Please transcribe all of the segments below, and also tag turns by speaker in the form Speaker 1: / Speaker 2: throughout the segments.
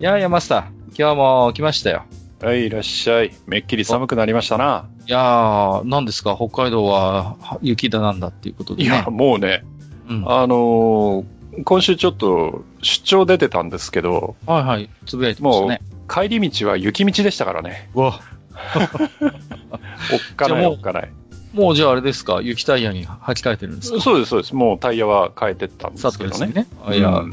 Speaker 1: いやいや、マスター、今日も来ましたよ。
Speaker 2: はい、いらっしゃい。めっきり寒くなりましたな。
Speaker 1: いやー、何ですか、北海道はは雪だなんだっていうことで
Speaker 2: い
Speaker 1: ね。
Speaker 2: や、もうね、
Speaker 1: うん、は
Speaker 2: あのー今週ちょっと出張出てたんですけど、
Speaker 1: いはい、つぶやいてましたね。
Speaker 2: 帰り道は雪道でしたからね。
Speaker 1: うわ
Speaker 2: おっかな
Speaker 1: じ
Speaker 2: い
Speaker 1: ゃあもう
Speaker 2: おっかない。
Speaker 1: もうじゃああれですか、雪タイヤに履き替えてるんですか
Speaker 2: そうです、そうです。もうタイヤは変えてったんですけど
Speaker 1: さ
Speaker 2: ね。
Speaker 1: ね。あいや、う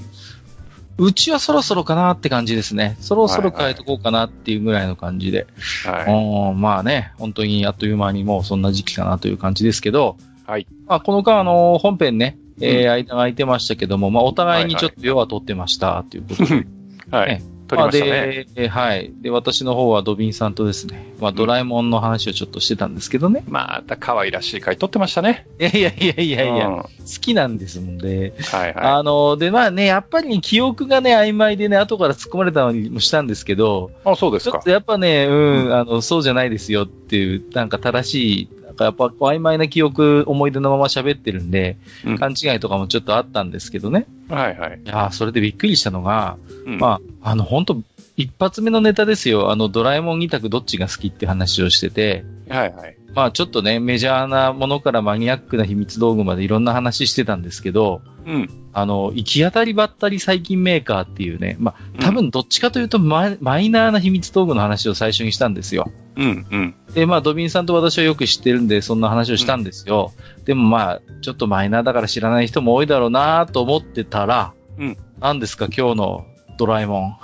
Speaker 2: うん
Speaker 1: ちはそろそろかなって感じですね。そろそろ
Speaker 2: はいは
Speaker 1: 変
Speaker 2: い
Speaker 1: えとこうかなっていうぐらいの感じで。
Speaker 2: は
Speaker 1: うんまあね、本当にあっという間にもうそんな時期かなという感じですけど、
Speaker 2: はい。
Speaker 1: まあ、この間、あの、本編ね、えー間が空いてましたけども、まあ、お互いに
Speaker 2: はい
Speaker 1: ちょ
Speaker 2: はい
Speaker 1: っと世は取ってました、ということ で。
Speaker 2: い。は
Speaker 1: ね
Speaker 2: い。取りました
Speaker 1: あ
Speaker 2: ね。
Speaker 1: で、えーはい。で、私の方はドビンさんとですね、まあ、ドラえもんの話をちょっとしてたんですけどね。
Speaker 2: また可愛らしい回撮ってましたね。
Speaker 1: いやいやいやいやいや、
Speaker 2: うん
Speaker 1: 好
Speaker 2: は
Speaker 1: きなんですもんで、
Speaker 2: いは
Speaker 1: あの、で、まあね、やっぱりね記憶がね、曖昧でね、後から突っ込まれたのにもしたんですけど、
Speaker 2: い。あ、そうです
Speaker 1: ちょ
Speaker 2: か
Speaker 1: っと。やっぱね、うん、あの、そうじゃないですよっていう、なんか正しい、なんかやっぱ曖昧な記憶、思い出のまま喋ってるんで、
Speaker 2: うん
Speaker 1: 勘違いとかもちょっとあったんですけどね。
Speaker 2: はいはい。
Speaker 1: いやーそれでびっくりしたのが、
Speaker 2: うん
Speaker 1: まあ、あの、本当一発目のネタですよ。あの、ドラえもん二択どっちが好きって話をしてて、
Speaker 2: はいはい。
Speaker 1: まあ、ちょっとね、メジャーなものからマニアックな秘密道具までいろんな話してたんですけど、
Speaker 2: うん。
Speaker 1: あの、行き当たりばったり最近メーカーっていうね、まあ、多分どっちかというとマイマイナーな秘密道具の話を最初にしたんですよ。
Speaker 2: うんうん。
Speaker 1: で、まあ、ドビンさんと私はよく知ってるんで、そんな話をしたんですよ。でもまあ、ちょっとマイナーだから知らない人も多いだろうなと思ってたら、
Speaker 2: うん
Speaker 1: 何ですか、今日のドラえもん。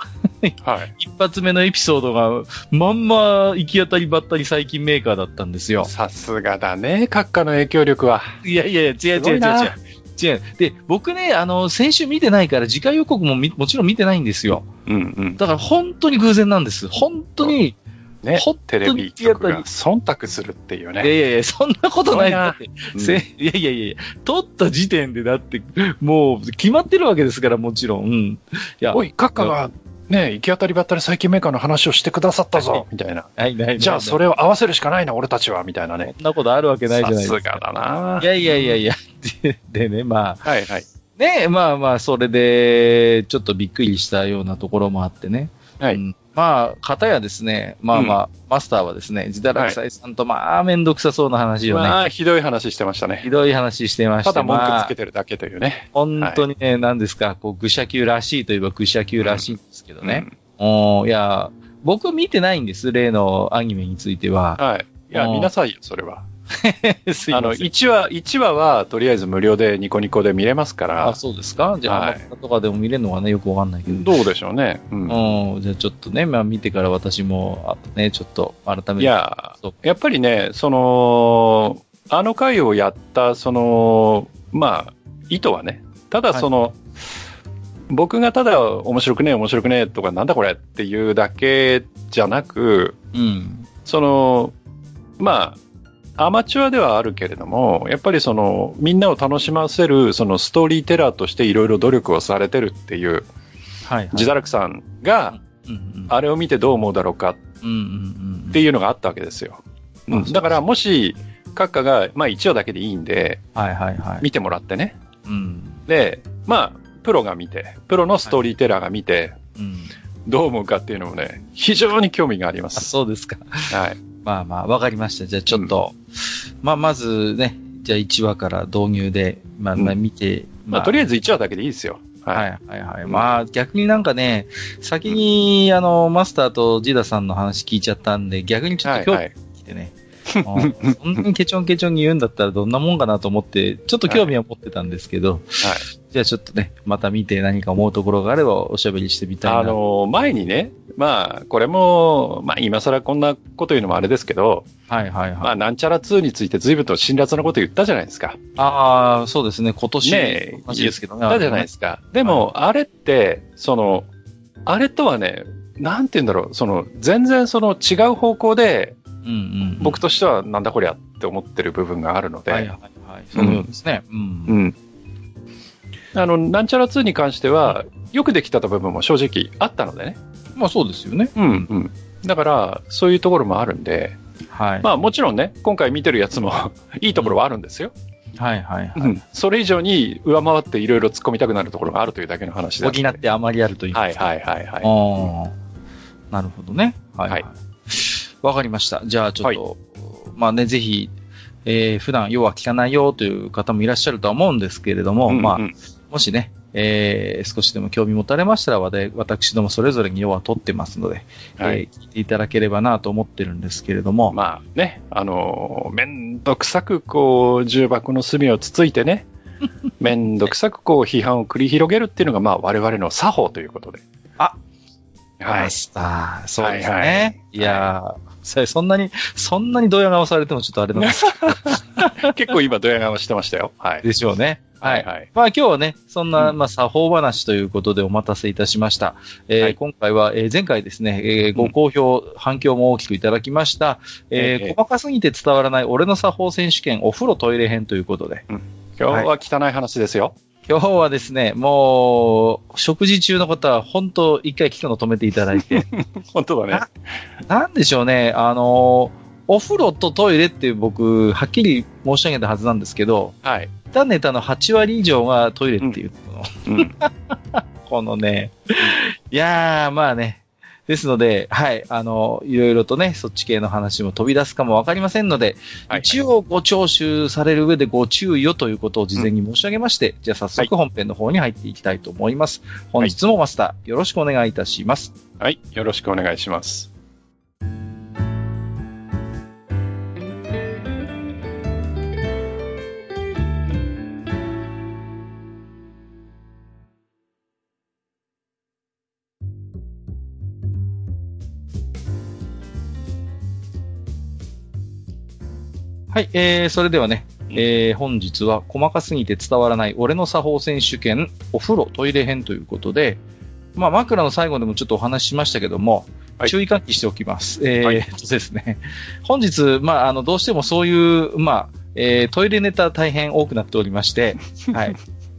Speaker 2: はい。
Speaker 1: 一発目のエピソードが、まんま行き当たりばったり最近メーカーだったんですよ。
Speaker 2: さすがだね、閣下の影響力は。
Speaker 1: いやいやいや、違う
Speaker 2: すご
Speaker 1: 違う違う
Speaker 2: いな
Speaker 1: 違う。違う。で、僕ね、あの、先週見てないから、次回予告もみもちろん見てないんですよ。
Speaker 2: うんうん。
Speaker 1: だから本当に偶然なんです。本当に、
Speaker 2: ね
Speaker 1: 本、当
Speaker 2: テ
Speaker 1: に
Speaker 2: レビ局が忖度するっていう
Speaker 1: いや
Speaker 2: ね。
Speaker 1: いやいや、そんなことないなって。
Speaker 2: うん
Speaker 1: せいやいやいやいや、取った時点でだって、もう決まってるわけですから、もちろん。うん。
Speaker 2: おい、閣下が、ね、行き当たりばったり最近メーカーの話をしてくださったぞ、みたいな。
Speaker 1: ないないない
Speaker 2: じゃあ、そ
Speaker 1: れ。
Speaker 2: れを合わせるしかないな、俺たちは、みたいなね。
Speaker 1: そんなことあるわけないじゃない
Speaker 2: さ
Speaker 1: ですすか。。
Speaker 2: がだない
Speaker 1: やいやいやいや。 ででね、まあ、
Speaker 2: はいはい。
Speaker 1: ね、まあまあ、それで、ちょっとびっくりしたようなところもあってね。
Speaker 2: は
Speaker 1: う
Speaker 2: い。
Speaker 1: んまあ、方やですね、まあまあ、マスターはですね、自堕落斎さんと、まあ、めんどくさそうな話をね、
Speaker 2: まあ、ひどい話してました
Speaker 1: ひ
Speaker 2: ね。
Speaker 1: どい話してました
Speaker 2: だ文句つけ
Speaker 1: て、
Speaker 2: てるだけというね。
Speaker 1: 本当にね、何ですか、こう、愚者級らしいといえば愚者級らしいんですけどね。おーいや、僕見てないんです、例のアニメについて
Speaker 2: うん
Speaker 1: は。
Speaker 2: はい。いや、
Speaker 1: うん
Speaker 2: 見なさいよ、それは。
Speaker 1: すい
Speaker 2: あ
Speaker 1: ま
Speaker 2: の、
Speaker 1: せん。
Speaker 2: 1話、一話は、とりあえず無料でニコニコで見れますか
Speaker 1: あ、
Speaker 2: ら、
Speaker 1: そうですかじゃあ、
Speaker 2: はい
Speaker 1: アマプラとかでも見れるのかね、よくわかんないけど。
Speaker 2: どうでしょうね。うん。
Speaker 1: うん、じゃあちょっとね、まあ見てから私も、あね、ちょっと改めて。
Speaker 2: いや
Speaker 1: そう、
Speaker 2: やっぱりね、その、あの回をやった、その、まあ、意図はね、ただその、僕がただ面白くねえ、面白くねえとか、なんだこれっていうだけじゃなく、
Speaker 1: うん。
Speaker 2: その、まあ、アマチュアではあるけれども、やっぱりその、みんなを楽しませる、そのストーリーテラーとしていろいろ努力をされてるっていう、
Speaker 1: はい、はい。
Speaker 2: 自堕落さんが、
Speaker 1: うんうん。
Speaker 2: あれを見てどう思うだろうか
Speaker 1: うんうんうん。
Speaker 2: っていうのがあったわけですよ。
Speaker 1: うん
Speaker 2: だからもし、閣下が、まあ一話だけでいいんで、
Speaker 1: はいはいはい。
Speaker 2: 見てもらってね。
Speaker 1: うん。
Speaker 2: で、まあ、プロが見て、プロのストーリーテラーが見て、
Speaker 1: うん。
Speaker 2: どう思うかっていうのもね、非常に興味がありま
Speaker 1: あ、
Speaker 2: す。
Speaker 1: そうですか。
Speaker 2: はい。
Speaker 1: まあまあ、わかりました。じゃあちょっと、まあまずね、じゃあ1話から導入で、まあまあ
Speaker 2: うん
Speaker 1: 見て、
Speaker 2: まあとりあえず一話だけでいいですよ。
Speaker 1: は
Speaker 2: はい。
Speaker 1: いはいはい。
Speaker 2: うん
Speaker 1: まあ逆になんかね、先にあの、マスターとジダさんの話聞いちゃったんで、逆にちょっ
Speaker 2: は
Speaker 1: と
Speaker 2: い。
Speaker 1: 今
Speaker 2: は
Speaker 1: 日来
Speaker 2: い。
Speaker 1: てね、うんそんなにケチョンケチョンに言うんだったらどんなもんかなと思って、ちょっと興味は持ってたんですけど、じゃあちょっとね、また見て何か思うところがあればおしゃべりしてみたいな。
Speaker 2: あの、前にね、まあ、これも、まあ、今更こんなこと言うのもあれですけど、
Speaker 1: はいはい
Speaker 2: ま
Speaker 1: は
Speaker 2: あ、
Speaker 1: い。
Speaker 2: なんちゃら2について随分と辛辣なこと言ったじゃないですか。
Speaker 1: ああ、そうですね、今年
Speaker 2: ねえ
Speaker 1: の話ですけどね。
Speaker 2: 言ったじゃないですか。でも、あれって、その、あれとはね、なんて言うんだろう、その、全然その違う方向で、
Speaker 1: うんうん。
Speaker 2: 僕としてはなんだこりゃって思ってる部分があるので、
Speaker 1: はいはいはい。そのようですね。うん。
Speaker 2: うん。あの、なんちゃら2に関しては、よくできた部分も正直あったのでね。
Speaker 1: まあそうですよね。
Speaker 2: うん、うん。だから、そういうところもあるんで、
Speaker 1: はい。
Speaker 2: まあもちろんね、今回見てるやつも いいところはあるんですよ。
Speaker 1: はいはいはい。
Speaker 2: うんそれ以上に上回っていろいろ突っ込みたくなるところがあるというだけの話であ
Speaker 1: 補っ。て余りあると言い
Speaker 2: は
Speaker 1: ま
Speaker 2: い
Speaker 1: すか。
Speaker 2: はいはいはい。
Speaker 1: ああ、なるほどね。はい、は
Speaker 2: はいい。
Speaker 1: わかりました。じゃあちょっと、まあね、ぜひ、えー普段、要は聞かないよという方もいらっしゃるとは思うんですけれども、
Speaker 2: うんうん
Speaker 1: まあ、もしね、えー少しでも興味持たれましたら、わた私どもそれぞれに要は取ってますので、
Speaker 2: は
Speaker 1: え
Speaker 2: い
Speaker 1: ー聞いていただければなと思ってるんですけれども、
Speaker 2: まあね、あのー、めんどくさくこう、重箱の隅をつつい てね、めんどくさくこう、批判を繰り広げるっていうのが、まあ我々の作法ということで。
Speaker 1: あ
Speaker 2: はい
Speaker 1: マ。スター、そうですね。
Speaker 2: はいいはい
Speaker 1: やーそれそんなに、そんなにドヤ顔されてもちょっとあれなんです
Speaker 2: 結構今、ドヤ顔してましたよ。はい。
Speaker 1: でしょうね。
Speaker 2: はいはい。
Speaker 1: まあ今日はね、そんな、
Speaker 2: うん
Speaker 1: まあ作法話ということでお待たせいたしました。えー
Speaker 2: はい
Speaker 1: 今回は、えー前回ですね、えーご好評、反響も大きくいただきました、えー
Speaker 2: ええ
Speaker 1: 細かすぎて伝わらない俺の作法選手権お風呂トイレ編ということで、
Speaker 2: 今日は汚い話ですよ。
Speaker 1: 今日はですね、もう、食事中の方は本当一回聞くの止めていただいて、
Speaker 2: 本当だね
Speaker 1: あ。なんでしょうね、あのーお風呂とトイレって僕、はっきり申し上げたはずなんですけど、
Speaker 2: はい。
Speaker 1: 言ったネタの8割以上がトイレっていうのを
Speaker 2: うん。
Speaker 1: このね、いやー、まあね。ですので、はい、あの、いろいろとね、そっち系の話も飛び出すかもわかりませんので、
Speaker 2: はい
Speaker 1: 一応ご聴取される上でご注意をということを事前に申し上げまして、じゃあ早速本編の方に入っていきたいと思います。本日もマスター、よろしくお願いいたします。
Speaker 2: はい。よろしくお願いします。
Speaker 1: はい、えー、それではね、
Speaker 2: うん
Speaker 1: えー、本日は細かすぎて伝わらない俺の作法選手権お風呂トイレ編ということで、まあ枕の最後でもちょっとお話ししましたけども、
Speaker 2: はい
Speaker 1: 注意喚起しておきます。えー
Speaker 2: はい
Speaker 1: えっとですね、本日、まああの、どうしてもそういう、まあ、えー、トイレネタ大変多くなっておりまして、 はい。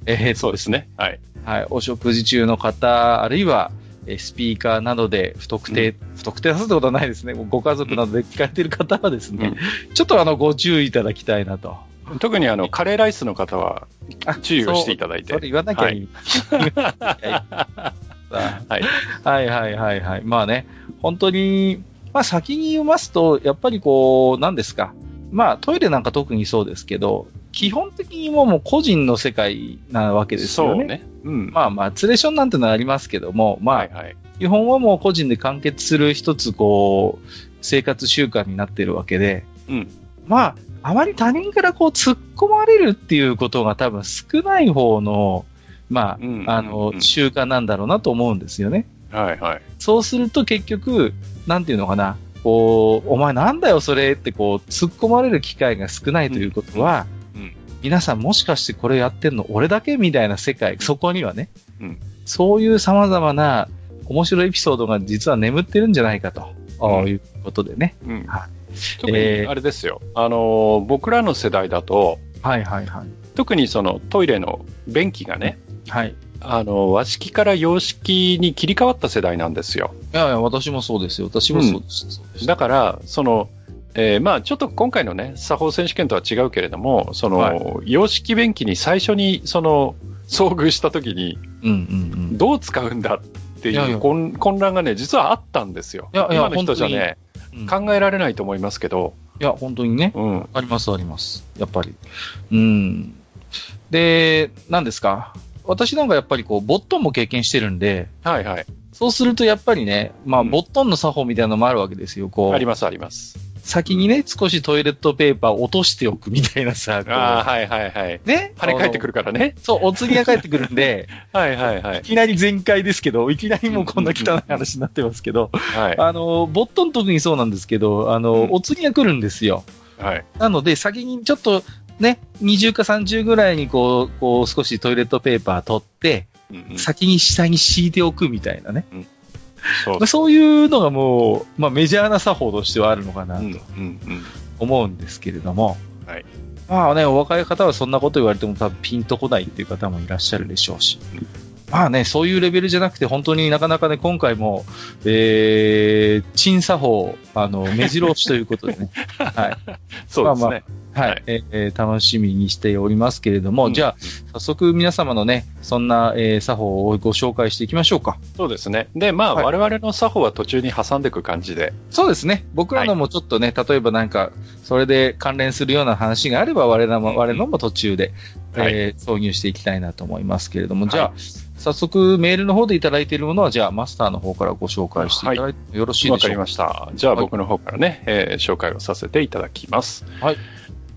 Speaker 1: えー、
Speaker 2: そうですね。はい。
Speaker 1: はい、お食事中の方、あるいは、えースピーカーなどで不特定、不特定させたことはないですね。ご家族などで聞かれている方はですね、ちょっとあの、ご注意いただきたいなと。
Speaker 2: 特にあの、カレーライスの方は
Speaker 1: あ
Speaker 2: 注意をしていただいて
Speaker 1: そうそ。れ言わなきゃいい。は
Speaker 2: はい。
Speaker 1: い、 はい、はいはいはい。まあね、本当に、まあ先に言いますと、やっぱりこう、何ですか。まあトイレなんか特にそうですけど、基本的にもうもう個人の世界なわけです
Speaker 2: そ
Speaker 1: よ
Speaker 2: う
Speaker 1: ね。
Speaker 2: ね。うん。
Speaker 1: まあまあ、ツレションなんてのはありますけども、まあ、
Speaker 2: はいはい。
Speaker 1: 基本はもう個人で完結する一つこう、生活習慣になってるわけで、
Speaker 2: うん。
Speaker 1: まあ、あまり他人からこう突っ込まれるっていうことが多分少ない方の、ま
Speaker 2: うん
Speaker 1: あ、あ
Speaker 2: うんう
Speaker 1: の、
Speaker 2: ん
Speaker 1: 習慣なんだろうなと思うんですよね。
Speaker 2: はいはい。
Speaker 1: そうすると結局、なんていうのかな、こう、お前なんだよそれってこう、突っ込まれる機会が少ないということは、
Speaker 2: うんうん
Speaker 1: 皆さんもしかしてこれやってんの俺だけみたいな世界、そこにはね、
Speaker 2: うん
Speaker 1: そういう様々な面白いエピソードが実は眠ってるんじゃないかと、
Speaker 2: うん
Speaker 1: いうことでね。
Speaker 2: うん
Speaker 1: は。
Speaker 2: 特に
Speaker 1: えー
Speaker 2: あれですよ。あの、僕らの世代だと、
Speaker 1: はいはいはい。
Speaker 2: 特にそのトイレの便器がね、
Speaker 1: はい。
Speaker 2: あの和式から洋式に切り替わった世代なんですよ。
Speaker 1: いやいや、私もそうですよ。私もそうです。そうです
Speaker 2: だから、その、えーまあちょっと今回のね、作法選手権とは違うけれども、その、
Speaker 1: は
Speaker 2: 洋式便器に最初に、その、遭遇した時に、
Speaker 1: うんうんうん。
Speaker 2: どう使うんだって
Speaker 1: い
Speaker 2: い
Speaker 1: やいや
Speaker 2: う混混乱がね、実はあったんですよ。
Speaker 1: いやいや
Speaker 2: 今の人じゃね、
Speaker 1: うん
Speaker 2: 考えられないと思いますけど、
Speaker 1: いや、本当にね。
Speaker 2: うん。
Speaker 1: あります、あります。やっぱり。うん。で、何ですか私なんかやっぱりこう、ボットンも経験してるんで、
Speaker 2: はいはい。
Speaker 1: そうするとやっぱりね、まあ、
Speaker 2: うん
Speaker 1: ボットンの作法みたいなのもあるわけですよ。こ
Speaker 2: あり
Speaker 1: う、
Speaker 2: ますあります。
Speaker 1: 先にね、少しトイレットペーパーを落としておくみたいなさ、こう
Speaker 2: ああ、はいはいはい。
Speaker 1: ね、
Speaker 2: 跳ね返ってく
Speaker 1: る。
Speaker 2: るからね。
Speaker 1: そう、お釣りが返ってくるんで、
Speaker 2: はいはいは い
Speaker 1: い。きなり全開ですけど、いきなりもうこんな汚い話になってますけど、
Speaker 2: はい。
Speaker 1: あの、ボットン特にそうなんですけど、あの、
Speaker 2: うん
Speaker 1: お釣りが来るんですよ。
Speaker 2: はい。
Speaker 1: なので、先にちょっとね、20か30ぐらいにこう、こう少しトイレットペーパー取って、
Speaker 2: うんうん
Speaker 1: 先に下に敷いておくみたいなね。
Speaker 2: そう
Speaker 1: まあ、そういうのがもう、まあメジャーな作法としてはあるのかな
Speaker 2: う
Speaker 1: と
Speaker 2: んうんうん
Speaker 1: 思うんですけれども。
Speaker 2: はい
Speaker 1: まあね、お若い方はそんなこと言われても多分ピンとこないっていう方もいらっしゃるでしょうし
Speaker 2: うん。
Speaker 1: まあね、そういうレベルじゃなくて、本当になかなかね、今回も、えー、陳作法、あの、目白押しということで ね。はい。
Speaker 2: そうです
Speaker 1: ま
Speaker 2: ね。
Speaker 1: はい、
Speaker 2: はい
Speaker 1: えーえー楽しみにしておりますけれども、
Speaker 2: うん
Speaker 1: じゃあ、早速皆様のね、そんな、えー作法をご紹介していきましょうか。
Speaker 2: そうですね。で、まあ、
Speaker 1: はい
Speaker 2: 我々の作法は途中に挟んでいく感じで。
Speaker 1: そうですね。僕らのもちょっとね、例えばなんか、それで関連するような話があれば、我らも、
Speaker 2: うん
Speaker 1: 我々のも途中で、
Speaker 2: はい
Speaker 1: えー挿入していきたいなと思いますけれども、じゃあ、早速メールの方でいただいているものは、じゃあ、マスターの方からご紹介していただいて、よろしい
Speaker 2: わ
Speaker 1: でし
Speaker 2: か
Speaker 1: ょう
Speaker 2: り
Speaker 1: か。
Speaker 2: ました。じゃあ
Speaker 1: はい
Speaker 2: 僕の方からね、えー紹介をさせていただきます。
Speaker 1: はい。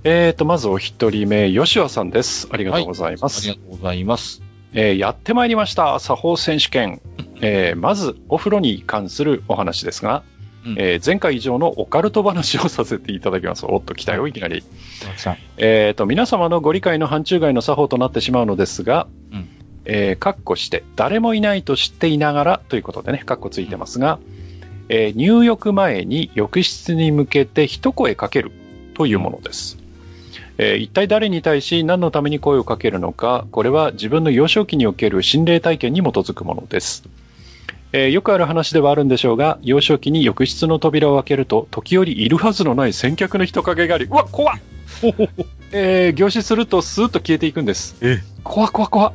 Speaker 2: えーと、まずお一人目、吉和さんです。ありがとうございます。
Speaker 1: ありがとうございます。
Speaker 2: えーやってまいりました、作法選手権。えーまず、お風呂に関するお話ですが、
Speaker 1: うん
Speaker 2: えー前回以上のオカルト話をさせていただきます。おっと、期待をいきなり。
Speaker 1: マスター
Speaker 2: えー、と皆様のご理解の範疇外の作法となってしまうのですが、
Speaker 1: うん
Speaker 2: えー、かっこして誰もいないと知っていながらということでね、かっこついてますが、えー入浴前に浴室に向けて一声かけるというものです。えー一体誰に対し何のために声をかけるのか、これは自分の幼少期における心霊体験に基づくものです。えーよくある話ではあるんでしょうが、幼少期に浴室の扉を開けると、時折いるはずのない先客の人影があり、うわ、怖っ えー、凝視するとスーッと消えていくんです
Speaker 1: え。
Speaker 2: 怖っ怖っ怖っ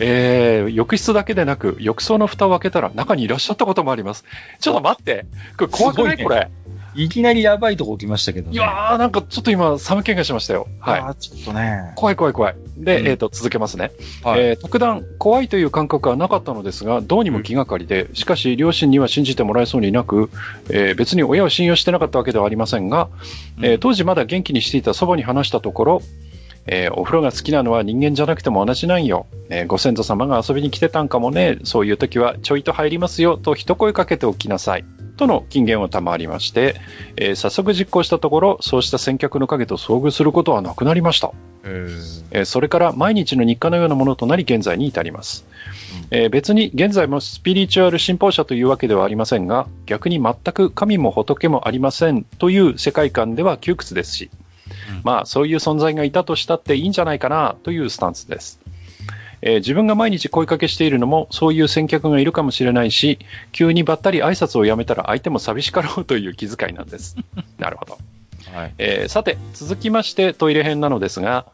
Speaker 2: えー、浴室だけでなく、浴槽の蓋を開けたら中にいらっしゃったこともあります。ちょっと待って。これ怖くない
Speaker 1: す
Speaker 2: こ
Speaker 1: ごい
Speaker 2: れ。
Speaker 1: いきなりやばいとこ来ましたけどね。
Speaker 2: いやー、なんかちょっと今、寒気がしましたよ。はい。
Speaker 1: あーちょっとね。
Speaker 2: 怖い怖い怖い。で、
Speaker 1: うん
Speaker 2: えっ、と、続けますね。
Speaker 1: はい
Speaker 2: えー特段、怖いという感覚はなかったのですが、どうにも気がかりで、しかし、両親には信じてもらえそうになく、えー別に親を信用してなかったわけではありませんが、えー当時まだ元気にしていた祖母に話したところ、えーお風呂が好きなのは人間じゃなくても同じなんよ、えーご先祖様が遊びに来てたんかもね、そういう時はちょいと入りますよと一声かけておきなさい。との金言を賜りまして、えー早速実行したところ、そうした先客の影と遭遇することはなくなりました。
Speaker 1: えー
Speaker 2: えーそれから毎日の日課のようなものとなり現在に至ります、えー別に現在もスピリチュアル信奉者というわけではありませんが逆に全く神も仏もありませんという世界観では窮屈ですし、
Speaker 1: うん
Speaker 2: まあそういう存在がいたとしたっていいんじゃないかなというスタンスですえー自分が毎日声かけしているのもそういう先客がいるかもしれないし急にばったり挨拶をやめたら相手も寂しかろうという気遣いなんです なるほど
Speaker 1: はい。
Speaker 2: えーさて、続きましてトイレ編なのですが、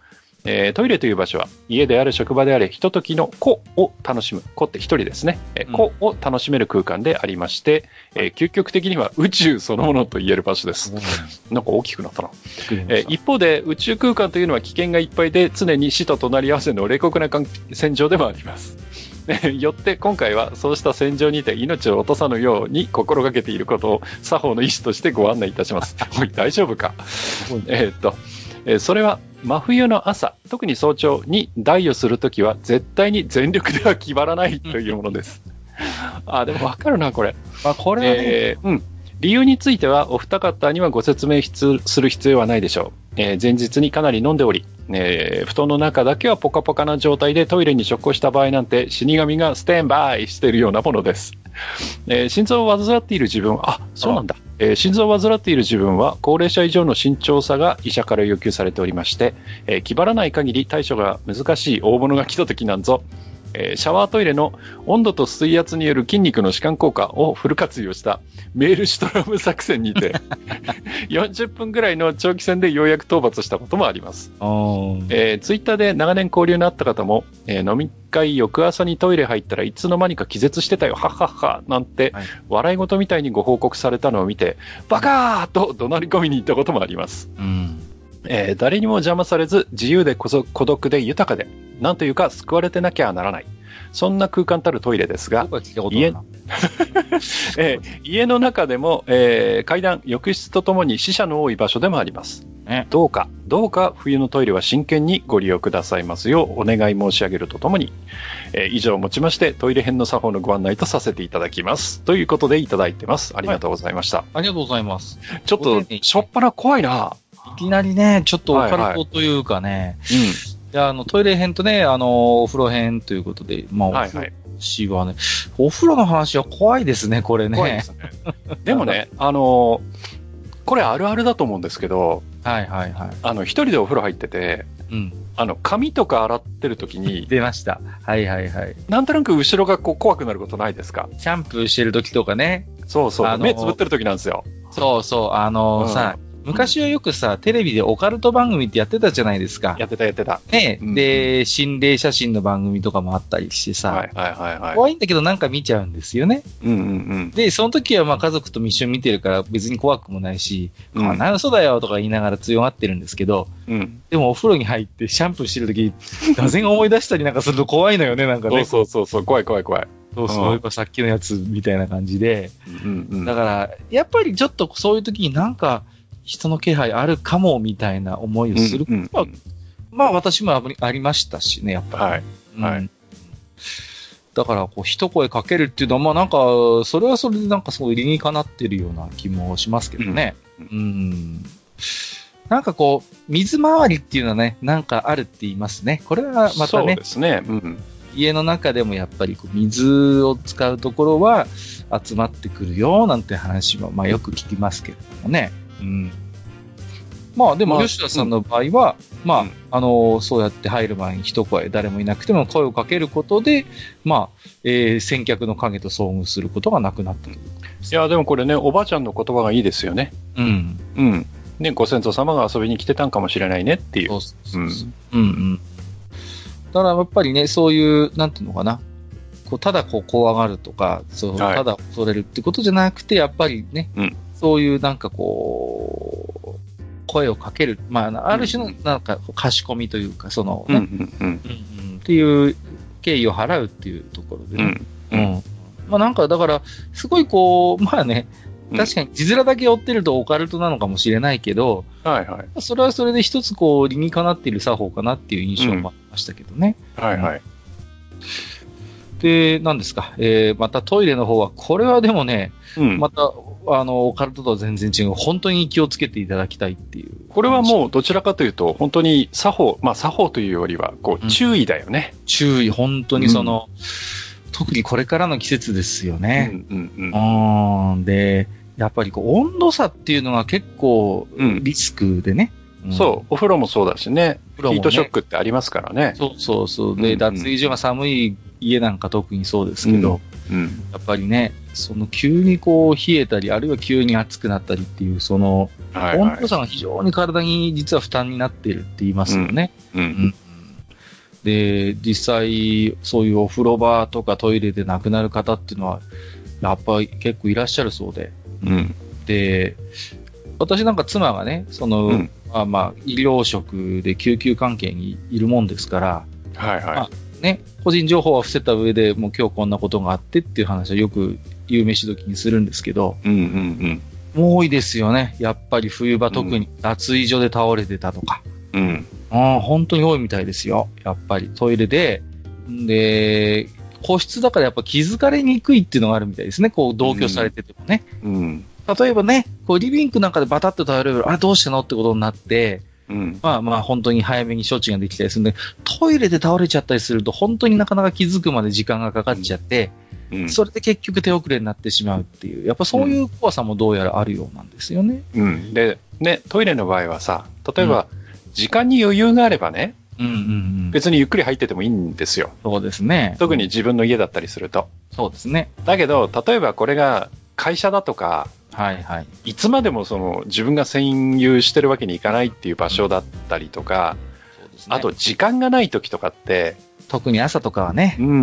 Speaker 2: えートイレという場所は家であれ職場であれひとときの個を楽しむ個って一人ですね、えー
Speaker 1: うん
Speaker 2: 個を楽しめる空間でありまして、えー究極的には 宇宙そのものと言える場所ですなんか大きくなったな、えー一方で宇宙空間というのは危険がいっぱいで常に死と隣り合わせの冷酷な環戦場でもあります ねよって今回はそうした戦場にて命を落とさぬように心がけていることを作法の意思としてご案内いたしますおい大丈夫かえーっと、えーそれは真冬の朝、特に早朝に代をするときは絶対に全力では決まらないというものです。あ、でもわかるな、これ。
Speaker 1: まあ、これはね、
Speaker 2: えーうん。理由についてはお二方にはご説明必する必要はないでしょう。えー前日にかなり飲んでおり、えー布団の中だけはポカポカな状態でトイレに直行した場合なんて死神がステンバイしているようなものです。えー心臓を患っている自分、あ、そうなんだ。えー心臓を患っている自分は高齢者以上の慎重さが医者から要求されておりまして、えー気張らない限り対処が難しい大物が来た時なんぞ、えーシャワートイレの温度と水圧による筋肉の弛緩効果を フル活用したメールシュトラム作戦にて40分ぐらいの長期戦でようやく討伐したこともあります
Speaker 1: あー
Speaker 2: えーツイッターで長年交流のあった方も、えー飲み会翌朝にトイレ入ったらいつの間にか気絶してたよ、はっはっは、なんて、
Speaker 1: はい
Speaker 2: 笑い事みたいにご報告されたのを見て、バカーと怒鳴り込みに行ったこともあります。
Speaker 1: うん
Speaker 2: えー誰にも邪魔されず、自由でこそ孤独で豊かで、なんというか救われてなきゃならない。そんな空間たるトイレですが、
Speaker 1: 僕は聞いたことないな。
Speaker 2: えー家の中でも、えー階段、浴室とともに死者の多い場所でもあります。
Speaker 1: ね
Speaker 2: どうか、どうか冬のトイレは真剣にご利用くださいますようお願い申し上げるとともに、えー以上をもちましてトイレ編の作法のご案内とさせていただきます。ということでいただいてます。ありがとうございました。
Speaker 1: ありがとうございます。
Speaker 2: ちょっ
Speaker 1: ご丁
Speaker 2: と
Speaker 1: 寧、に
Speaker 2: しょっぱな怖いな。
Speaker 1: いきなりね、ちょっとオカルトというかね、いやあのトイレ編とね、あの、お風呂編ということで、まあ、
Speaker 2: うん。は
Speaker 1: お
Speaker 2: いはい。
Speaker 1: 話はね、お風呂の話は怖いですね、これね。
Speaker 2: 怖いですね。でもね、あのーこれあるあるだと思うんですけど、
Speaker 1: はいはいはい。
Speaker 2: あの、一人でお風呂入ってて、
Speaker 1: うん。
Speaker 2: あの、髪とか洗ってる時に、
Speaker 1: 出ました。はいはいはい。
Speaker 2: なんとなく後ろがこう怖くなることないですか
Speaker 1: シャンプーしてる時とかね、
Speaker 2: そうそう、
Speaker 1: あのー
Speaker 2: 目つぶってる時なんですよ。
Speaker 1: そうそう、あの
Speaker 2: うん
Speaker 1: さ、昔はよくさ、テレビでオカルト番組ってやってたじゃないですか。
Speaker 2: やってたやってた。
Speaker 1: ね、
Speaker 2: うん
Speaker 1: で、心霊写真の番組とかもあったりしてさ、
Speaker 2: はいはいはいは
Speaker 1: 怖いんだけどなんか見ちゃうんですよね。
Speaker 2: い。うんうん
Speaker 1: で、その時はまあ家族と一緒に見てるから別に怖くもないし、
Speaker 2: う
Speaker 1: あ
Speaker 2: ん。
Speaker 1: んな嘘だよとか言いながら強がってるんですけど、
Speaker 2: うん。
Speaker 1: でもお風呂に入ってシャンプーしてる時、座禅思い出したりなんかすると怖いのよね、なんか
Speaker 2: そう
Speaker 1: ね。
Speaker 2: そうそうそう、怖い怖い怖い。
Speaker 1: そう
Speaker 2: うん
Speaker 1: そう、やっぱさっきのやつみたいな感じで。
Speaker 2: うんう
Speaker 1: だ
Speaker 2: ん。
Speaker 1: から、やっぱりちょっとそういう時になんか人の気配あるかもみたいな思いをする。
Speaker 2: うんうんうん
Speaker 1: まあ私もあぶりありましたしね、やっぱり。
Speaker 2: はい。は
Speaker 1: う
Speaker 2: い
Speaker 1: んだから、こう、一声かけるっていうのは、まあなんか、それはそれでなんかすごい理にかなってるような気もしますけどね。
Speaker 2: う
Speaker 1: うんん。なんかこう、水回りっていうのはね、なんかあるって言いますね。これはまた
Speaker 2: そう
Speaker 1: ね
Speaker 2: で、すね。うん。
Speaker 1: 家の中でもやっぱりこう水を使うところは集まってくるよなんて話は、まあよく聞きますけれどもね。うん。まあでも、
Speaker 2: まあ
Speaker 1: 吉田さんの場合は、まあ、
Speaker 2: うん
Speaker 1: あの、そうやって入る前に一声、誰もいなくても声をかけることで、まあ、えー先客の影と遭遇することがなくなったということです
Speaker 2: いや、でもこれね、おばあちゃんの言葉がいいですよね。
Speaker 1: うん。
Speaker 2: うん。ね、ご先祖様が遊びに来てたんかもしれないねっていう。
Speaker 1: そうそうそうそう。うんうん。だからやっぱりね、そういう、なんていうのかな。こうただこう怖がるとか、そう
Speaker 2: はい
Speaker 1: ただ恐れるってことじゃなくて、やっぱりね、
Speaker 2: うん
Speaker 1: そういうなんかこう、声をかける、まあ、ある種の
Speaker 2: うん
Speaker 1: なんかこうかしこみというか、その、
Speaker 2: うんう
Speaker 1: ね
Speaker 2: んうん。
Speaker 1: うんうんっていう敬意を払うっていうところで
Speaker 2: う
Speaker 1: ね。
Speaker 2: ん。
Speaker 1: うんまあなんかだから、すごいこう、まあね、確かに字面だけ追ってるとオカルトなのかもしれないけど、
Speaker 2: はいはい。
Speaker 1: それはそれで一つこう理にかなっている作法かなっていう印象もありましたけどね。
Speaker 2: はいはい。
Speaker 1: で、何ですか、えーまたトイレの方は、これはでもね、
Speaker 2: うん。
Speaker 1: また、あの、オカルトとは全然違う、本当に気をつけていただきたいっていう。
Speaker 2: これはもうどちらかというと、本当に作法、まあ作法というよりは、こ
Speaker 1: う
Speaker 2: う、
Speaker 1: ん
Speaker 2: 注意だよね。
Speaker 1: 注意、本当にその、特にこれからの季節ですよ
Speaker 2: うん
Speaker 1: ね。
Speaker 2: うん
Speaker 1: うーん、で、やっぱりこう、温度差っていうのが結構
Speaker 2: うん。うん。
Speaker 1: リスクでね。
Speaker 2: そう、お風呂もそうだしね、
Speaker 1: うん、風呂もね
Speaker 2: ヒートショックってありますからね。
Speaker 1: そうそうそう。
Speaker 2: うんう
Speaker 1: で、
Speaker 2: ん
Speaker 1: 脱衣所が寒い家なんか特にそうですけど、
Speaker 2: うんうん。
Speaker 1: やっぱりね、その急にこう冷えたり、あるいは急に暑くなったりっていう、その
Speaker 2: はい、は
Speaker 1: 温
Speaker 2: い
Speaker 1: 度。差が非常に体に実は負担になっているって言いますよね。
Speaker 2: う。
Speaker 1: うんんで、実際、そういうお風呂場とかトイレで亡くなる方っていうのは、やっぱり結構いらっしゃるそうで。
Speaker 2: うん。
Speaker 1: で、私なんか妻がね、その、
Speaker 2: うん
Speaker 1: まあまあ、医療職で救急関係にいるもんですから、
Speaker 2: はいは
Speaker 1: あね、個人情報は伏せた上で、もう今日こんなことがあってっていう話はよく夕飯時にするんですけど、
Speaker 2: い。うんうん
Speaker 1: もう多いですよね。やっぱり冬場特に脱衣所で倒れてたとか。
Speaker 2: うん。うん。
Speaker 1: ああ、本当に多いみたいですよ。やっぱりトイレで。んで、個室だからやっぱ気づかれにくいっていうのがあるみたいですね。こう同居されててもね。
Speaker 2: うん。
Speaker 1: 例えばね、こうリビングなんかでバタッと倒れるあれどうしたのってことになって、
Speaker 2: うん。
Speaker 1: まあまあ本当に早めに処置ができたりするんで、トイレで倒れちゃったりすると本当になかなか気づくまで時間がかかっちゃって、
Speaker 2: うん。
Speaker 1: それで結局手遅れになってしまうっていう、やっぱそういう怖さもどうやらあるようなんですよね。
Speaker 2: うん。で、ね、トイレの場合はさ、例えば、時間に余裕があればね、
Speaker 1: うんうんうん。
Speaker 2: 別にゆっくり入っててもいいんですよ。
Speaker 1: そうですね。
Speaker 2: 特に自分の家だったりすると。
Speaker 1: そうですね。
Speaker 2: だけど、例えばこれが会社だとか、
Speaker 1: はいはい。
Speaker 2: いつまでもその自分が占有してるわけにいかないっていう場所だったりとか、
Speaker 1: そうですね
Speaker 2: あと時間がない時とかって、
Speaker 1: 特に朝とかはね
Speaker 2: う。んうんう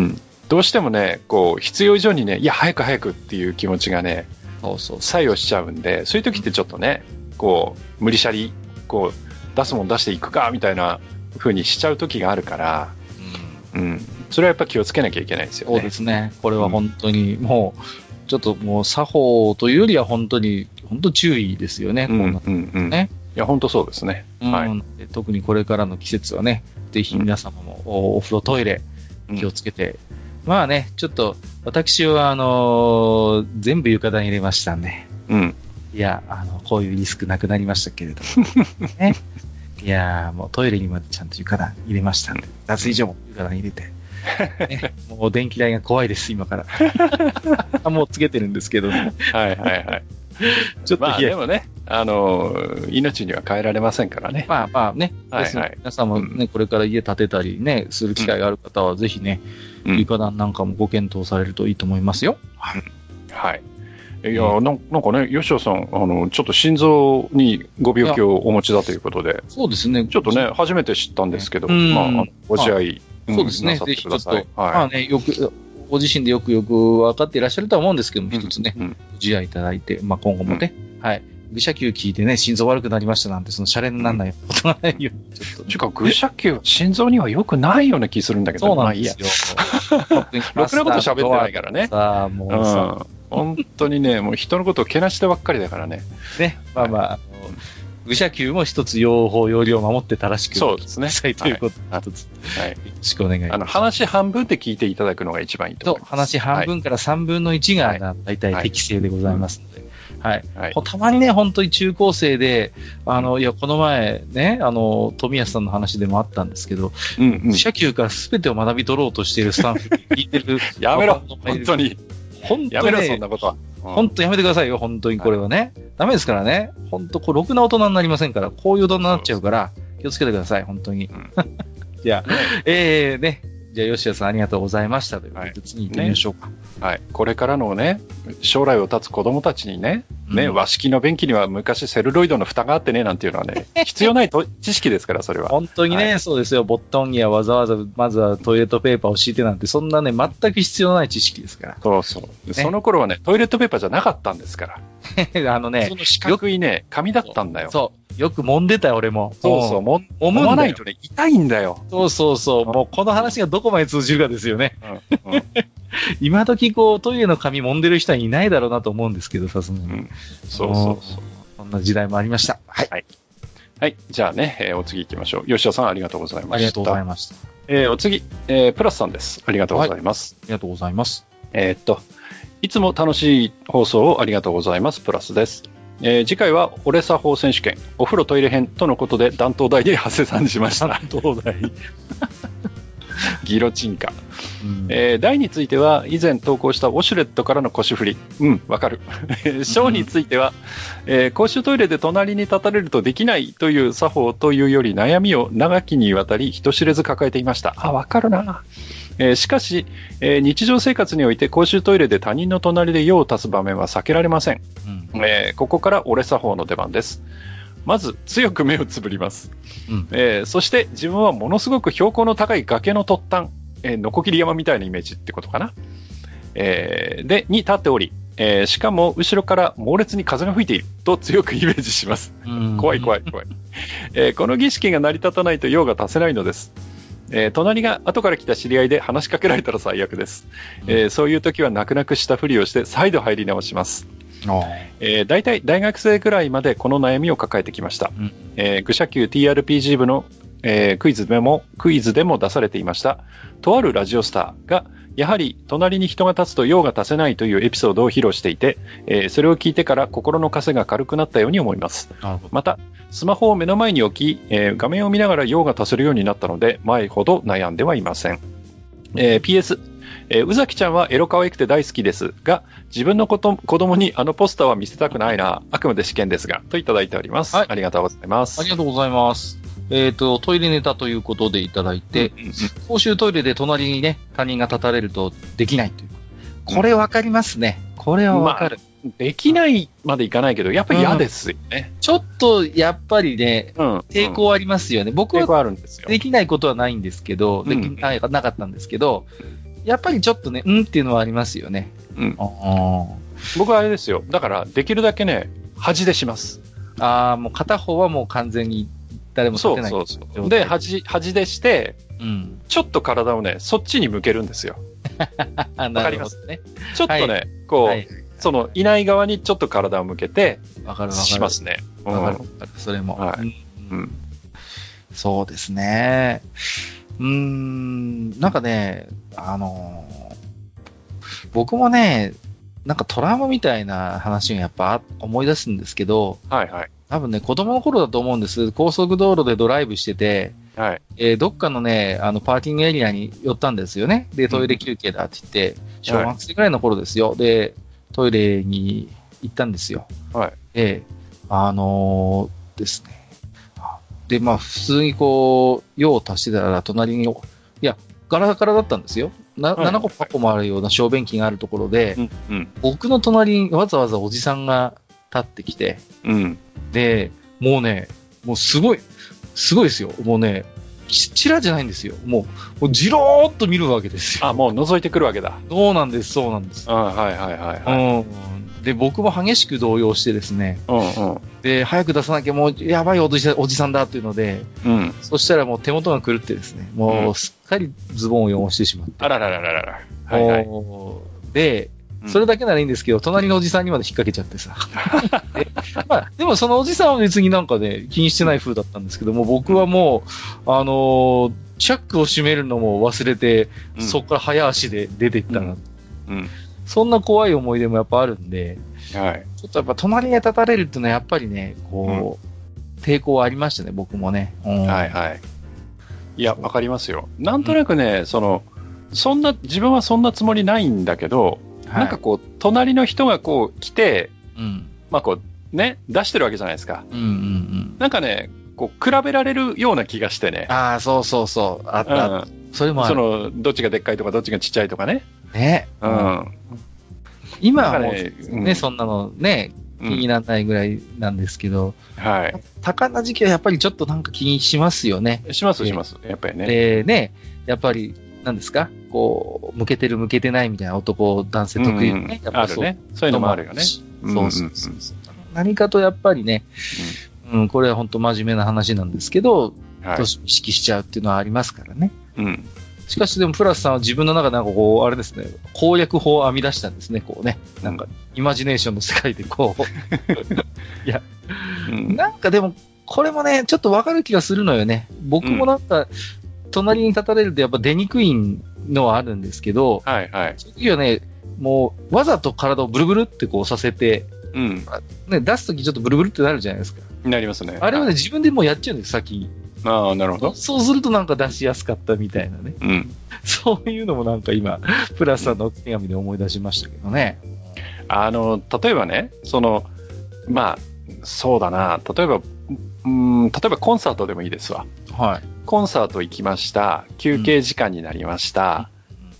Speaker 2: ん。どうしてもね、こう、必要以上にね、いや、早く早くっていう気持ちがね、
Speaker 1: そうそうそ
Speaker 2: 作用しちゃうんで、そういう時ってちょっとね、こう、無理しゃり、こう、出すもん出していくか、みたいな風にしちゃう時があるから、
Speaker 1: う。
Speaker 2: うん。それはやっぱ気をつけなきゃいけないですよ
Speaker 1: そう
Speaker 2: ね
Speaker 1: で。すね。これは本当に、もう、ちょっともう作法というよりは本当に、本当注意ですよね、
Speaker 2: うん
Speaker 1: こ
Speaker 2: う
Speaker 1: うんな
Speaker 2: うん
Speaker 1: ね
Speaker 2: いや、本当そうですね。
Speaker 1: うん
Speaker 2: はい
Speaker 1: で特にこれからの季節はね、ぜひ皆様もおお風呂、トイレ、
Speaker 2: うん
Speaker 1: 気をつけて、まあね、ちょっと私はあのー全部浴衣に入れましたんで、
Speaker 2: うん。
Speaker 1: いや、あのこういうリスクなくなりましたけれど も、ね、いやー、もうトイレにまでちゃんと浴衣入れましたんで、脱衣所も浴衣に入れて、ね、もう電気代が怖いです、今から。 あもうつけてるんですけど、ね、
Speaker 2: はいはいはい。
Speaker 1: ちょっと
Speaker 2: まあ
Speaker 1: 冷や
Speaker 2: でもね、あの、命には変えられませんからね。
Speaker 1: まあまあね、
Speaker 2: はいはい
Speaker 1: ですので皆さんもね、これから家建てたりね、する機会がある方は、ぜひね、
Speaker 2: うん
Speaker 1: 床暖なんかもご検討されるといいと思いますよ。
Speaker 2: はい。いや、なんなんかね、吉田さん、あの、ちょっと心臓にご病気をお持ちだということで、
Speaker 1: そうですね。
Speaker 2: ちょっとね、初めて知ったんですけど、
Speaker 1: うん
Speaker 2: まああの、ご自愛、ん
Speaker 1: そうですね
Speaker 2: なさってくださ
Speaker 1: ぜ
Speaker 2: い
Speaker 1: ひ。まあ
Speaker 2: は
Speaker 1: ね、よく、ご自身でよくよく分かっていらっしゃるとは思うんですけども、
Speaker 2: い。
Speaker 1: 一つね、
Speaker 2: うん。
Speaker 1: ご自愛いただいて、まあ今後もね、はい。愚者級聞いてね、心臓悪くなりましたなんて、そのシャレにならないことがないように、ちょっとね、
Speaker 2: ちゅうか、愚者球は心臓には良くないような気するんだけど、
Speaker 1: そう
Speaker 2: ま
Speaker 1: な
Speaker 2: あ
Speaker 1: ん
Speaker 2: いい
Speaker 1: で
Speaker 2: や。
Speaker 1: すよ。
Speaker 2: ろくなこと喋ってない
Speaker 1: か
Speaker 2: からね。
Speaker 1: さあ、もう
Speaker 2: う
Speaker 1: さ、
Speaker 2: ん。本当にね、もう人のことをけなしてばっかりだからね。
Speaker 1: ね、まあまあ、あの愚者級も一つ用法、用量を守って正しく。
Speaker 2: そうですね。
Speaker 1: した いということ
Speaker 2: は
Speaker 1: で
Speaker 2: い
Speaker 1: 一つ、よ
Speaker 2: はい。
Speaker 1: ろしくお願いし
Speaker 2: あ
Speaker 1: ま
Speaker 2: の、
Speaker 1: す。
Speaker 2: 話半分で聞いていただくのが一番いいと
Speaker 1: と
Speaker 2: 思います。
Speaker 1: 話半分から3分の1
Speaker 2: はい
Speaker 1: が大体適正でございますので、はい。
Speaker 2: はい。はい
Speaker 1: ほたまにね、本当に中高生で、あの、いや、この前ね、あの、富安さんの話でもあったんですけど、
Speaker 2: うんうん。。
Speaker 1: 社級から全てを学び取ろうとしているスタンフに聞いてる
Speaker 2: やめろ
Speaker 1: 若者がい
Speaker 2: 本
Speaker 1: る
Speaker 2: 当。に。
Speaker 1: 本
Speaker 2: や
Speaker 1: 当
Speaker 2: めろ、
Speaker 1: ね
Speaker 2: そんなことは。うん
Speaker 1: 本当やめてくださいよ、本当にこれはね。ダメですからね。本当、こう、ろくな大人になりませんから、こういう大人になっちゃうから、気をつけてください、本当に。
Speaker 2: ん
Speaker 1: じゃあ、えー、ね。じゃあ、吉田さんありがとうございましたということで、
Speaker 2: はい
Speaker 1: 次に行ってみましょうか。
Speaker 2: はい、これからのね、将来を絶つ子供たちにね、ね、
Speaker 1: うん
Speaker 2: 和式の便器には昔セルロイドの蓋があってね、なんていうのは ね、必要ないと知識ですから、それは。
Speaker 1: 本当にね、そうですよ。ボットンにはわざわざ、まずはトイレットペーパーを敷いてなんて、そんなね、全く必要のない知識ですか
Speaker 2: そうそう。でその頃はね、トイレットペーパーじゃなかったんですから。
Speaker 1: ら。あ のね
Speaker 2: そ、の四角いね、紙だったんだよ。そ
Speaker 1: そ
Speaker 2: う
Speaker 1: う。よく揉んでたよ、俺も。
Speaker 2: そう、
Speaker 1: ん。
Speaker 2: もん、
Speaker 1: 揉む
Speaker 2: 揉ま
Speaker 1: ん
Speaker 2: な
Speaker 1: だ
Speaker 2: い
Speaker 1: よ。
Speaker 2: とね、痛いんだよ。
Speaker 1: そうそうそう。もうこの話がどこまで通じるかですよね。
Speaker 2: うんうん
Speaker 1: 今時こう、トイレの紙揉んでる人はいないだろうなと思うんですけど、さすが
Speaker 2: う
Speaker 1: に
Speaker 2: ん。そうそうそう。
Speaker 1: そんな時代もありました。はい。
Speaker 2: はい。じゃあね、えーお次行きましょう。吉田さん、ありがとうございました。
Speaker 1: ありがとうございました。あ
Speaker 2: えーお次、えープラスさんです。ありがとうございます。
Speaker 1: りがとうございます。
Speaker 2: えーっと、いつも楽しい放送をありがとうございます。プラスです。えー次回は、オレサ法選手権、お風呂トイレ編とのことで、担当台で長谷さんにし ました。
Speaker 1: どうだい
Speaker 2: ギロチンか。えー台については、以前投稿したウォシュレットからの腰振り。うん、わか る。えーショーについては、えー公衆トイレで隣に立たれるとできないという作法というより悩みを長きにわたり人知れず抱えていました。あ、わかるな。えーしかし、えー日常生活において公衆トイレで他人の隣で用を足す場面は避けられません。
Speaker 1: うん。
Speaker 2: えーここから俺作法の出番です。まず、強く目をつぶります。
Speaker 1: うん
Speaker 2: えーそして、自分はものすごく標高の高い崖の突端、えー、ノコギリ山みたいなイメージってことかな。えーで、に立っており、えーしかも、後ろから猛烈に風が吹いていると強くイメージします。
Speaker 1: うん
Speaker 2: 怖い怖
Speaker 1: い。
Speaker 2: い怖い、えーこの儀式が成り立たないと用が足せないのです、えー隣が後から来た知り合いで話しかけられたら最悪です、えーそういう時は泣く泣くしたふりをして再度入り直します、えー、大体大学生くらいまでこの悩みを抱えてきました
Speaker 1: うん
Speaker 2: えー愚者級 TRPG 部の、えークイズでも、クイズでも出されていました、とあるラジオスターが、やはり隣に人が立つと用が足せないというエピソードを披露していて、えーそれを聞いてから心の枷が軽くなったように思います。
Speaker 1: なるほど。
Speaker 2: また、スマホを目の前に置き、えー画面を見ながら用が足せるようになったので、前ほど悩んではいません。えー PS、えー宇崎ちゃんはエロ可愛くて大好きですが、自分のこと子供にあのポスターは見せたくないな、あくまで試験ですが、といただいております。
Speaker 1: はい
Speaker 2: ありがとうございます。
Speaker 1: ありがとうございます。えっ、と、トイレネタということでいただいて、公衆トイレで隣にね、他人が立たれるとできないという。これわかりますね。これはわかる。
Speaker 2: できないまでいかないけど、やっぱ嫌ですよね。
Speaker 1: ちょっと、やっぱりね、
Speaker 2: うん。
Speaker 1: 抵抗ありますよね。僕
Speaker 2: 抵
Speaker 1: は
Speaker 2: 抗あるんですよ。
Speaker 1: できないことはないんですけど、でき
Speaker 2: うん
Speaker 1: ななかったんですけど、やっぱりちょっとね、うんっていうのはありますよね。
Speaker 2: うん
Speaker 1: あー
Speaker 2: 僕はあれですよ。だから、できるだけね、恥でします。
Speaker 1: あー、もう片方はもう完全に誰も立
Speaker 2: そ
Speaker 1: て
Speaker 2: う
Speaker 1: ない。
Speaker 2: そうそう。
Speaker 1: 状態
Speaker 2: で、恥、恥でして、
Speaker 1: うん。
Speaker 2: ちょっと体をね、そっちに向けるんですよ。
Speaker 1: あ、なるほどね。
Speaker 2: ちょっとね、
Speaker 1: は
Speaker 2: こう、
Speaker 1: はい。
Speaker 2: その、いない側にちょっと体を向けて、
Speaker 1: わかるわかる。
Speaker 2: しますね。うん
Speaker 1: わかるわかる。それも。
Speaker 2: は
Speaker 1: う
Speaker 2: うんん。
Speaker 1: そうですね。うーん、なんかね、あのー僕もね、なんかトラウマみたいな話がやっぱ思い出すんですけど、
Speaker 2: はいはい。
Speaker 1: 多分ね、子供の頃だと思うんです。高速道路でドライブしてて、
Speaker 2: はい。
Speaker 1: えーどっかのね、あの、パーキングエリアに寄ったんですよね。で、トイレ休憩だって言って、小学生ぐらいの頃ですよ。で、トイレに行ったんですよ。
Speaker 2: はい。
Speaker 1: で、あのーですね。で、まあ、普通にこう、用を足してたら、隣に、いや、ガラガラだったんですよ。な、
Speaker 2: はい
Speaker 1: 7個8個もあるような小便器があるところで、
Speaker 2: うん。うん。
Speaker 1: 僕の隣にわざわざおじさんが立ってきて、
Speaker 2: うん。
Speaker 1: で、もうね、もうすごい、すごいですよ。もうね、ちちらじゃないんですよ。もう、もうじろーっと見るわけですよ。
Speaker 2: あ、もう覗いてくるわけだ。
Speaker 1: そうなんです、そうなんです。
Speaker 2: うん、はいはいはいはい。
Speaker 1: うん。で、僕も激しく動揺してですね、
Speaker 2: うん
Speaker 1: で、早く出さなきゃもう、やばいおじさんおじさんだっていうので、
Speaker 2: うん。うん。
Speaker 1: そしたらもう手元が狂ってですね、
Speaker 2: う
Speaker 1: も
Speaker 2: ん
Speaker 1: うすっかりズボンを汚してしまって。
Speaker 2: あらららららら。はいはい。
Speaker 1: もうで、それだけならいいんですけど、隣のおじさんにまで引っ掛けちゃってさ。で,、まあ、でもそのおじさんは別になんかね、気にしてない風だったんですけども、僕はもう、あのーチャックを閉めるのも忘れて、
Speaker 2: うん
Speaker 1: そこから早足で出ていったな、
Speaker 2: うんうん。
Speaker 1: そんな怖い思い出もやっぱあるんで、
Speaker 2: はい。
Speaker 1: ちょっとやっぱ隣に立たれるっていうのはやっぱりね、こう、抵抗はありましたね、僕もね。うん
Speaker 2: はいはい。いや、わかりますよ。なんとなくね、その、そんな、自分はそんなつもりないんだけど、なんか、こう、隣の人がこう来て、
Speaker 1: うん。
Speaker 2: まあこう、ね、出してるわけじゃないですか。
Speaker 1: うんうんうん。
Speaker 2: なんかね、こう、比べられるような気がしてね。
Speaker 1: ああ、そうそうそう。あっ
Speaker 2: う
Speaker 1: た。
Speaker 2: ん。
Speaker 1: それもあ
Speaker 2: そ
Speaker 1: る。
Speaker 2: の、どっちがでっかいとか、どっちがちっちゃいとかね。
Speaker 1: ね。
Speaker 2: う。ん。
Speaker 1: 今
Speaker 2: な
Speaker 1: は
Speaker 2: ん
Speaker 1: も
Speaker 2: か
Speaker 1: う、
Speaker 2: ねうん
Speaker 1: ね、そんなのね、気にならないぐらいなんですけど、
Speaker 2: は
Speaker 1: 多感な時期はやっぱりちょっとなんか気にしますよね。
Speaker 2: い。しますします。やっぱりね。
Speaker 1: で、ね、やっぱり、なんですかこう、向けてる向けてないみたいな男、男性得意のね、
Speaker 2: う
Speaker 1: や
Speaker 2: ん
Speaker 1: っぱ
Speaker 2: ある
Speaker 1: そう
Speaker 2: ね。そういうのもあるよね。
Speaker 1: そう
Speaker 2: うん
Speaker 1: そうそうそう何かとやっぱりね、うん、これは本当真面目な話なんですけど、
Speaker 2: は
Speaker 1: どうしても意識しちゃうっていうのはありますからね。
Speaker 2: い。うん。
Speaker 1: しかしでも、プラスさんは自分の中でなんかこう、あれですね、攻略法を編み出したんですね、こうね。なんか、イマジネーションの世界でこう。
Speaker 2: うん
Speaker 1: なんかでも、これもね、ちょっとわかる気がするのよね。僕もなんか、隣に立たれるとやっぱ出にくいのはあるんですけど、
Speaker 2: はいはい。
Speaker 1: その時はね、もう、わざと体をブルブルってこうさせて、
Speaker 2: うん。
Speaker 1: ね、出す時ちょっとブルブルってなるじゃないですか。
Speaker 2: なりますね。
Speaker 1: あれはね、
Speaker 2: い
Speaker 1: 自分でもうやっちゃうんですよ、先に。
Speaker 2: ああ、なるほど。
Speaker 1: そうするとなんか出しやすかったみたいなね。
Speaker 2: うん。
Speaker 1: そういうのもなんか今、プラスさんのお手紙で思い出しましたけどね。
Speaker 2: あの、例えばね、その、まあ、そうだな。例えば、うん、例えばコンサートでもいいですわ。
Speaker 1: はい。
Speaker 2: コンサート行きました。休憩時間になりました。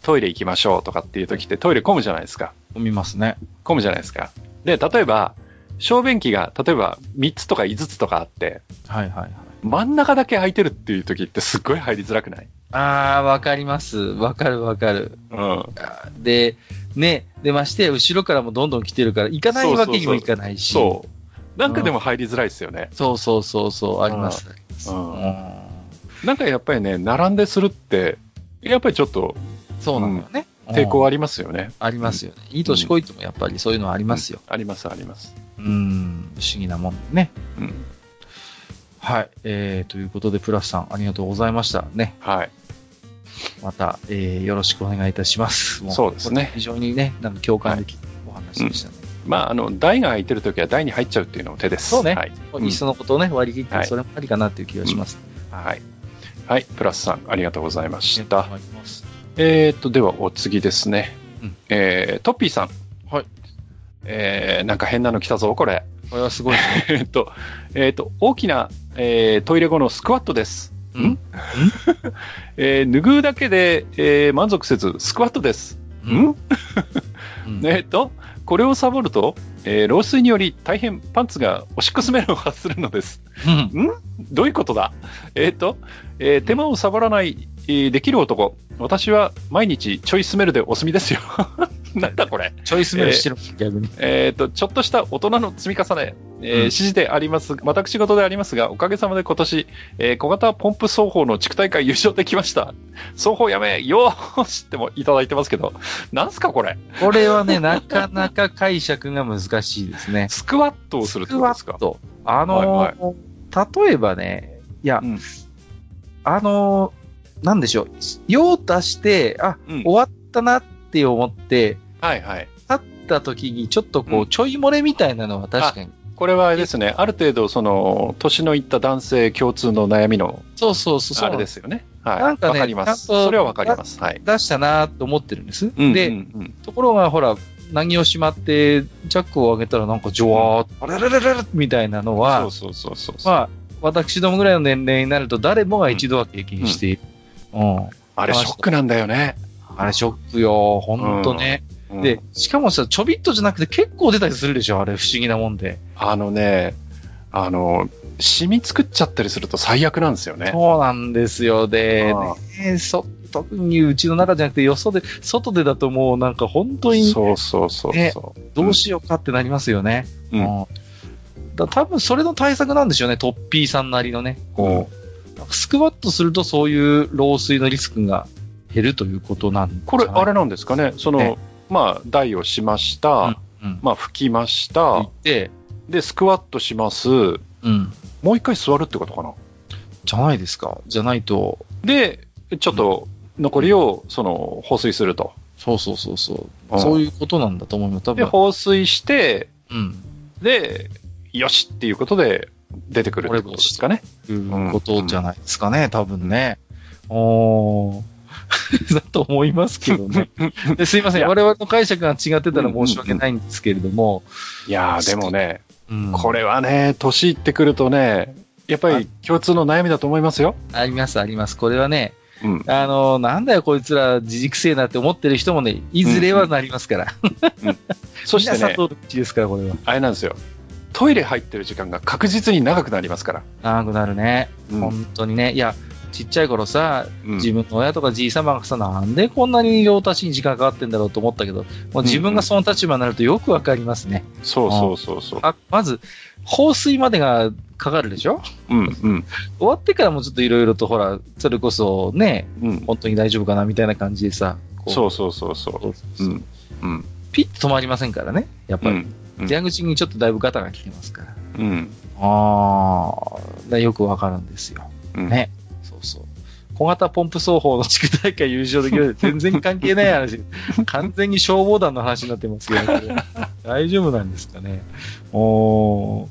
Speaker 2: トイレ行きましょうとかっていう時ってトイレ混むじゃないですか。
Speaker 1: 見ますね。
Speaker 2: 混むじゃないですか。で、例えば、小便器が、例えば3つとか5つとかあって、
Speaker 1: はいはいはい。
Speaker 2: 真ん中だけ空いてるっていう時ってすっごい入りづらくない
Speaker 1: あー、わかります。わかるわかる。
Speaker 2: うん。
Speaker 1: で、ね、でまして、後ろからもどんどん来てるから、行かないわけにもいかないし。
Speaker 2: そう。なんかでも入りづらいですよね。
Speaker 1: そうそうそうそう、あります。あります
Speaker 2: うん
Speaker 1: う
Speaker 2: なんかやっぱりね、並んでするって、やっぱりちょっと
Speaker 1: んそうなのよね。
Speaker 2: 抵抗
Speaker 1: は
Speaker 2: ありますよね。
Speaker 1: ありますよね。いい年こいてもやっぱりそういうのはありますよ。
Speaker 2: あります、あります。
Speaker 1: うん、不思議なもんね。
Speaker 2: うん。
Speaker 1: はい。えー、ということで、プラスさん、ありがとうございました。ね。
Speaker 2: はい。
Speaker 1: また、えー、よろしくお願いいたします。も
Speaker 2: そうですね
Speaker 1: 非常にね、なんか共感できるお話でしたね。
Speaker 2: まあ、あの、台が空いてる時は台に入っちゃうっていうのも手です。
Speaker 1: そうね
Speaker 2: はい。
Speaker 1: いっそのことをね、割り切っ
Speaker 2: は
Speaker 1: て、
Speaker 2: い
Speaker 1: それもありかなという気がします。
Speaker 2: はい。はい。プラスさん、ありがとうございまし
Speaker 1: あ
Speaker 2: た
Speaker 1: り。がとうございます
Speaker 2: えーっと、ではお次ですね。
Speaker 1: うん
Speaker 2: えー、トッピーさん。
Speaker 1: はい。
Speaker 2: えー、なんか変なの来たぞ、これ。
Speaker 1: これはすごいですね。
Speaker 2: えーっと、えーっと、大きな、えートイレ後のスクワットです。
Speaker 1: うん
Speaker 2: んえー、拭うだけで、えー満足せず、スクワットです。ん
Speaker 1: うん
Speaker 2: えーっと、これをサボると、えー漏水により大変パンツがおしっこスメルを発するのです。
Speaker 1: うん
Speaker 2: どういうことだえーっと、えー手間をサボらない、えーできる男。私は毎日ちょいスメルでお済みですよ。 なんだこれ。
Speaker 1: チョイスメールしてる、逆に。
Speaker 2: えっ、と、ちょっとした大人の積み重ね、え
Speaker 1: う
Speaker 2: ー
Speaker 1: ん
Speaker 2: 指示であります、私事でありますが、おかげさまで今年、えー小型ポンプ奏法の地区大会優勝できました。奏法やめ、よーしってもいただいてますけど、なんすかこれ。
Speaker 1: これはね、なかなか解釈が難しいですね。
Speaker 2: スクワットをするってことです
Speaker 1: ス
Speaker 2: か
Speaker 1: クワットあのー
Speaker 2: はい
Speaker 1: 例えばね、いや、
Speaker 2: うん
Speaker 1: あのーなんでしょう、用を足して、あ、
Speaker 2: うん
Speaker 1: 終わったなって思って、
Speaker 2: はいはい。
Speaker 1: 立った時にちょっとこう、
Speaker 2: うん
Speaker 1: ちょい漏れみたいなのは確かに。
Speaker 2: これはあれですね、ある程度、その、年のいった男性共通の悩みの、
Speaker 1: そうそうそうそう。
Speaker 2: あれですよね。はい。
Speaker 1: なんかね
Speaker 2: わかります。
Speaker 1: ちゃんと
Speaker 2: それはわかります。はい。
Speaker 1: 出したなと思ってるんです。
Speaker 2: うん
Speaker 1: で、
Speaker 2: うんうん
Speaker 1: ところがほら、何をしまって、ジャックを上げたらなんかジョワーッ、あれれれれれみたいなのは、
Speaker 2: そうそうそうそう。
Speaker 1: まあ、私どもぐらいの年齢になると誰もが一度は経験している。うん。
Speaker 2: あれ、ショックなんだよね。
Speaker 1: あれショックよ、ほんとね。
Speaker 2: うん
Speaker 1: で、しかもさ、ちょびっとじゃなくて結構出たりするでしょ、あれ不思議なもんで。
Speaker 2: あのね、あの、染み作っちゃったりすると最悪なんですよね。
Speaker 1: そうなんですよ。で、
Speaker 2: あ
Speaker 1: ね、そ、特にうちの中じゃなくて、よそで、外でだともうなんか本当に
Speaker 2: そうそうそう
Speaker 1: ね
Speaker 2: そ
Speaker 1: どうしようかってなりますよね。
Speaker 2: う。うん。
Speaker 1: うんだ多分それの対策なんでしょうね、トッピーさんなりのね。こう、なんかスクワットするとそういう老衰のリスクが減るということなん
Speaker 2: これ、あ
Speaker 1: れ
Speaker 2: れなんですかね。その
Speaker 1: ね、
Speaker 2: まあ、台をしまし
Speaker 1: うん
Speaker 2: た。
Speaker 1: うん。
Speaker 2: まあ、吹きまし
Speaker 1: 行
Speaker 2: た
Speaker 1: っ。て、
Speaker 2: で、スクワットします。も
Speaker 1: うん。
Speaker 2: う一回座るってことかな。
Speaker 1: じゃないですか。じゃないと、
Speaker 2: で、ちょっと残りを、その、放水すると。
Speaker 1: そうそうそうそうう。
Speaker 2: ん
Speaker 1: そういうことなんだと思います。多
Speaker 2: で、
Speaker 1: 分。
Speaker 2: 放水して、
Speaker 1: うん。
Speaker 2: で、よしっていうことで出てくるってことですかね。
Speaker 1: いうことじゃないですかね、多分ね。おー。 だと思いますけど ね。ですいませ
Speaker 2: い
Speaker 1: ん。
Speaker 2: や
Speaker 1: 我々の解釈が違ってたら申し訳ないんですけれども。
Speaker 2: いやー、でもね、
Speaker 1: うん
Speaker 2: これはね、年いってくるとね、やっぱり共通の悩みだと思いますよ。
Speaker 1: あります、あります。これはね、
Speaker 2: うん。
Speaker 1: あの、なんだよ、こいつら、自くせえなって思ってる人もね、いずれはなりますから。
Speaker 2: そして
Speaker 1: 皆さん
Speaker 2: ね、
Speaker 1: とどっちですから、これは。
Speaker 2: あれなんですよ。トイレ入ってる時間が確実に長くなりますから。
Speaker 1: 長くなるね。
Speaker 2: うん
Speaker 1: 本当にね。いや、ちっちゃい頃さ、
Speaker 2: うん
Speaker 1: 自分の親とかじい様がさ、なんでこんなに両足に時間かかってんだろうと思ったけど、もう自分がその立場になるとよくわかりますね。
Speaker 2: そうそうそうそう。
Speaker 1: あまず、放水までがかかるでしょ
Speaker 2: うんうん
Speaker 1: 終わってからもちょっといろいろとほら、それこそね、
Speaker 2: うん。
Speaker 1: 本当に大丈夫かなみたいな感じでさ、こ
Speaker 2: そうそうそうそ
Speaker 1: そ
Speaker 2: う。
Speaker 1: うそううそうん
Speaker 2: うん
Speaker 1: ピッと止まりませんからね、やっ
Speaker 2: う
Speaker 1: ぱり。
Speaker 2: んうん
Speaker 1: 出口にちょっとだいぶガタが来てますから。
Speaker 2: うん
Speaker 1: ああ、よくわかるんですよ。
Speaker 2: うん。
Speaker 1: ね。そうそう。小型ポンプ奏法の地区大会優勝できるって全然関係ない 話。完全に消防団の話になってますけど、これ大丈夫なんですかね。おー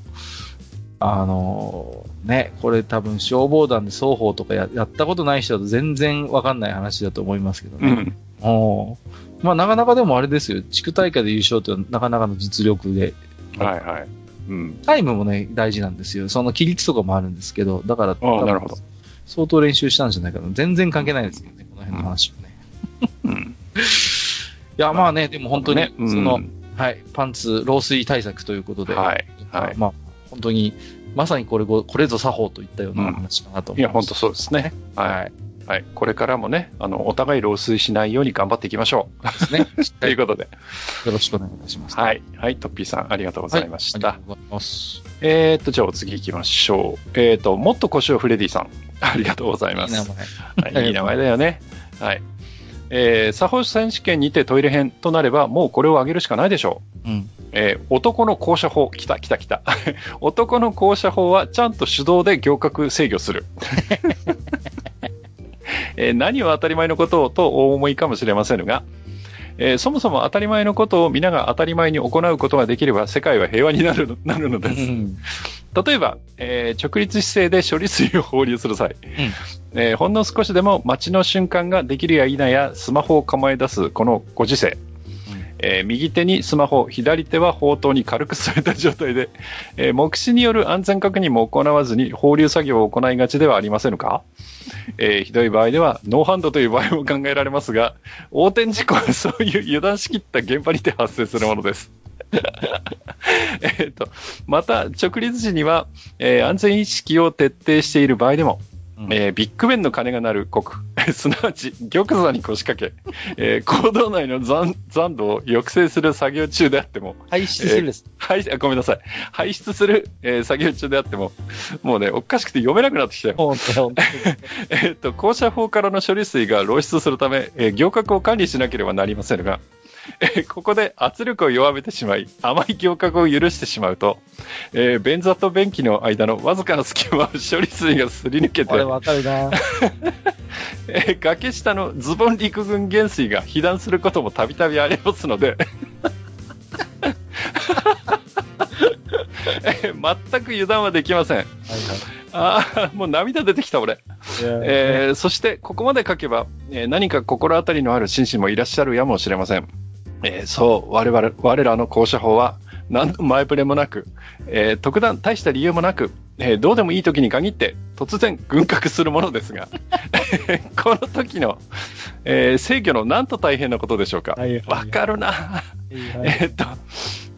Speaker 1: あのーね、これ多分消防団で双方とかややったことない人だと全然わかんない話だと思いますけど
Speaker 2: う
Speaker 1: ね。
Speaker 2: ん。
Speaker 1: おーまあなかなかでもあれですよ。地区大会で優勝ってのはなかなかの実力で
Speaker 2: はいはい。うん。
Speaker 1: タイムもね、大事なんですよ。その規律とかもあるんですけど、だから、
Speaker 2: ああ、なるほど。
Speaker 1: 相当練習したんじゃないかな。全然関係ないですよね、この辺の話はね。
Speaker 2: うん。
Speaker 1: いや、まあね、でも本当に、
Speaker 2: ねうん
Speaker 1: その、はい、パンツ、漏水対策ということで、
Speaker 2: はい。はい。
Speaker 1: まあ、本当に、まさにこれご、これぞ作法といったような話かなと思
Speaker 2: いや、
Speaker 1: ま
Speaker 2: 本
Speaker 1: す
Speaker 2: 当そうですね。は
Speaker 1: はい。
Speaker 2: い。はい。これからもね、あの、お互い老衰しないように頑張っていきましょう。
Speaker 1: ですね。
Speaker 2: ということで。
Speaker 1: よろしくお願いいたします。はい。
Speaker 2: はい。はい。トッピーさん、ありがとうございまし
Speaker 1: あ
Speaker 2: た
Speaker 1: り。がとうございます。
Speaker 2: えーっと、じゃあお次行きましょう。えーっと、もっと腰をフレディさん。 ありがとうございます。
Speaker 1: いい名前。
Speaker 2: はい、いい名前だよね。はい。えー、作法選手権にてトイレ編となれば、もうこれを上げるしかないでしょう。
Speaker 1: うん。
Speaker 2: えー男の降車法、来た来た来た。 男の降車法はちゃんと手動で行革制御する。 えー何は当たり前のことをとお思いかもしれませんが、えーそもそも当たり前のことを皆が当たり前に行うことができれば世界は平和になるのなるの
Speaker 1: う
Speaker 2: です。
Speaker 1: ん。
Speaker 2: 例えば、えー直立姿勢で処理水を放流する際、えーほんの少しでも待ちの瞬間ができるや否やスマホを構え出すこのご時世、えー右手にスマホ左手は砲塔に軽く添えた状態で、えー目視による安全確認も行わずに放流作業を行いがちではありませんか、えーひどい場合ではノーハンドという場合も考えられますが横転事故はそういう油断しきった現場にて発生するものです えっとまた直立時には、えー安全意識を徹底している場合でも、
Speaker 1: ううん
Speaker 2: えービッグベンの鐘が鳴る国、 すなわち玉座に腰掛け、えー坑道内の残残土を抑制する作業中であっても、
Speaker 1: 廃止するです。
Speaker 2: 排あごめんなさい、排出する、えー作業中であっても、もうね、おかしくて読めなくなってきたよ。
Speaker 1: ほんとほんと
Speaker 2: えっと、校舎法からの処理水が漏出するため、えー行革を管理しなければなりませんが、えーここで圧力を弱めてしまい、甘い行革を許してしまうと、えー便座と便器の間のわずかな隙間を処理水がすり抜けて
Speaker 1: こ、れわかるな。
Speaker 2: えー崖下のズボン陸軍元帥が被弾することもたびたびありますので、えー全く油断はできません。ああ、もう涙出てきた俺。えーそして、ここまで書けば、えー何か心当たりのある紳士もいらっしゃるやもしれません。えーそう、我々、我らの校舎法は、何の前触れもなく、えー特段大した理由もなく、えーどうでもいい時に限って、突然、軍拡するものですが、 この時の、えー制御のなんと大変なことでしょうか。
Speaker 1: はいはい
Speaker 2: わかるな。
Speaker 1: はいはい
Speaker 2: えーっと、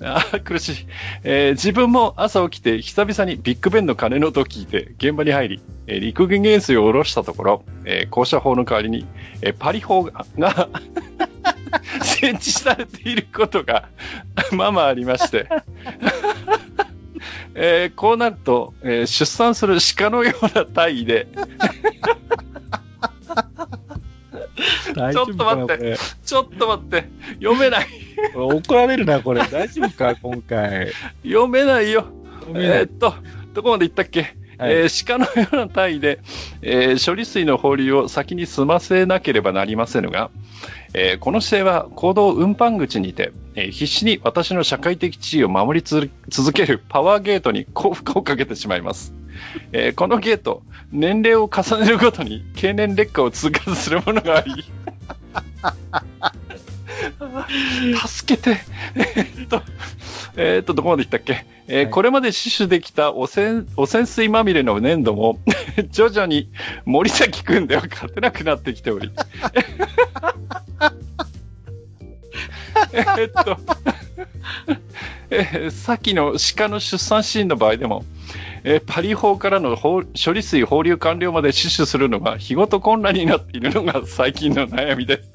Speaker 2: あー苦しい、えー自分も朝起きて久々にビッグベンの鐘の音を聞いて現場に入り、えー陸軍元帥を下ろしたところ、えー校舎法の代わりに、えーパリ法が が設置されていることが ままありまして、 えーこうなると、えー出産する鹿のような体位で
Speaker 1: 大
Speaker 2: ちょ
Speaker 1: 丈
Speaker 2: っ
Speaker 1: 夫
Speaker 2: と
Speaker 1: かな
Speaker 2: 待ってちょっと待って読めない
Speaker 1: これ怒られるな、これ。大丈夫 か、今回。
Speaker 2: 読めないよ
Speaker 1: ごめんな
Speaker 2: えーっとどこまで行ったっけ
Speaker 1: はい
Speaker 2: えー鹿のような単位で、えー処理水の放流を先に済ませなければなりませんが、えーこの姿勢は行動運搬口にて、えー必死に私の社会的地位を守りつ続けるパワーゲートにこう負荷をかけてしまいます。えーこのゲート、年齢を重ねるごとに経年劣化を通過するものがあ り、助けて、えーっと、えーっと、どこまで行ったっけ、えー
Speaker 1: はい
Speaker 2: これまで死守できた汚染汚染水まみれの粘土も、 徐々に森崎君では勝てなくなってきており。 えーっと、えーさっきの鹿の出産シーンの場合でも、えーパリ法からの放処理水放流完了まで死守するのが日ごと困難になっているのが最近の悩 みです。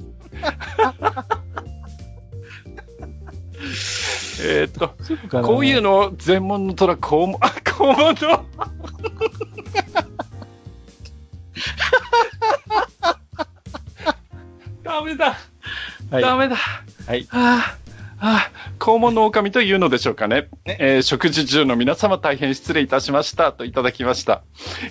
Speaker 2: えーっと、
Speaker 1: 大丈夫かな
Speaker 2: こういうのを全問の虎、肛門、 あ、肛門の。 ダメだ、
Speaker 1: はい
Speaker 2: ダメだ。
Speaker 1: はい
Speaker 2: ああ、ああ、肛門の狼というのでしょうかね。えー食事中の皆様大変失礼いたしましたといただきました。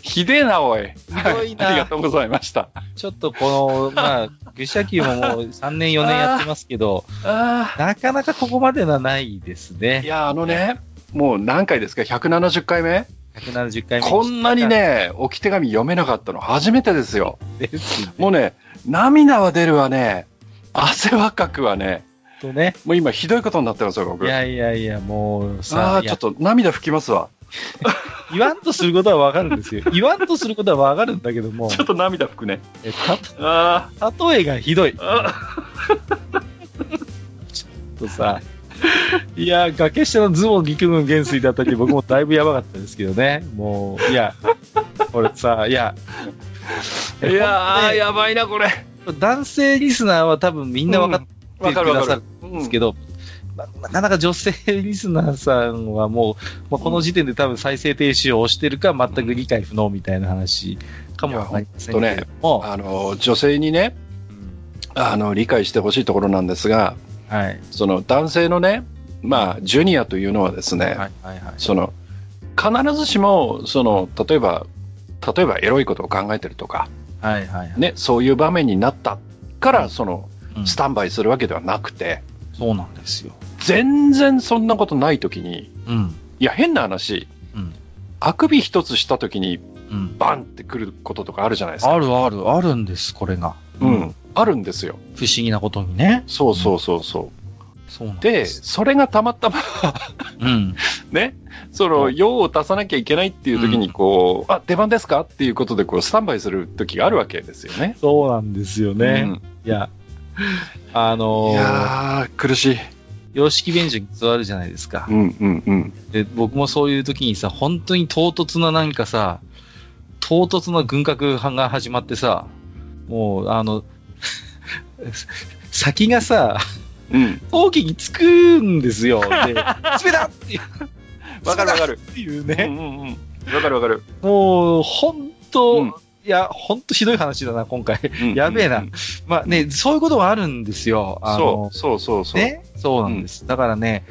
Speaker 2: ひでえな、おい。
Speaker 1: ひどいな
Speaker 2: ありがとうございました。
Speaker 1: ちょっとこの、まあ、愚者級ももう3年4年やってますけど、
Speaker 2: あ
Speaker 1: なかなかここまではないです
Speaker 2: あ、い
Speaker 1: ね。
Speaker 2: や、あのね、もう何回ですか ?170 回目
Speaker 1: 170回目
Speaker 2: こんなに。ね、置き手紙読めなかったの初めてですよ。
Speaker 1: ですよね
Speaker 2: もうね、涙は出るわね、汗はかくわね、
Speaker 1: とね。
Speaker 2: もう今ひどいことになってますよ、
Speaker 1: い
Speaker 2: 僕。あ
Speaker 1: やいやいや、もうさ
Speaker 2: あ、ー、ちょっと涙拭きますわ。
Speaker 1: いや言わんとすることはわかるんですよ。言わんとすることはわかるんだけども、
Speaker 2: ちょっと涙拭くね。
Speaker 1: え
Speaker 2: あ
Speaker 1: た、例えがひどい
Speaker 2: ー。あ
Speaker 1: とさ、いや、崖下のズボン陸軍元帥だったり、僕もだいぶやばかったですけどね。もう、いや、これさ、いや、
Speaker 2: ー、いやー、
Speaker 1: ね
Speaker 2: やばいな、これ。
Speaker 1: 男性リスナーは多分みんな分かって
Speaker 2: わ
Speaker 1: く
Speaker 2: かるわ
Speaker 1: だ
Speaker 2: か
Speaker 1: さ
Speaker 2: る
Speaker 1: る。
Speaker 2: うん
Speaker 1: です
Speaker 2: ん
Speaker 1: けど、ななかなか女性リスナーさんはもう、まあ、この時点で多分再生停止を押してるか全く理解不能みたいな話かもわかりませんけれども、
Speaker 2: あの、女性にね、あの、理解してほしいところなんですが、
Speaker 1: はい、
Speaker 2: その男性のね、まあ、ジュニアというのはですね、
Speaker 1: はい、はい、はい。
Speaker 2: その、必ずしも、その、例えば、例えばエロいことを考えてるとか、
Speaker 1: はい、はいはい。
Speaker 2: ね、そういう場面になったから、その、
Speaker 1: うん
Speaker 2: スタンバイするわけではなくて、
Speaker 1: そうなんですよ。
Speaker 2: 全然そんなことないときに、
Speaker 1: うん、
Speaker 2: いや、変な話、
Speaker 1: うん、
Speaker 2: あくび一つしたときに、
Speaker 1: うん。
Speaker 2: バンってくることとかあるじゃないですか。
Speaker 1: あるある、あるんです、これが。
Speaker 2: うん。。あるんですよ。
Speaker 1: 不思議なことにね。
Speaker 2: そうそうそうそう。
Speaker 1: そうなん
Speaker 2: で、
Speaker 1: す。
Speaker 2: それがたまたま、
Speaker 1: うん。
Speaker 2: ね、その、
Speaker 1: うん
Speaker 2: 用を足さなきゃいけないっていうとき
Speaker 1: う
Speaker 2: に、
Speaker 1: ん
Speaker 2: こう、あ、出番ですかっていうことで、こう、スタンバイするときがあるわけですよね。
Speaker 1: そうなんですよね。
Speaker 2: う
Speaker 1: いや、あ
Speaker 2: ん。い
Speaker 1: のー、
Speaker 2: やー、苦しい。
Speaker 1: 様式便所に座るじゃないですか
Speaker 2: う。んうんうん。
Speaker 1: で、僕もそういう時にさ、本当に唐突ななんかさ、唐突な軍拡派が始まってさ、もう、あの、 先がさ、
Speaker 2: うん。
Speaker 1: 陶器につくんです よ。で、冷たっていう
Speaker 2: わかるわかる。
Speaker 1: っていう
Speaker 2: う
Speaker 1: ね。
Speaker 2: んうんうん。わかるわかる。
Speaker 1: もう、ほんと、
Speaker 2: うん
Speaker 1: いや、ほんとひどい話だな、今回。
Speaker 2: うん
Speaker 1: やべえな
Speaker 2: うん
Speaker 1: まあね、そういうことはあるんですよ。あ
Speaker 2: そ
Speaker 1: の
Speaker 2: う、そうそうそう。
Speaker 1: ね、そうなんです。だからね、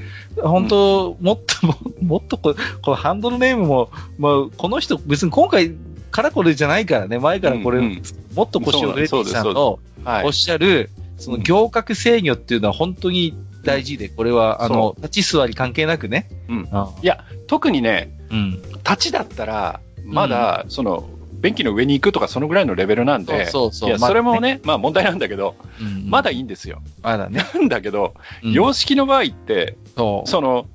Speaker 1: 本当、もっとも、 もっとこ、このハンドルネームも、まあ、この人、別に今回からこれじゃないからね、前からこれ、
Speaker 2: うんうん
Speaker 1: もっと腰を入れてきた
Speaker 2: そうだそうだ
Speaker 1: の
Speaker 2: は
Speaker 1: おっ
Speaker 2: い。
Speaker 1: しゃる、その行革制御っていうのは本当に大事で、これは、あの、立ち座り関係なくね。
Speaker 2: うん
Speaker 1: あ
Speaker 2: いや、特にね、
Speaker 1: うん。
Speaker 2: 立ちだったら、まだ、その、便器の上に行くとか、そのぐらいのレベルなんで、
Speaker 1: そうそうそう
Speaker 2: いや、
Speaker 1: まだ
Speaker 2: そ
Speaker 1: ね
Speaker 2: れもね、まあ問題なんだけど、
Speaker 1: うん
Speaker 2: まだいいんですよ。
Speaker 1: ま だね。
Speaker 2: なんだけど、
Speaker 1: うん
Speaker 2: 様式の場合って、
Speaker 1: そう。
Speaker 2: その、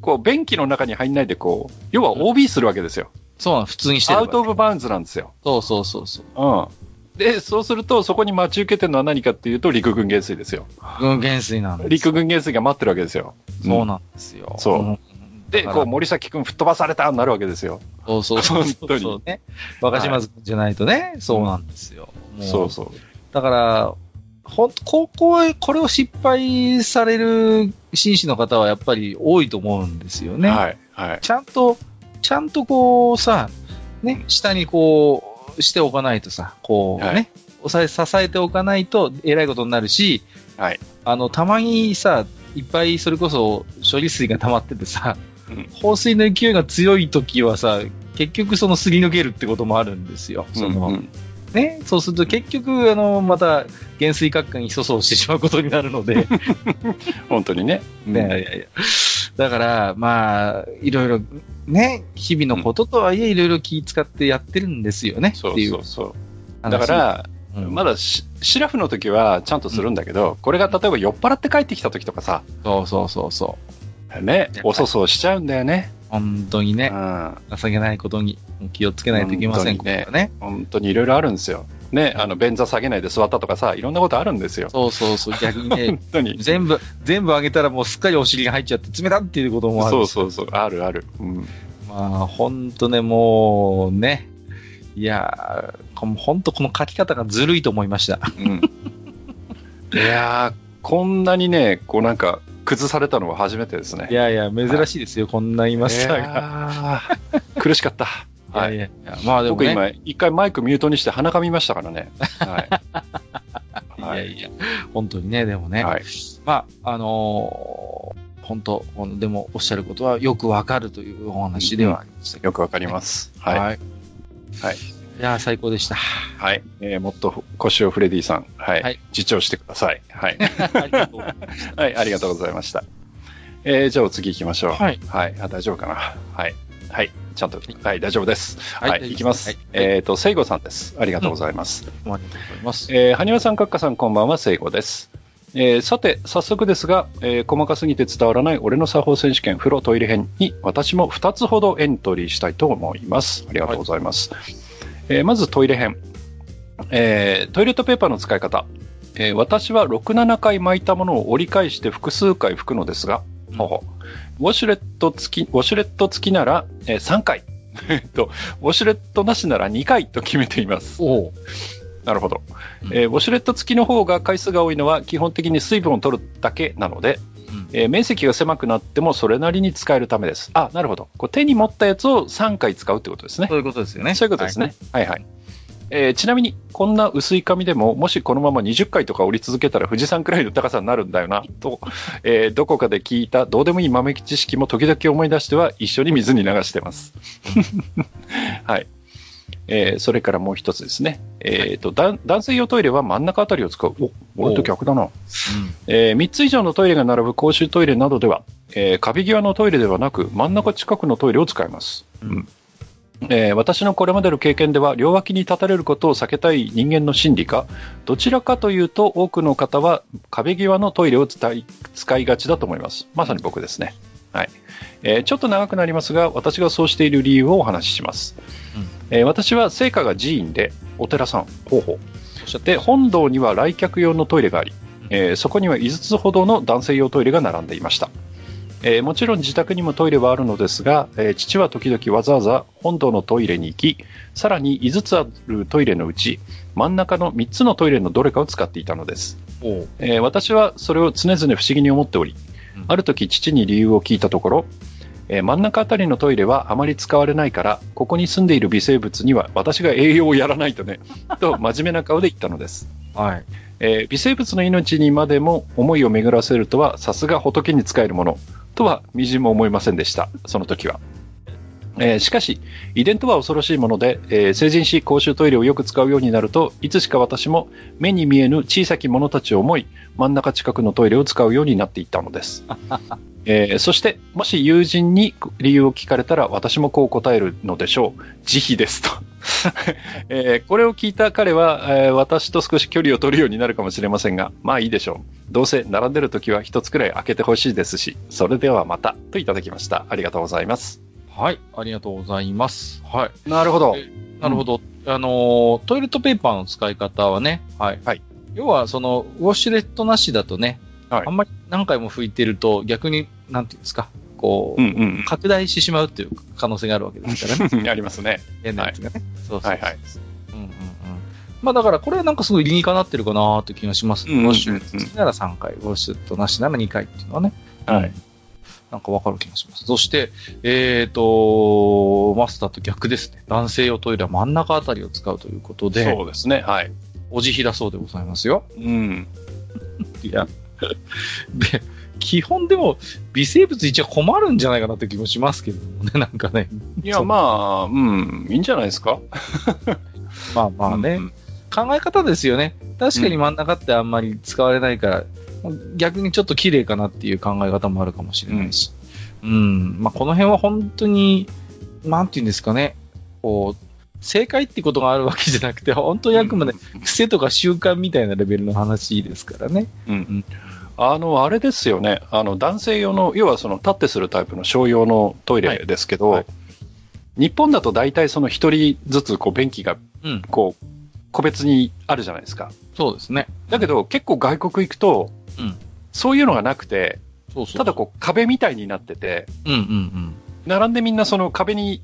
Speaker 2: こう、便器の中に入んないで、こう、要は OB するわけですよ。
Speaker 1: そうなの、普通にして
Speaker 2: ア
Speaker 1: る
Speaker 2: ウトオブバウンズなんですよ。
Speaker 1: そうそうそうそう。
Speaker 2: うん。で、そうすると、そこに待ち受けてるのは何かっていうと、陸軍元帥ですよ。
Speaker 1: うん、減衰なの。
Speaker 2: 陸軍元帥が待ってるわけですよ。
Speaker 1: そう
Speaker 2: うん
Speaker 1: なんですよ。
Speaker 2: そう
Speaker 1: うん。
Speaker 2: で、
Speaker 1: だから
Speaker 2: こう、森崎君吹っ飛ばされたになるわけですよ。
Speaker 1: そうそうそう。
Speaker 2: 本当に
Speaker 1: そうね。若島津君じゃないとね、そうなんですよ。も
Speaker 2: そうそう。
Speaker 1: だから、ほん、ここは、これを失敗される紳士の方はやっぱり多いと思うんですよね。
Speaker 2: はい。はい。
Speaker 1: ちゃんと、ちゃんとこうさ、ね、下にこう、しておかないとさ、こうね、
Speaker 2: はい
Speaker 1: 押さえ、支えておかないと、えらいことになるし、
Speaker 2: はい
Speaker 1: あの、たまにさ、いっぱいそれこそ処理水が溜まっててさ、
Speaker 2: うん
Speaker 1: 放水の勢いが強い時はさ、結局そのすり抜けるってこともあるんですよ。その、
Speaker 2: うんうん
Speaker 1: ね、そうすると結局、あの、また、減水閣下に粗相してしまうことになるので、
Speaker 2: 本当にね。うん
Speaker 1: ねいやいやいやだから、まあ、いろいろ、ね、日々のこととはいえ、いろいろ気使ってやってるんですよね、
Speaker 2: そ
Speaker 1: って
Speaker 2: う
Speaker 1: い
Speaker 2: そううそう。
Speaker 1: 話。
Speaker 2: だから、
Speaker 1: うん、
Speaker 2: まだしシラフの時はちゃんとするんだけど、これが例えば酔っ払って帰ってきた時とかさ、
Speaker 1: そうそうそうそう。
Speaker 2: ね、おそそしちゃうんだよね。
Speaker 1: 本当に
Speaker 2: う
Speaker 1: ね、
Speaker 2: ん。
Speaker 1: 情けないことに気をつけないといけません、
Speaker 2: 本当にね
Speaker 1: ここはね。
Speaker 2: 本当にいろいろあるんですよ。ね、あの、便座下げないで座ったとかさ、いろんなことあるんですよ。
Speaker 1: そうそうそう、逆に ね
Speaker 2: 本、当に。
Speaker 1: 全部、全部あげたらもうすっかりお尻が入っちゃって、冷たっていうこともあるし
Speaker 2: そうそうそう、あるある。うん。
Speaker 1: まあ、ほんとね、もうね、いやー、このほんとこの書き方がずるいと思いました。
Speaker 2: うん、いやー、こんなにね、こうなんか、崩されたのは初めてですね。
Speaker 1: いやいや、珍しいですよ、こんな今
Speaker 2: い
Speaker 1: 更が。
Speaker 2: やー苦しかった。はい
Speaker 1: いやいやいや、まあでも、
Speaker 2: 僕
Speaker 1: ね、
Speaker 2: 今、一回マイクミュートにして鼻かみましたからね。 はい。
Speaker 1: いやいや、本当にね、でもね、
Speaker 2: はい。
Speaker 1: まあ、あのー本当、このでもおっしゃることはよくわかるというお話ではありましたけど、
Speaker 2: よくわかります。はい。はい。
Speaker 1: い。いやー、最高で した。
Speaker 2: はいえーもっと腰をフレディさん、はい。
Speaker 1: はい
Speaker 2: 自重してください。はい。
Speaker 1: ありがとうございました
Speaker 2: はい、ありがとうございました。えーじゃあお次行きましょう。
Speaker 1: はい。
Speaker 2: はい。あ、大丈夫かな。はい。はい。ちゃんと。はい、大丈夫です。は。
Speaker 1: はいい
Speaker 2: い、行きます。
Speaker 1: はい
Speaker 2: えっ、と、聖子さんです。ありがとうございます。
Speaker 1: どうもありがとうございます。
Speaker 2: えー、羽生さん、閣下さん、こんばんは、聖子です。えーさて、早速ですが、えー細かすぎて伝わらない俺の作法選手権風呂トイレ編に私も2つほどエントリーしたいと思います。ありがとうございます。えーまずトイレ編、えートイレットペーパーの使い方、えー私は6、7回巻いたものを折り返して複数回拭くのですが、
Speaker 1: うん
Speaker 2: ほほウォシュレット付き、ウォシュレット付きなら、え3回、 えっと、ウォシュレットなしなら2回と決めています。
Speaker 1: おう
Speaker 2: なるほど、
Speaker 1: うん
Speaker 2: えーウォシュレット付きの方が回数が多いのは基本的に水分を取るだけなので、
Speaker 1: うん
Speaker 2: えー面積が狭くなってもそれなりに使えるためですあなるほどこう手に持ったやつを3回使うってことですね
Speaker 1: そういうことですよね。
Speaker 2: そういうことですね。はい、はいえーちなみにこんな薄い紙でももしこのまま20回とか折り続けたら富士山くらいの高さになるんだよなと、えーどこかで聞いたどうでもいい豆知識も時々思い出しては一緒に水に流して ます。はいえーそれからもう一つですね、えーとだ男性用トイレは真ん中あたりを使う、お俺と逆だな、え3つ以上のトイレが並ぶ公衆トイレなどでは、えー壁際のトイレではなく真ん中近くのトイレを使います、
Speaker 1: うん
Speaker 2: えー私のこれまでの経験では両脇に立たれることを避けたい人間の心理かどちらかというと多くの方は壁際のトイレを使い使いがちだと思いますまさに僕ですね、はいえーちょっと長くなりますが私がそうしている理由をお話しします、えー私は聖火が寺院でお寺さん方法で本堂には来客用のトイレがありえーそこには5つほどの男性用トイレが並んでいました、えーもちろん自宅にもトイレはあるのですが、えー父は時々わざわざ本堂のトイレに行き、さらに5つあるトイレのうち、真ん中の3つのトイレのどれかを使っていたのです。
Speaker 1: おう
Speaker 2: えー私はそれを常々不思議に思っており
Speaker 1: うん、
Speaker 2: ある時父に理由を聞いたところ、えー真ん中あたりのトイレはあまり使われないから、ここに住んでいる微生物には私が栄養をやらないとね、と真面目な顔で言ったのです。
Speaker 1: はい。
Speaker 2: えー微生物の命にまでも思いを巡らせるとはさすが仏に仕えるものとはみじんも思いませんでしたその時は、えーしかし遺伝とは恐ろしいもので、えー成人し公衆トイレをよく使うようになるといつしか私も目に見えぬ小さき者たちを思い真ん中近くのトイレを使うようになっていったのです、 えーそしてもし友人に理由を聞かれたら私もこう答えるのでしょう慈悲ですとえーこれを聞いた彼は、えー私と少し距離を取るようになるかもしれませんが、まあいいでしょう。どうせ並んでる時は一つくらい開けてほしいですし、それではまた、といただきました。ありがとうございます。
Speaker 1: はい。ありがとうございます。はい。
Speaker 2: なるほど。
Speaker 1: なるほど。あのー、トイレットペーパーの使い方はね、はい。
Speaker 2: はい
Speaker 1: 要は、その、ウォシュレットなしだとね、
Speaker 2: はい
Speaker 1: あんまり何回も拭いてると、逆に、なんていうんですか、こう、
Speaker 2: うんうん
Speaker 1: 拡大してしまうっていう可能性があるわけですからね。
Speaker 2: うん。 ありますね。
Speaker 1: 変なやつがね。そうそうそう
Speaker 2: はいはい。
Speaker 1: うんうんうん。まあだから、これはなんかすごい理にかなってるかなという気がしますね。
Speaker 2: うんうんうん
Speaker 1: ウォッシュレット付きなら3回、ウォッシュレットなしなら2回っていうのはね。
Speaker 2: はい。
Speaker 1: なんかわかる気がします。そして、えっ、と、マスターと逆ですね。男性用トイレは真ん中あたりを使うということで、
Speaker 2: そうですね。はい。
Speaker 1: お慈悲だそうでございますよ。
Speaker 2: うん。
Speaker 1: いや。で、基本でも微生物一応困るんじゃないかなって気もしますけどもね、なんかね。
Speaker 2: い
Speaker 1: そ
Speaker 2: や、
Speaker 1: う
Speaker 2: まあ、うん、いいんじゃないですか。
Speaker 1: まあまあね。
Speaker 2: うん
Speaker 1: 考え方ですよね。確かに真ん中ってあんまり使われないから、逆にちょっと綺麗かなっていう考え方もあるかもしれないし。うん。まあ、この辺は本当に、なんていうんですかね。こう、正解ってことがあるわけじゃなくて、本当にあくまで癖とか習慣みたいなレベルの話ですからね。
Speaker 2: うんうんあの、あれですよね。あの、男性用の、要はその、立ってするタイプの商用のトイレですけど、
Speaker 1: はいはい
Speaker 2: 日本だと大体その一人ずつ、こう、便器が、
Speaker 1: うん
Speaker 2: こう、個別にあるじゃないですか。
Speaker 1: そうですね。
Speaker 2: だけど、結構外国行くと、
Speaker 1: うん
Speaker 2: そういうのがなくて、
Speaker 1: そうそう。
Speaker 2: ただこう、壁みたいになってて、
Speaker 1: うんうんうん。
Speaker 2: 並んでみんなその壁に、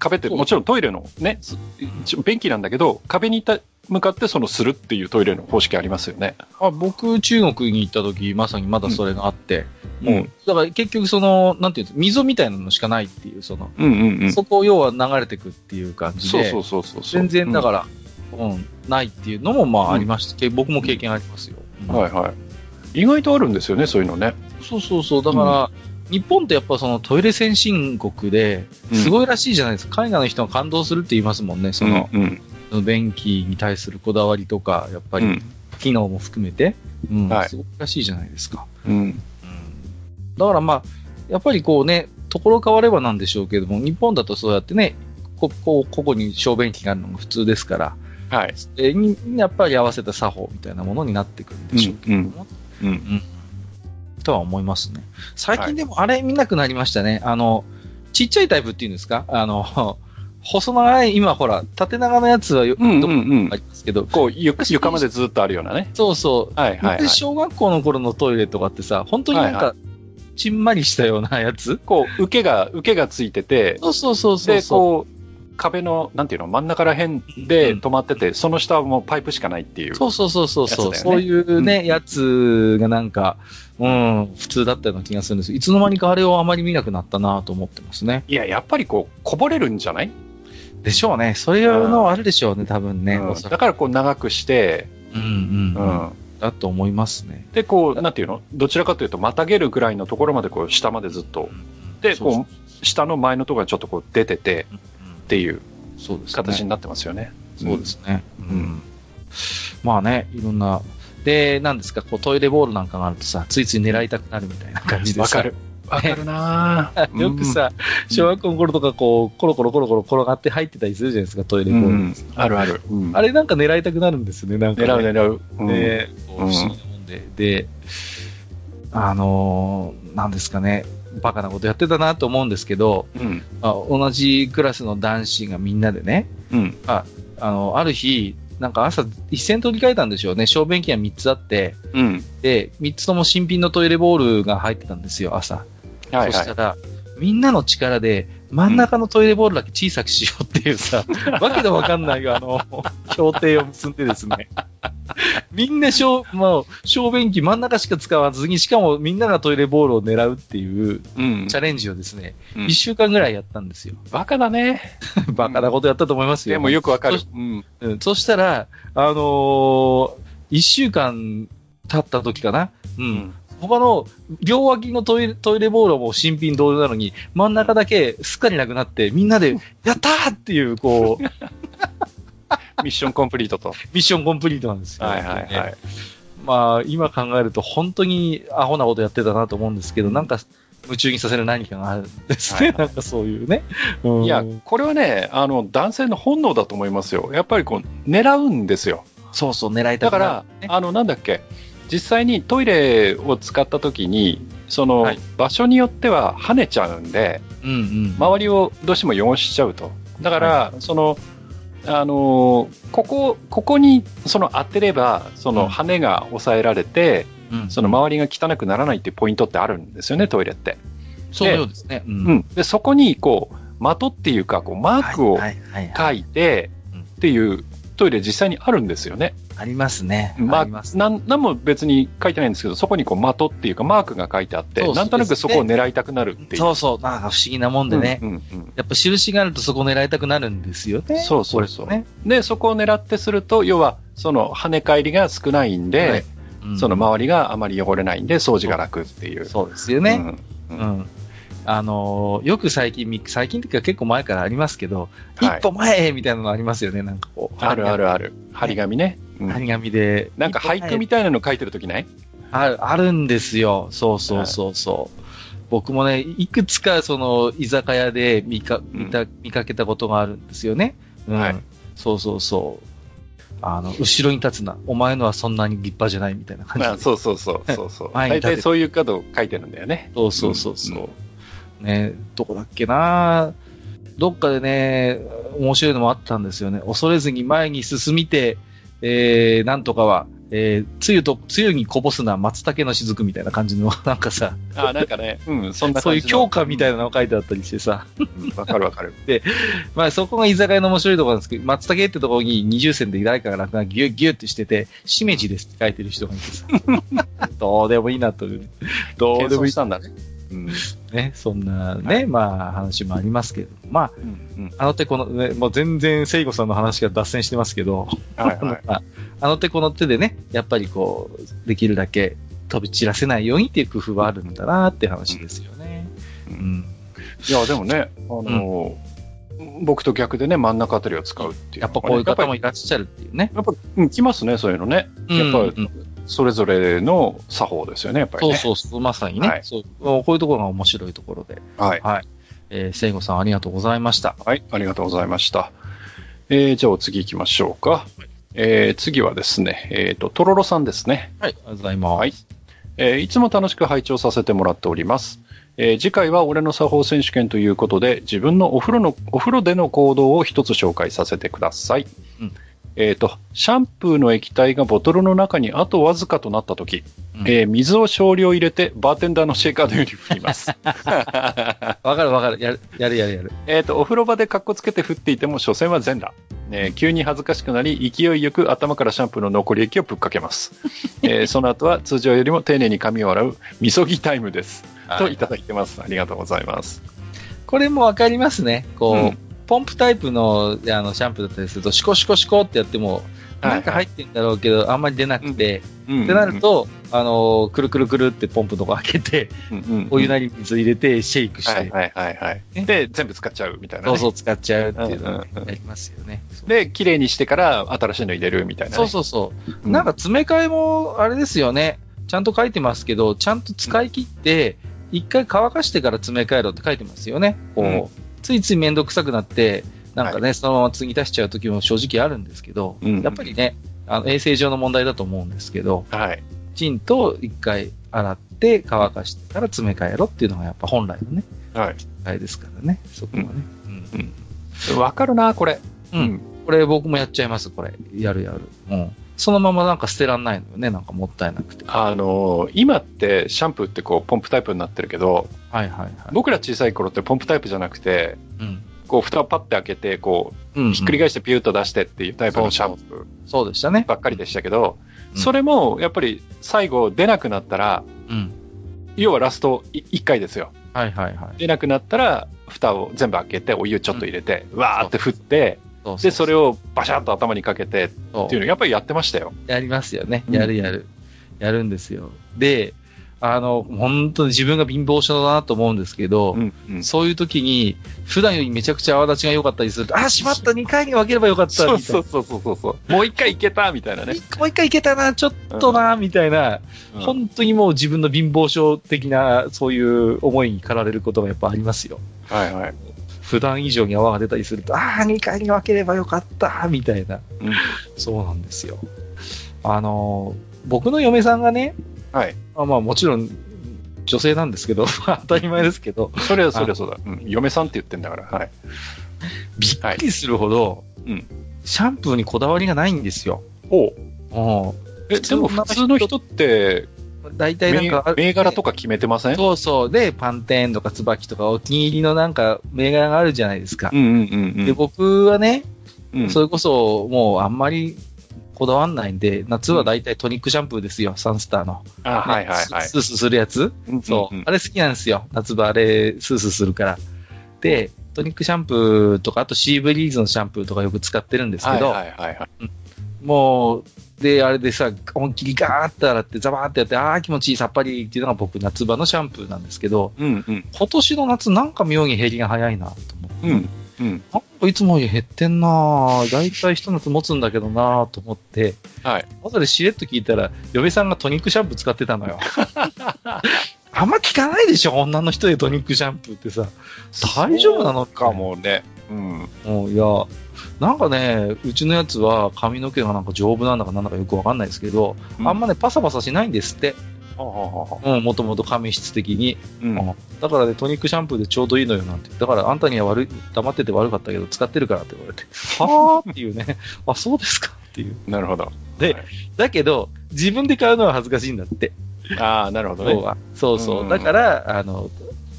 Speaker 2: 壁って
Speaker 1: そう
Speaker 2: もちろんトイレのね、す一応便器なんだけど、壁にた向かってそのするっていうトイレの方式ありますよね。
Speaker 1: あ僕、中国に行った時、まさにまだそれがあって、
Speaker 2: うん
Speaker 1: もう、だから結局その、なんていうんです溝みたいなのしかないっていう、その、
Speaker 2: うんうんうん。そ
Speaker 1: そこを要は流れてくっていう感じ
Speaker 2: う
Speaker 1: で、
Speaker 2: そうそうそうそう。
Speaker 1: 全然だ
Speaker 2: ら、
Speaker 1: から、うん、ないっていうのもま
Speaker 2: うん
Speaker 1: あありましたけど、僕も経験ありますよ。
Speaker 2: はいはい。意外とあるんですよね、そういうのね。
Speaker 1: そうそうそう、だから、日本ってやっぱそのトイレ先進国で、す
Speaker 2: い。
Speaker 1: ごいらしいじゃないですか、海外の人が感動するって言いますもんね、その、
Speaker 2: うんうん
Speaker 1: その便器に対するこだわりとか、やっぱ
Speaker 2: う
Speaker 1: り
Speaker 2: ん
Speaker 1: 機能も含めて、うん
Speaker 2: はい
Speaker 1: すごいらしいじゃないですか。
Speaker 2: うん
Speaker 1: だからまあ、やっぱりこうね、ところ変わればなんでしょうけども、日本だとそうやってね、ここここに小便器があるのが普通ですから、
Speaker 2: はい。
Speaker 1: えーにやっぱり合わせた作法みたいなものになってくるんでしょうけども、
Speaker 2: うん。
Speaker 1: うんとは思いますね。最近でもあれ見なくなりましたね。あの、ちっちゃいタイプっていうんですかあの、 細長い、今ほら、縦長のやつはよ、
Speaker 2: うんう
Speaker 1: どこ
Speaker 2: んうん
Speaker 1: あ。りますけど、
Speaker 2: こう、ゆ床までずっとあるようなね。
Speaker 1: そうそう、
Speaker 2: はいはいはい
Speaker 1: で。小学校の頃のトイレとかってさ、本当になん
Speaker 2: はい
Speaker 1: か、ちんまりしたようなやつ
Speaker 2: こう、受けが、受けがついてて、
Speaker 1: そうそうそうそう
Speaker 2: で、
Speaker 1: そう。
Speaker 2: こう、壁の、なんていうの、真ん中ら辺で
Speaker 1: うん
Speaker 2: 止まってて、その下はもうパイプしかないっていう。
Speaker 1: そうそうそうそうそう、
Speaker 2: やつだよね
Speaker 1: そういうね、
Speaker 2: うん
Speaker 1: やつがなんか、うん、普通だったような気がするんですいつの間にかあれをあまり見なくなったなと思ってますね。
Speaker 2: いや、やっぱりこう、こぼれるんじゃない、
Speaker 1: でしょうね。そういうのはあるでしょうね、多分ね。
Speaker 2: うん
Speaker 1: おそ
Speaker 2: だ
Speaker 1: らく
Speaker 2: からこう、長くして、
Speaker 1: うん
Speaker 2: う。
Speaker 1: うんん、うん。だと思いますね。
Speaker 2: で、こう、なんていうのどちらかというと、またげるぐらいのところまで、こう、下までずっと、で
Speaker 1: そうそう
Speaker 2: こ下の前のところがちょっとこう、出てて、
Speaker 1: うん
Speaker 2: っていう
Speaker 1: そうですね。
Speaker 2: 形になってますよね。
Speaker 1: そうですね。うんん。まあね、いろんな、で、なんですか、こうトイレボールなんかがあるとさ、ついつい狙いたくなるみたいな感じで
Speaker 2: わ
Speaker 1: さ
Speaker 2: かる。わかるなぁ
Speaker 1: よく、さ、小学校の頃とかこう、コロコロコロコロ転がって入ってたりするじゃないですか、トイレ
Speaker 2: う
Speaker 1: ボー
Speaker 2: ん
Speaker 1: ル。
Speaker 2: うんあるある。
Speaker 1: あれなんか狙いたくなるんですよね、なんか、ね。
Speaker 2: 狙う狙う。うん
Speaker 1: で、こ
Speaker 2: う
Speaker 1: うん不思議なもんで、で、あのーなんですかね、バカなことやってたなと思うんですけど、
Speaker 2: うん。
Speaker 1: あ同じクラスの男子がみんなでね、
Speaker 2: うん。
Speaker 1: あの、ある日、なんか朝一線取り替えたんでしょうね、小便器が3つあって、
Speaker 2: うん。
Speaker 1: で、3つとも新品のトイレボールが入ってたんですよ、朝。
Speaker 2: はい
Speaker 1: そ
Speaker 2: は
Speaker 1: した
Speaker 2: い。
Speaker 1: ら、みんなの力で真ん中のトイレボールだけ小さくしようっていうさ、わけのわかんない、あの、協定を結んでですね。みんな小、まあ、小便器真ん中しか使わずに、しかもみんながトイレボールを狙うっていう
Speaker 2: うん
Speaker 1: チ。ャレンジをですね、
Speaker 2: う
Speaker 1: 一
Speaker 2: ん
Speaker 1: 週間ぐらいやったんですよ。
Speaker 2: バカだね。
Speaker 1: バカなことやったと思いますよ。
Speaker 2: でもよくわかる
Speaker 1: そ。
Speaker 2: うん。
Speaker 1: うんそしたら、あのー一週間経った時かな。う。
Speaker 2: うんん
Speaker 1: 他の両脇のトイレトイレボールはもう新品同様なのに、真ん中だけすっかりなくなって、みんなで、やったーっていう、 こう、ミ
Speaker 2: ミッションコンプリ ートと。
Speaker 1: ッションコンプリートなんですよ。
Speaker 2: はいはいはい
Speaker 1: ね。まあ、今考えると本当にアホなことやってたなと思うんですけど、なんか夢中にさせる何かがあるんですね。
Speaker 2: はいは
Speaker 1: なんかそういうね。うん
Speaker 2: いや、これはね、あの、男性の本能だと思いますよ。やっぱりこう、狙うんですよ。
Speaker 1: そうそう、狙いた
Speaker 2: だ
Speaker 1: くな
Speaker 2: か
Speaker 1: る
Speaker 2: ら、あの、なんだっけ、実際にトイレを使った時に、その、
Speaker 1: はい
Speaker 2: 場所によっては跳ねちゃうんで、
Speaker 1: うんうん。
Speaker 2: 周りをどうしても汚しちゃうと。だから、その、あのーここ、ここに、その当てれば、そ
Speaker 1: うん
Speaker 2: の羽根が抑えられて、
Speaker 1: うん
Speaker 2: その周りが汚くならないっていうポイントってあるんですよね、トイレって。
Speaker 1: そうのようですね。う
Speaker 2: う。ん。で、そこに、こう、的っていうか、こう、マークを
Speaker 1: はいはいはい
Speaker 2: 書いて
Speaker 1: うん
Speaker 2: っていうトイレ実際にあるんですよね。
Speaker 1: ありますね。
Speaker 2: ま
Speaker 1: あ
Speaker 2: あ、
Speaker 1: ります。
Speaker 2: なんなんも別に書いてないんですけど、そこにこう的っていうかマークが書いてあって、
Speaker 1: そうそう
Speaker 2: なんとなくそこを狙いたくなるっていう。
Speaker 1: そうそう、なんか不思議なもんでね。
Speaker 2: うんうん
Speaker 1: やっぱ印があるとそこ狙いたくなるんですよ
Speaker 2: うん
Speaker 1: ね。
Speaker 2: そうそうそう、
Speaker 1: ね
Speaker 2: で、そこを狙ってすると、要は、その跳ね返りが少ないんで、
Speaker 1: はいうん
Speaker 2: その周りがあまり汚れないんで、掃除が楽っていう。
Speaker 1: そうですよね。
Speaker 2: う
Speaker 1: うんん。
Speaker 2: うん
Speaker 1: あのーよく最近み、最近っていうか結構前からありますけど、
Speaker 2: はい
Speaker 1: 一歩前へみたいなのありますよね、なんかこう。
Speaker 2: あるあるある。張り紙ね。うん
Speaker 1: 張り紙。張り紙で。
Speaker 2: なんか俳句み
Speaker 1: 一
Speaker 2: たいなの書いてるときない
Speaker 1: 歩前へある、あるんですよ。そうそうそうそう。僕もね、いくつかその居酒屋で見か見た、見かけたことがあるんですよね。うん。
Speaker 2: はい
Speaker 1: そうそうそう。あの、後ろに立つな。お前のはそんなに立派じゃないみたいな感じで
Speaker 2: まあ、そうそうそうそうそう。
Speaker 1: 前に
Speaker 2: 大
Speaker 1: 立て
Speaker 2: 体そういうことを書いてるんだよね。
Speaker 1: そうそうそうそう。ね、どこだっけなどっかでね、面白いのもあったんですよね。恐れずに前に進みて、えー、なんとかは、えー、つゆと、つゆにこぼすな松茸の雫みたいな感じの、 なんかさ、
Speaker 2: あなんかね、うん、そんな
Speaker 1: そう
Speaker 2: 感
Speaker 1: いう
Speaker 2: じの
Speaker 1: 教科みたいなのが書いてあったりしてさ、
Speaker 2: うんわかるわかる。
Speaker 1: まあそこが居酒屋の面白いところなんですけど、松茸ってところに二重線で誰かが落書きギュッギュッってしてて、しめじですって書いてる人がいてさ、どうでもいいなという。
Speaker 2: ど
Speaker 1: うでもいい
Speaker 2: したんだね。うん。
Speaker 1: ね、そんなね、まあ話もありますけど、まあ
Speaker 2: うん。
Speaker 1: あの手この、ね、もう全然聖子さんの話が脱線してますけど、
Speaker 2: はい はい。
Speaker 1: まああの手この手でね、やっぱりこう、できるだけ飛び散らせないようにっていう工夫はあるんだなっていう話ですよね。
Speaker 2: う
Speaker 1: うんん。
Speaker 2: いや、でもね、あのー、僕と逆でね、真ん中あたりを使うっていう。
Speaker 1: やっぱこういう方も
Speaker 2: やっ
Speaker 1: いらっしゃるっていうね。
Speaker 2: ぱり、やっぱうん、来ますね、そういうのね。やっぱ
Speaker 1: うん
Speaker 2: り、それぞれの作法ですよね、やっぱり
Speaker 1: そう
Speaker 2: ね。
Speaker 1: そうそう、まさにね、
Speaker 2: はい
Speaker 1: そう。こういうところが面白いところで。
Speaker 2: はい。
Speaker 1: えー、聖子さんありがとうございました。
Speaker 2: はい、ありがとうございました。えーじゃあお次行きましょうか。えー次はですね、えっ、と、とろろさんですね。
Speaker 1: はい。ありがとうございます。
Speaker 2: はいえーいつも楽しく拝聴させてもらっております。えー次回は俺の作法選手権ということで、自分のお風呂の、お風呂での行動を一つ紹介させてください。
Speaker 1: うん
Speaker 2: えっ、と、シャンプーの液体がボトルの中にあとわずかとなった時、
Speaker 1: うん
Speaker 2: えー水を少量入れて、バーテンダーのシェーカーのように振ります。
Speaker 1: わかるわかる。やる、やるやるやる。
Speaker 2: えっ、と、お風呂場でカッコつけて降っていても、所詮は全裸。えー急に恥ずかしくなり、勢いよく頭からシャンプーの残り液をぶっかけ ます。えーその後は通常よりも丁寧に髪を洗う、みそぎタイムです。といただいてます。ありがとうございます。
Speaker 1: これもわかりますね。こう、
Speaker 2: うん
Speaker 1: ポンプタイプのあのシャンプーだったりすると、シコシコシコってやっても、
Speaker 2: はい
Speaker 1: なんか入ってんだろうけど、あんまり出なくて、
Speaker 2: うん
Speaker 1: ってなる、と、あの、くるくるくるってポンプのとこ開けて、
Speaker 2: うんうん
Speaker 1: お湯なり水入れて、シェイクして、
Speaker 2: はいはいはいは
Speaker 1: ね
Speaker 2: い。で、全部使っちゃうみたいな、ね。
Speaker 1: そうそう使っちゃうっていうのをね
Speaker 2: うんうんうん
Speaker 1: やりますよね。そう
Speaker 2: で、綺麗にしてから新しいの入れるみたいな、ね。
Speaker 1: そうそうそう、
Speaker 2: うん
Speaker 1: なんか、詰め替えも、あれですよね。ちゃんと書いてますけど、ちゃんと使い切って、一回乾かしてから詰め替えろって書いてますよね。こう、
Speaker 2: うん
Speaker 1: ついついめんどくさくなって、なんかね、そのまま継ぎ足しちゃう時も正直あるんですけど、
Speaker 2: うん
Speaker 1: やっぱりね、あの衛生上の問題だと思うんですけど、
Speaker 2: はい。
Speaker 1: きちんと一回洗って乾かしてから詰め替えろっていうのがやっぱ本来のね、
Speaker 2: はい。
Speaker 1: あれですからね、そこはね。うん
Speaker 2: わかるな、これ。
Speaker 1: うん。これ僕もやっちゃいます、これ。やるやる。うん。そのままなんか捨てらんないのよね、なんかもったいなくて。
Speaker 2: あのー今ってシャンプーってこうポンプタイプになってるけど、
Speaker 1: はいはいはい。
Speaker 2: 僕ら小さい頃ってポンプタイプじゃなくて、
Speaker 1: うん。
Speaker 2: こう蓋をパッて開けて、こ
Speaker 1: うん、
Speaker 2: う、ひっくり返してピューッと出してっていうタイプのシャンプー
Speaker 1: そうでしたね。
Speaker 2: ばっかりでしたけど、
Speaker 1: うん
Speaker 2: それもやっぱり最後出なくなったら、
Speaker 1: うん。
Speaker 2: 要はラスト1回ですよ。
Speaker 1: はいはいはい。
Speaker 2: 出なくなったら、蓋を全部開けて、お湯ちょっと入れて、わーって振って、
Speaker 1: そうう
Speaker 2: で、それをバシャッと頭にかけてって
Speaker 1: そう
Speaker 2: いうの、やっぱりやってましたよ。
Speaker 1: やりますよね。
Speaker 2: うん
Speaker 1: やるやる。やるんですよ。で、あの、本当に自分が貧乏症だなと思うんですけど、
Speaker 2: うんうん
Speaker 1: そういう時に、普段よりめちゃくちゃ泡立ちが良かったりすると、あ、しまった、2回に分ければよかった、みたい
Speaker 2: そう
Speaker 1: な。
Speaker 2: そうそうそうそうそう。もう一回いけたみたいなね。
Speaker 1: もう一回いけたな、ちょっとな、みたいな、
Speaker 2: うん
Speaker 1: 本当にもう自分の貧乏症的な、そういう思いに駆られることがやっぱありますよ。
Speaker 2: はいはい。
Speaker 1: 普段以上に泡が出たりすると、ああ、2回に分ければよかった、みたいな。
Speaker 2: うん
Speaker 1: そうなんですよ。あのー、僕の嫁さんがね、
Speaker 2: はい。
Speaker 1: まあまあもちろん女性なんですけど、 まあ当たり前ですけど、
Speaker 2: それはそれはそうだ。うん嫁さんって言ってんだから。はい。
Speaker 1: びっくりするほど、
Speaker 2: うん
Speaker 1: シャンプーにこだわりがないんですよ。う
Speaker 2: お
Speaker 1: ん
Speaker 2: え、でも普通の人って、
Speaker 1: 大体なん
Speaker 2: 銘
Speaker 1: かある、
Speaker 2: 銘柄とか決めてません
Speaker 1: そうそう。で、パンテーンとか椿とかお気に入りのなんか銘柄があるじゃないですか。
Speaker 2: うんうんうんうん
Speaker 1: で、僕はね、
Speaker 2: うん。
Speaker 1: それこそもうあんまりこだわんないんで、夏は大体トニックシャンプーですよ、サンスターの。
Speaker 2: あ、はいはい
Speaker 1: ね
Speaker 2: はい
Speaker 1: ス。ースーするやつ。そう。
Speaker 2: んん
Speaker 1: あれ好きなんですよ。夏場あれ、スースーするから。で、トニックシャンプーとか、あとシーブリーズのシャンプーとかよく使ってるんですけど、
Speaker 2: はいはいはいはい。
Speaker 1: もう、で、あれでさ、思いっきりガーって洗って、ザバーってやって、あー気持ちいい、さっぱりっていうのが僕、夏場のシャンプーなんですけど、
Speaker 2: うんうん。
Speaker 1: 今年の夏なんか妙に減りが早いなと思って。
Speaker 2: うんうん。
Speaker 1: なんかいつもより減ってんなぁ。だいたい一夏持つんだけどなぁと思って。
Speaker 2: はい。
Speaker 1: 後でしれっと聞いたら、嫁さんがトニックシャンプー使ってたのよ。 あんま聞かないでしょ、女の人でトニックシャンプーってさ。大丈夫なの
Speaker 2: か。もね。うん。
Speaker 1: もういや、なんかね、うちのやつは髪の毛がなんか丈夫なんだかなんだかよくわかんないですけど、あんまね、パサパサしないんですって。
Speaker 2: はははは
Speaker 1: うん、もともと髪質的に。
Speaker 2: うん。
Speaker 1: あだからね、トニックシャンプーでちょうどいいのよなんて。だからあんたには悪い、黙ってて悪かったけど使ってるからって言われて。はーっていうね。 あ、そうですかっていう。
Speaker 2: なるほど。
Speaker 1: で
Speaker 2: はい、
Speaker 1: だけど、自分で買うのは恥ずかしいんだって。
Speaker 2: ああ、なるほど
Speaker 1: 要
Speaker 2: ね。
Speaker 1: は。そう
Speaker 2: う
Speaker 1: そ
Speaker 2: ん
Speaker 1: う。だから、あの、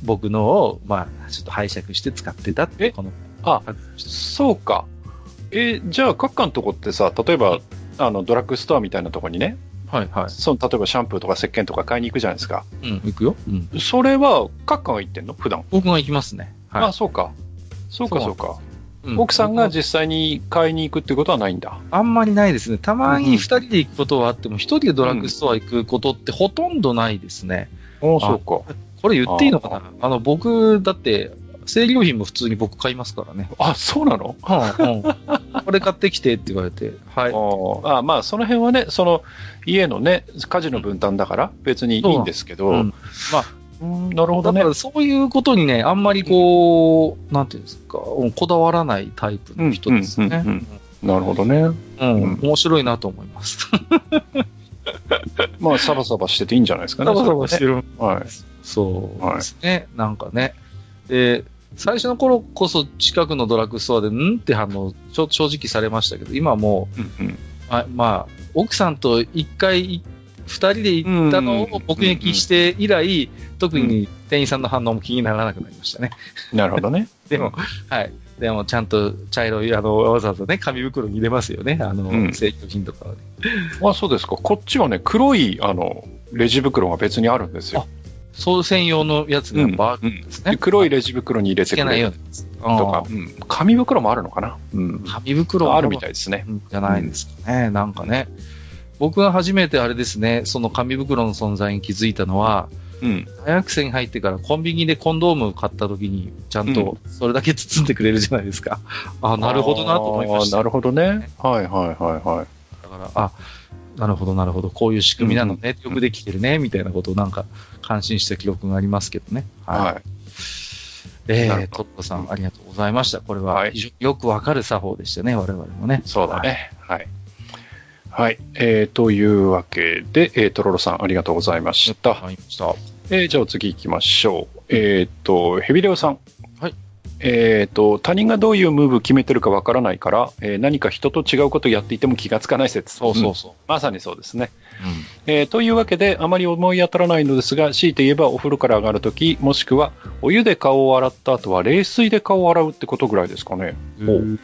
Speaker 1: 僕のを、まあ、ちょっと拝借して使ってたって、
Speaker 2: え
Speaker 1: この。
Speaker 2: あそうか。え、じゃあ、各館のとこってさ、例えば、あの、ドラッグストアみたいなとこにね、
Speaker 1: はいは
Speaker 2: その、例えばシャンプーとか石鹸とか買いに行くじゃないですか。
Speaker 1: い。うん、行くよ。うん。
Speaker 2: それは、各館が行ってんの普段。
Speaker 1: 僕が行きますね。は
Speaker 2: あ、
Speaker 1: い。
Speaker 2: そうか。そうか、そうか。
Speaker 1: う
Speaker 2: 奥さんが
Speaker 1: 僕
Speaker 2: 実際に買いに行くってことはないんだ。
Speaker 1: あんまりないですね。たま
Speaker 2: うん
Speaker 1: に二人で行くことはあっても、一人でドラッグストア行くことってほとんどないですね。
Speaker 2: お
Speaker 1: そう
Speaker 2: か。
Speaker 1: これ言っていいのか
Speaker 2: あ
Speaker 1: なあの、僕、だって、生理用品も普通に僕買いますからね。
Speaker 2: あ、そうなの
Speaker 1: うん、これ買ってきてって言われて。はい。
Speaker 2: ああまあ、その辺はね、その家のね、家事の分担だから、別にいいんですけど、
Speaker 1: うんまあ、
Speaker 2: うんなるほ
Speaker 1: だ
Speaker 2: ど
Speaker 1: か
Speaker 2: ね。
Speaker 1: らそういうことにね、あんまりこう、なんていうんですか、うんこだわらないタイプの人ですね。
Speaker 2: うんうんなるほどね。
Speaker 1: うん
Speaker 2: うん
Speaker 1: 面白いなと思います。
Speaker 2: まあ、サバサバしてていいんじゃないですか
Speaker 1: サ
Speaker 2: ね。
Speaker 1: バサバしてる。
Speaker 2: それはねはい。
Speaker 1: そうですね。なんかね。で、最初の頃こそ近くのドラッグストアで、んって反応、ちょ正直されましたけど、今はもう、
Speaker 2: うん
Speaker 1: ままあ、奥さんと一回い、二人で行ったのを目撃して以来、特に店員さんの反応も気にならなくなりましたね。
Speaker 2: うん、なるほどね。
Speaker 1: でも、はい。でも、ちゃんと茶色い、あの、わざわざね、紙袋に入れますよね。あの、
Speaker 2: うん
Speaker 1: 正規品とかはね。
Speaker 2: あ、そうですか。こっちはね、黒い、あの、レジ袋が別にあるんですよ。
Speaker 1: そう専用のやつがバー
Speaker 2: う
Speaker 1: グ
Speaker 2: ん
Speaker 1: ですね。
Speaker 2: で黒いレジ袋に入れ
Speaker 1: つ
Speaker 2: て
Speaker 1: け
Speaker 2: く
Speaker 1: ない
Speaker 2: れ
Speaker 1: よ
Speaker 2: る
Speaker 1: うなやつ。
Speaker 2: とか
Speaker 1: あ、
Speaker 2: うん紙袋もあるのかな。うん
Speaker 1: ー。紙袋
Speaker 2: あるみ
Speaker 1: い
Speaker 2: たいですね。
Speaker 1: じゃないですかね。なんかね。僕が初めてあれですね、その紙袋の存在に気づいたのは、
Speaker 2: うん。
Speaker 1: 大学生に入ってからコンビニでコンドーム買った時に、ちゃんとそれだけ包んでくれるじゃないですか。あなるほどなと思いまし
Speaker 2: あー
Speaker 1: た。
Speaker 2: なるほどね。はいはいはいはい。
Speaker 1: だから、あ、なるほどなるほど、こういう仕組みなのね、よくできてるね、みたいなことをなんか感心した記憶がありますけどね。い。
Speaker 2: はい。
Speaker 1: え
Speaker 2: なる
Speaker 1: ー、トットさんありがとうございました。これ
Speaker 2: は
Speaker 1: はい非常によくわかる作法でしたね、我々もね。
Speaker 2: そうだね。はい。はい。えー、というわけで、えー、とろろさんありがとうございました。
Speaker 1: はい。わかりました。
Speaker 2: えー、じゃあお次行きましょう。えっ、と、ヘビレオさん。
Speaker 1: はい。
Speaker 2: えー、と他人がどういうムーブ決めてるかわからないから、えー何か人と違うことをやっていても気がつかない説
Speaker 1: そうそうそう。
Speaker 2: まさにそうですね、えーというわけであまり思い当たらないのですが強いて言えばお風呂から上がるときもしくはお湯で顔を洗った後は冷水で顔を洗うってことぐらいですかね、
Speaker 1: うん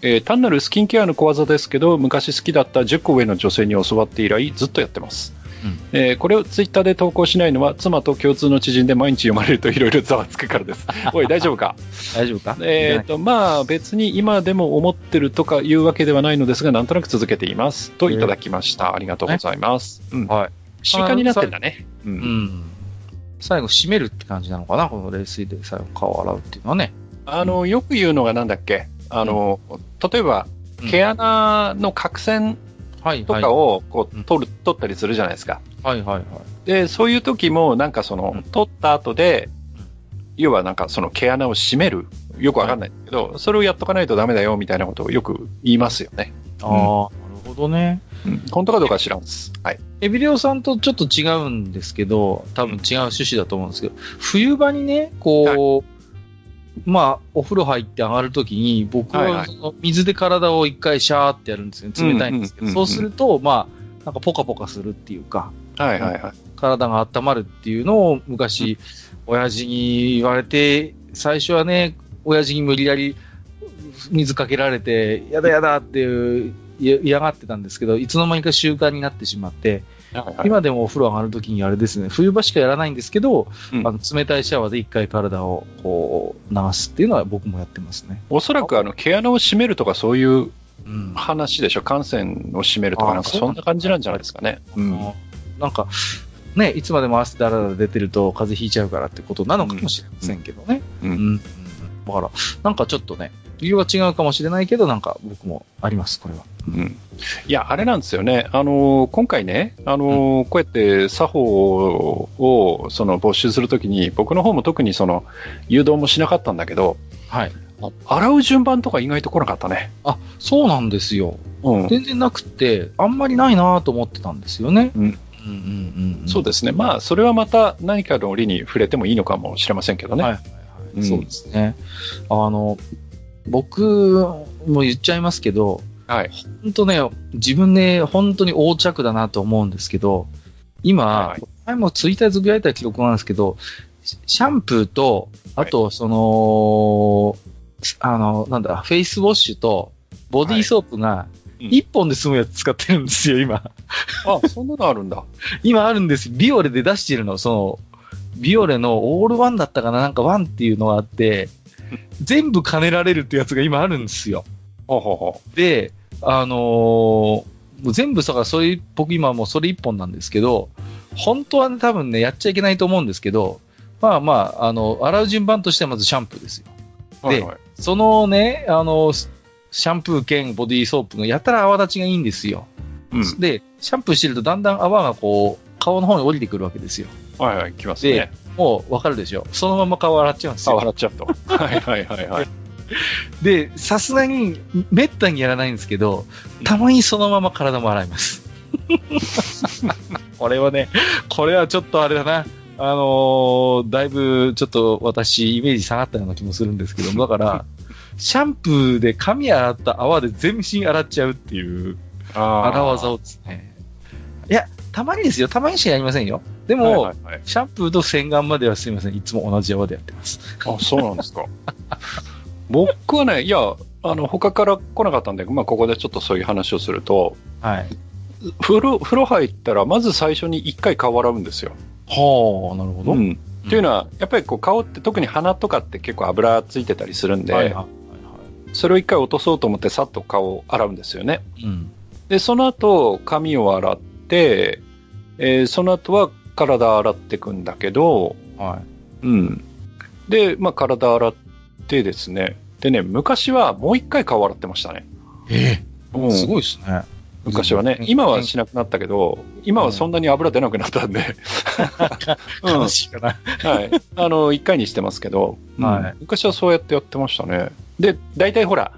Speaker 2: えー単なるスキンケアの小技ですけど昔好きだった10個上の女性に教わって以来ずっとやってます、えーこれをツイッターで投稿しないのは妻と共通の知人で毎日読まれると いろいろざわつくからですおい大丈夫 か
Speaker 1: 大丈夫か
Speaker 2: えーとまあ、別に今でも思ってるとかいうわけではないのですがなんとなく続けていますといただきました、ありがとうございます、うん
Speaker 1: はい。
Speaker 2: 習慣になってんだね、う
Speaker 1: うんん。最後、締めるって感じなのかなこの冷水で最後顔を洗うっていうのはね。
Speaker 2: あのよく言うのがなんだっけあの、例えば毛穴の角栓
Speaker 1: はい
Speaker 2: と
Speaker 1: はい。
Speaker 2: かをこ
Speaker 1: うん
Speaker 2: う取る、取ったりするじゃないですか
Speaker 1: はいはいはい。
Speaker 2: でそういう時もなんかその、
Speaker 1: うん
Speaker 2: 取った後で要はなんかその毛穴を締めるよくわかんないけど、それをやっとかないとダメだよみたいなことをよく言いますよね、
Speaker 1: ああ、なるほどね。
Speaker 2: うん、本当かどうかは知らんですはい
Speaker 1: エビレオさんとちょっと違うんですけど、多分違う趣旨だと思うんですけど、冬場にね、こう、まあ、お風呂入って上がるときに、僕
Speaker 2: はいは
Speaker 1: はいその水で体を一回シャーってやるんですよね。冷たいんですけ
Speaker 2: うん
Speaker 1: ど、
Speaker 2: うんうん
Speaker 1: そ
Speaker 2: うん
Speaker 1: うすると、まあ、なんかポカポカするっていうか、
Speaker 2: はいはいはい。
Speaker 1: 体が温まるっていうのを昔、親父に言われて、最初はね、親父に無理やり水かけられて、やだやだっていうい嫌がってたんですけど、いつの間にか習慣になってしまって、今でもお風呂上がるときにあれですね、冬場しかやらないんですけど、
Speaker 2: うん
Speaker 1: あの冷たいシャワーで一回体をこう流すっていうのは僕もやってますね。
Speaker 2: おそらくあの毛穴を締めるとかそういう
Speaker 1: うん
Speaker 2: 話でしょ、感染を締めると
Speaker 1: あ
Speaker 2: か、
Speaker 1: ー
Speaker 2: なんか
Speaker 1: そう
Speaker 2: そんな感じなんじゃないですかね。うん
Speaker 1: なんか、ね、いつまでも汗だらだら出てると風邪ひいちゃうからってことなのかもしれませんけどね。
Speaker 2: うん
Speaker 1: うんうんだから、なんかちょっとね、理由は違うかもしれないけど、なんか僕もあります、これは。
Speaker 2: うんいや、あれなんですよね、あのー今回ね、あのーこうやって作法をその没収するときに、僕の方も特にその誘導もしなかったんだけど、
Speaker 1: はい。
Speaker 2: 洗う順番とか意外と来なかったね。
Speaker 1: あ、そうなんですよ。
Speaker 2: うん
Speaker 1: 全然なくって、あんまりないなと思ってたんですよね。
Speaker 2: うん
Speaker 1: うんうんうん。
Speaker 2: そうですね、まあ、それはまた何かの折に触れてもいいのかもしれませんけどね。
Speaker 1: はいはい
Speaker 2: うん
Speaker 1: そうですね。あの、僕も言っちゃいますけど、
Speaker 2: はい
Speaker 1: 本当ね、自分ね、本当に横着だなと思うんですけど、今、
Speaker 2: はい
Speaker 1: 前もツイッターでつぶやいた記録なんですけど、シシャンプーと、あと、その、あの、なんだ、フェイスウォッシュと、ボディーソープが、
Speaker 2: いうん
Speaker 1: 一本で済むやつ使ってるんですよ、今。
Speaker 2: あ、そんなのあるん だ。
Speaker 1: 今あるんです。ビオレで出してるの。その、ビオレのオールワンだったかななんかワンっていうのがあ って、全部兼ねられるってやつが今あるんですよ。
Speaker 2: ほうほうほ
Speaker 1: で、あのーもう全部だからそれ、僕今もうそれ一本なんですけど、本当はね、多分ね、やっちゃいけないと思うんですけど、まあまあ、あの、洗う順番としてはまずシャンプーですよ。
Speaker 2: う。はいはい
Speaker 1: そのね、あの、シャンプー兼ボディーソープがやたら泡立ちがいいんですよ。
Speaker 2: うん
Speaker 1: で、シャンプーしてるとだんだん泡がこう、顔の方に降りてくるわけですよ。
Speaker 2: はいはい、来ますね。
Speaker 1: もうわかるでしょ。そのまま顔洗っちゃうんです
Speaker 2: あ、
Speaker 1: よ。
Speaker 2: 笑っちゃう と。はいはいはいはい。
Speaker 1: で、さすがに、めったにやらないんですけど、たまにそのまま体も洗います。これはね、これはちょっとあれだな。あのーだいぶちょっと私、イメージ下がったような気もするんですけども、だから、シャンプーで髪洗った泡で全身洗っちゃうっていう
Speaker 2: あ
Speaker 1: 荒技をですね。いや、たまにですよ。たまにしかやりませんよ。でも、
Speaker 2: はいはいはい
Speaker 1: シャンプーと洗顔まではすいません。いつも同じ泡でやってます。
Speaker 2: あ、そうなんですか。 僕はね、いや、あの、他から来なかったんで、まあ、ここでちょっとそういう話をすると、
Speaker 1: はい。
Speaker 2: 風呂、風呂入ったら、まず最初に一回顔洗うんですよ。
Speaker 1: はあ、なるほど。
Speaker 2: うん。っていうのは、やっぱりこう、顔って特に鼻とかって結構油ついてたりするんで、
Speaker 1: はいは
Speaker 2: それを一回落とそうと思って、さっと顔を洗うんですよね。
Speaker 1: いはい。うん。
Speaker 2: で、その後、髪を洗って、えーその後は体洗っていくんだけど、
Speaker 1: はい。
Speaker 2: うん。で、まあ、体洗ってですね。でね、昔はもう一回顔洗ってましたね。
Speaker 1: え
Speaker 2: う
Speaker 1: え
Speaker 2: ん
Speaker 1: すごいですね。
Speaker 2: 昔はね
Speaker 1: う。ん
Speaker 2: 今はしなくなったけど、今はそんなに油出なくなった んで。うん、
Speaker 1: 悲
Speaker 2: は
Speaker 1: しいかな。
Speaker 2: い。あの、一回にしてますけど、うん
Speaker 1: はい
Speaker 2: 昔はそうやってやってましたね。で、大体ほら、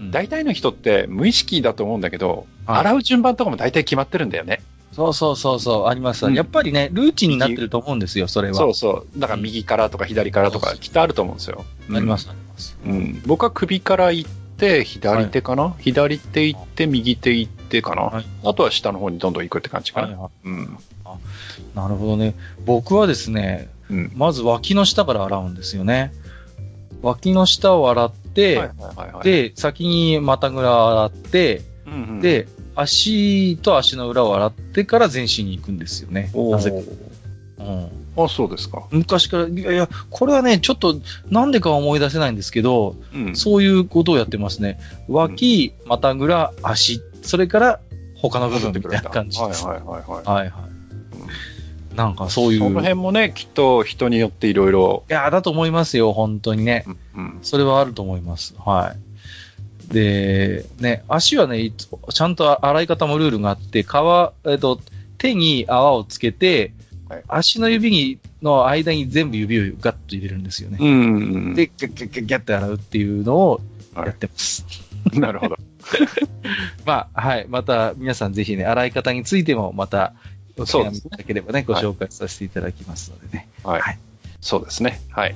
Speaker 1: うん
Speaker 2: 大体の人って無意識だと思うんだけど、
Speaker 1: はい
Speaker 2: 洗う順番とかも大体決まってるんだよね。
Speaker 1: そうそうそうそう、あります、
Speaker 2: うん
Speaker 1: やっぱりね、ルーチンになってると思うんですよ、それは。
Speaker 2: そうそう。だから右からとか左からとか、きっとあると思うんですよ。
Speaker 1: あります、あります。
Speaker 2: うん。僕は首から行って、左手かな、左手行って、右手行ってかな、
Speaker 1: はい
Speaker 2: あとは下の方にどんどん行くって感じかな。
Speaker 1: はいは
Speaker 2: うん。
Speaker 1: いなるほどね。僕はですね、
Speaker 2: うん。
Speaker 1: まず脇の下から洗うんですよね。脇の下を洗って、
Speaker 2: はいはいはいはい、
Speaker 1: で、先に股ぐら洗って、
Speaker 2: うんうん、
Speaker 1: で、足と足の裏を洗ってから全身に行くんですよね。
Speaker 2: おー
Speaker 1: なぜか。うん
Speaker 2: あ、そうですか。
Speaker 1: 昔から、いやいや、これはね、ちょっと、なんでかは思い出せないんですけど、
Speaker 2: うん。
Speaker 1: そういうことをやってますね。脇、股ぐら、足、それから他の部分みたいな感じ
Speaker 2: はい
Speaker 1: です。
Speaker 2: はいはいはい。
Speaker 1: はいはなんかそういう。
Speaker 2: その
Speaker 1: い
Speaker 2: 辺もね、きっと人によっていろいろ。
Speaker 1: や、だと思いますよ、本当にね。
Speaker 2: うんうん。
Speaker 1: それはあると思います。はい。で、ね、足はね、いつちゃんと洗い方もルールがあって、皮、えっと、手に泡をつけて、
Speaker 2: はい
Speaker 1: 足の指にの間に全部指をガッと入れるんですよね。
Speaker 2: うんうんうん。
Speaker 1: で、ギャッギャッギャッギャッって洗うっていうのを
Speaker 2: はい
Speaker 1: やってます。
Speaker 2: なるほど。
Speaker 1: まあ、はい。また、皆さんぜひね、洗い方についても、また、お
Speaker 2: そ
Speaker 1: 手
Speaker 2: う
Speaker 1: 紙い
Speaker 2: ですね
Speaker 1: ただければね、ご
Speaker 2: はい
Speaker 1: 紹介させていただきますのでね。
Speaker 2: はい。
Speaker 1: はい
Speaker 2: そうですね。はい。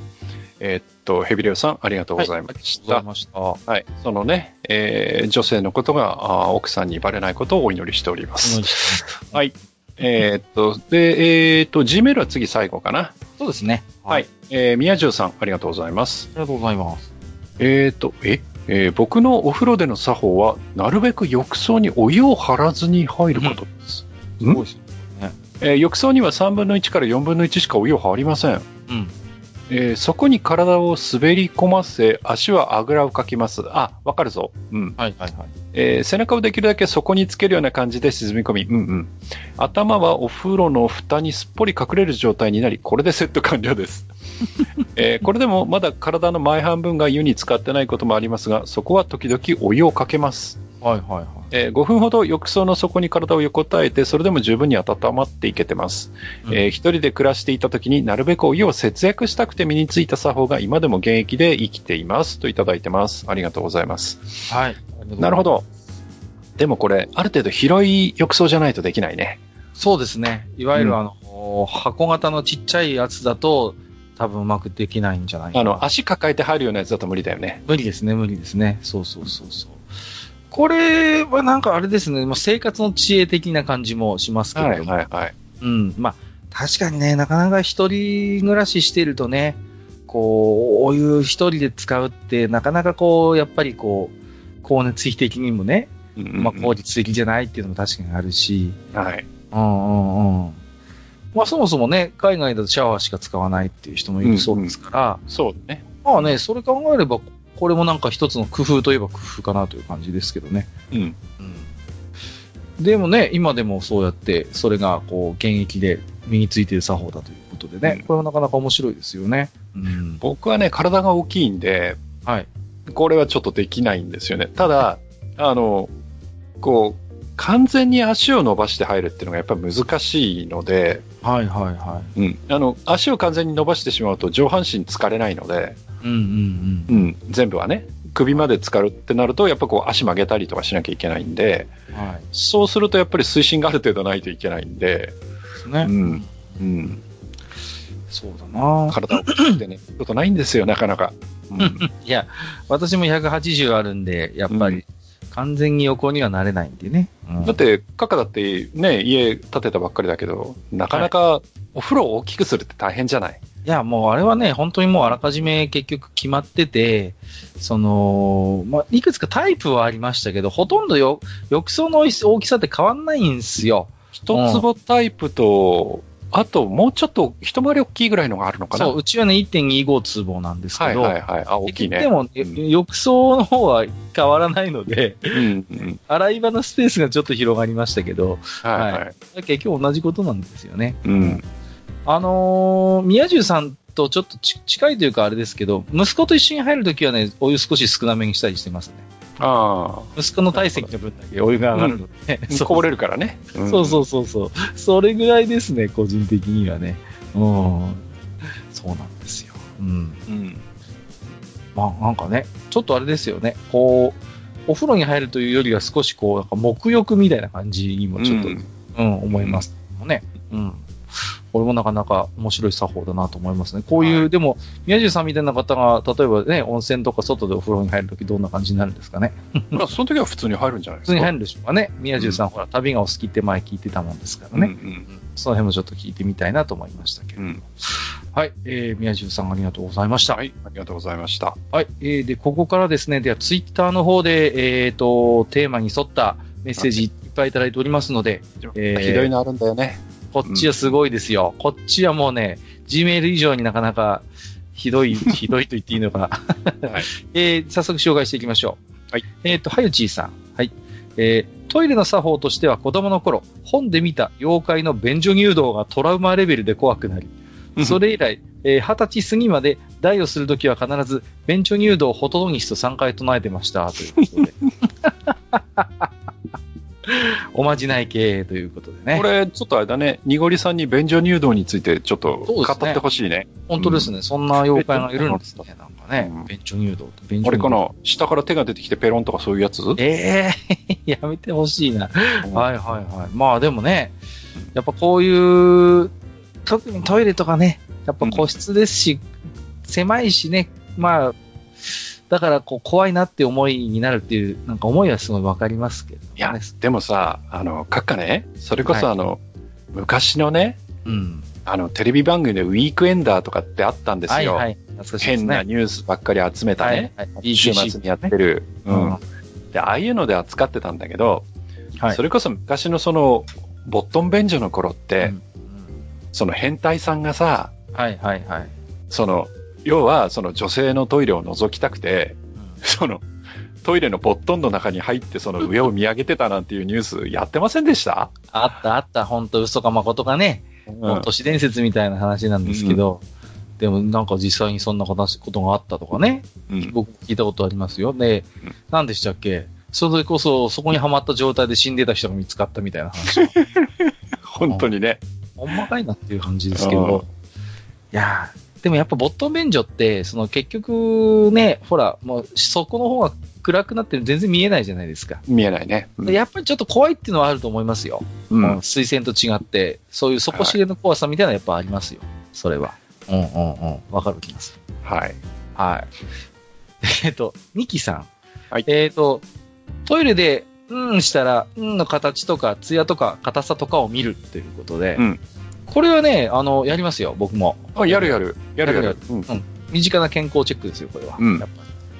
Speaker 2: えーっと、ヘビレオさん、ありがとうございまし
Speaker 1: は
Speaker 2: た。
Speaker 1: ありがとうございました。
Speaker 2: はい、そのね、えー女性のことがあー奥さんにバレないことをお祈りしております。はい。えーっと、で、えーっと、Gmail は次最後かな。
Speaker 1: そうですね。
Speaker 2: はい。。えー宮中さん、ありがとうございます
Speaker 1: あ。りがとうございます。
Speaker 2: えーっと、ええー僕のお風呂での作法は、なるべく浴槽にお湯を張らずに入ることです。
Speaker 1: すごいですね。
Speaker 2: えー浴槽には3分の1から4分の1しかお湯を張りません。
Speaker 1: うん。
Speaker 2: えーそこに体を滑り込ませ、足はあぐらをかきます。あ、わかるぞ。うん。
Speaker 1: はいはいはい。
Speaker 2: えー背中をできるだけ底につけるような感じで沈み込み、うんうん、頭はお風呂の蓋にすっぽり隠れる状態になりこれでセット完 了です、えーこれでもまだ体の前半分が湯に浸かってないこともありますがそこは時々お湯をかけます、
Speaker 1: はいはいはい。
Speaker 2: えー5分ほど浴槽の底に体を横たえてそれでも十分に温まっていけてます、
Speaker 1: うん
Speaker 2: えー一人で暮らしていた時になるべくお湯を節約したくて身についた作法が今でも現役で生きていますといただいてますありがとうございます
Speaker 1: はい。
Speaker 2: なるほ。ど。でもこれ、ある程度広い浴槽じゃないとできないね。
Speaker 1: そうですね。いわゆ
Speaker 2: う
Speaker 1: る
Speaker 2: ん
Speaker 1: あの、箱型のちっちゃいやつだと、多分うまくできないんじゃないか
Speaker 2: あ
Speaker 1: な
Speaker 2: の、足抱えて入るようなやつだと無理だよね。
Speaker 1: 無理ですね、無理ですね。そうそうそうそう。これはなんかあれですね、まあ、生活の知恵的な感じもしますけれども、
Speaker 2: はいはい。
Speaker 1: うん、まあ、確かにね、なかなか一人暮らししているとね、こう、お湯一人で使うって、なかなかこう、やっぱりこう、光熱費的にもね、ま
Speaker 2: ま
Speaker 1: あ、効率的じゃないっていうのも確かにあるし、
Speaker 2: はい。
Speaker 1: うんうんうん。まあ、そもそもね、海外だとシャワーしか使わないっていう人もいるそうですから、
Speaker 2: そうだね。
Speaker 1: まあね、それ考えれば、これもなんか一つの工夫といえば工夫かなという感じですけどね。
Speaker 2: うん。
Speaker 1: でもね、今でもそうやって、それがこう、現役で身についている作法だということでね、
Speaker 2: うん
Speaker 1: これもなかなか面白いですよね。うん。
Speaker 2: 僕はね、体が大きいんで、
Speaker 1: はい。
Speaker 2: これはちょっとできないんですよね。ただ、あの、こう、完全に足を伸ばして入るっていうのがやっぱり難しいので、
Speaker 1: はいはいはい。
Speaker 2: うん、あの足を完全に伸ばしてしまうと上半身疲れないので、
Speaker 1: うんうん
Speaker 2: うん、全部はね首まで浸かるってなるとやっぱこう足曲げたりとかしなきゃいけないんで、
Speaker 1: うん。はい。
Speaker 2: そうするとやっぱり水深がある程度ないといけないんで、
Speaker 1: ですね。
Speaker 2: うんうん、
Speaker 1: そうだな
Speaker 2: 体を大き くてね、ちょっとないんですよ、なかなか。うん、
Speaker 1: いや、私も180あるんで、やっぱり、完全に横にはなれないんでね。うん
Speaker 2: だって、カカだってね、家建てたばっかりだけど、なかなかお風呂を大きくするって大変じゃない、
Speaker 1: いや、もうあれはね、本当にもうあらかじめ結局決まってて、その、まあ、いくつかタイプはありましたけど、ほとんどよ浴槽の大きさって変わんないんですよ。
Speaker 2: 一坪タイプと、あともうちょっと一回り大きいぐらいのがあるのかな。
Speaker 1: そう、うちはね、1.25坪なんですけ
Speaker 2: はい
Speaker 1: ど、
Speaker 2: はいはい。あ、大きいね。
Speaker 1: でも、浴槽の方は変わらないので、
Speaker 2: うんうん。
Speaker 1: 洗い場のスペースがちょっと広がりましたけど、
Speaker 2: はいは。
Speaker 1: はい結局同じことなんですよね。
Speaker 2: うん。
Speaker 1: あのー宮中さんとちょっとち近いというかあれですけど、息子と一緒に入るときはね、お湯少し少なめにしたりしてますね。
Speaker 2: あ
Speaker 1: 息子の体積の分だけお湯が上がるので、
Speaker 2: あ。
Speaker 1: そ
Speaker 2: こぼ
Speaker 1: う
Speaker 2: れるからね。ん
Speaker 1: そうそうそうそう、それぐらいですね、個人的にはね。うん。そうなんですよ。うん。
Speaker 2: うん。
Speaker 1: まあなんかね、ちょっとあれですよね、こう、お風呂に入るというよりは少しこう、なんか沐浴みたいな感じにもちょっと
Speaker 2: うん
Speaker 1: うん、思います。ね。うん。これもなかなか面白い作法だなと思いますね。こういう、でも、宮地さんみたいな方が、例えばね、温泉とか外でお風呂に入るときどんな感じになるんですかね。
Speaker 2: まあ、その時は普通に入るんじゃないで
Speaker 1: 普通
Speaker 2: すか。
Speaker 1: に入るでしょうかね。宮地さん、ほら、旅がお好きって前聞いてたもんですからね。
Speaker 2: うん
Speaker 1: その辺もちょっと聞いてみたいなと思いましたけ
Speaker 2: う
Speaker 1: ど。
Speaker 2: んうん。
Speaker 1: はい。えー、宮地さんありがとうございました。
Speaker 2: はい、ありがとうございました。
Speaker 1: はい、えーで、ここからですね、ではツイッターの方で、えっ、と、テーマに沿ったメッセージいっぱいいただいておりますので、えー
Speaker 2: ひどいのあるんだ よね。
Speaker 1: こっちはすごいですよ。こっちはもうね、Gmail 以上になかなかひど い、ひどいと言っていいのかな。
Speaker 2: はい。
Speaker 1: えー早速紹介していきましょう。
Speaker 2: はい。
Speaker 1: えっ、と、はゆちーさん。はい。えートイレの作法としては子供の頃、本で見た妖怪の便所入道がトラウマレベルで怖くなり、それ以来、えー20歳過ぎまで台をするときは必ず、便所入道ホトトギスと3回唱えてました、ということで。おまじない系ということでね。
Speaker 2: これ、ちょっとあれだね、濁りさんに便所入道についてちょっと
Speaker 1: そう
Speaker 2: 語
Speaker 1: ですね
Speaker 2: ってほしいね。
Speaker 1: 本当ですね、そんな妖怪がいるんですね。なんかね
Speaker 2: うん、
Speaker 1: 便所入道と便所
Speaker 2: あれ
Speaker 1: 入
Speaker 2: か
Speaker 1: 道。
Speaker 2: な、下から手が出てきてペロンとかそういうやつ
Speaker 1: ええ やめてほしいな。
Speaker 2: うん
Speaker 1: はいはいはい。まあでもね、やっぱこういう、特にトイレとかね、やっぱ個室ですし、狭いしね、まあ、だからこう怖いなって思いになるっていう、なんか思いはすごいわかりますけど、ね。
Speaker 2: いや、でもさ、あの、閣下ね、それこそあの、昔のね、
Speaker 1: うん。
Speaker 2: あの、テレビ番組でウィークエンダーとかってあったんです
Speaker 1: はい
Speaker 2: よ。
Speaker 1: はい。懐かしいです
Speaker 2: 変な
Speaker 1: ね。
Speaker 2: ニュースばっかり集めたね。
Speaker 1: はいはい
Speaker 2: 週末にやってる。うん。
Speaker 1: うん
Speaker 2: で、ああいうので扱ってたんだけど、
Speaker 1: はい
Speaker 2: それこそ昔のその、ボットン便所の頃って、
Speaker 1: うん
Speaker 2: その変態さんがさ、
Speaker 1: はいはいはい。
Speaker 2: その、要は、その女性のトイレを覗きたくて、
Speaker 1: うん
Speaker 2: その、トイレのボットンの中に入って、その上を見上げてたなんていうニュースやってませんでした
Speaker 1: あったあった、本当嘘か誠かね、もう都市伝説みたいな話なんですけど、でもなんか実際にそんな話ことがあったとかね、
Speaker 2: うん。
Speaker 1: 僕聞いたことありますよ。で
Speaker 2: うん、
Speaker 1: 何でしたっけそれこそ、そこにはまった状態で死んでた人が見つかったみたいな話。
Speaker 2: 本当にね。
Speaker 1: ほんまかいなっていう感じですけど。いやーでもやっぱボットン便所って、その結局ね、ほら、もうそこの方が暗くなって全然見えないじゃないですか。
Speaker 2: 見えないね。うん
Speaker 1: でやっぱりちょっと怖いっていうのはあると思いますよ。
Speaker 2: う
Speaker 1: うん、
Speaker 2: ん。
Speaker 1: 推薦と違って、そういう底知れの怖さみたいなのやっぱありますよ。それは。うんうんうん。わかる気がする。
Speaker 2: はい。
Speaker 1: はい。えっ と、ミキさん。
Speaker 2: はい
Speaker 1: えっと、トイレで、うんしたら、うんの形とか、ツヤとか、硬さとかを見るということで、
Speaker 2: うん
Speaker 1: これはね、あの、やりますよ、僕も。
Speaker 2: あ、やるやる。やるや
Speaker 1: や
Speaker 2: る
Speaker 1: る。
Speaker 2: うん
Speaker 1: 身近な健康チェックですよ、これは。
Speaker 2: うん
Speaker 1: やっぱ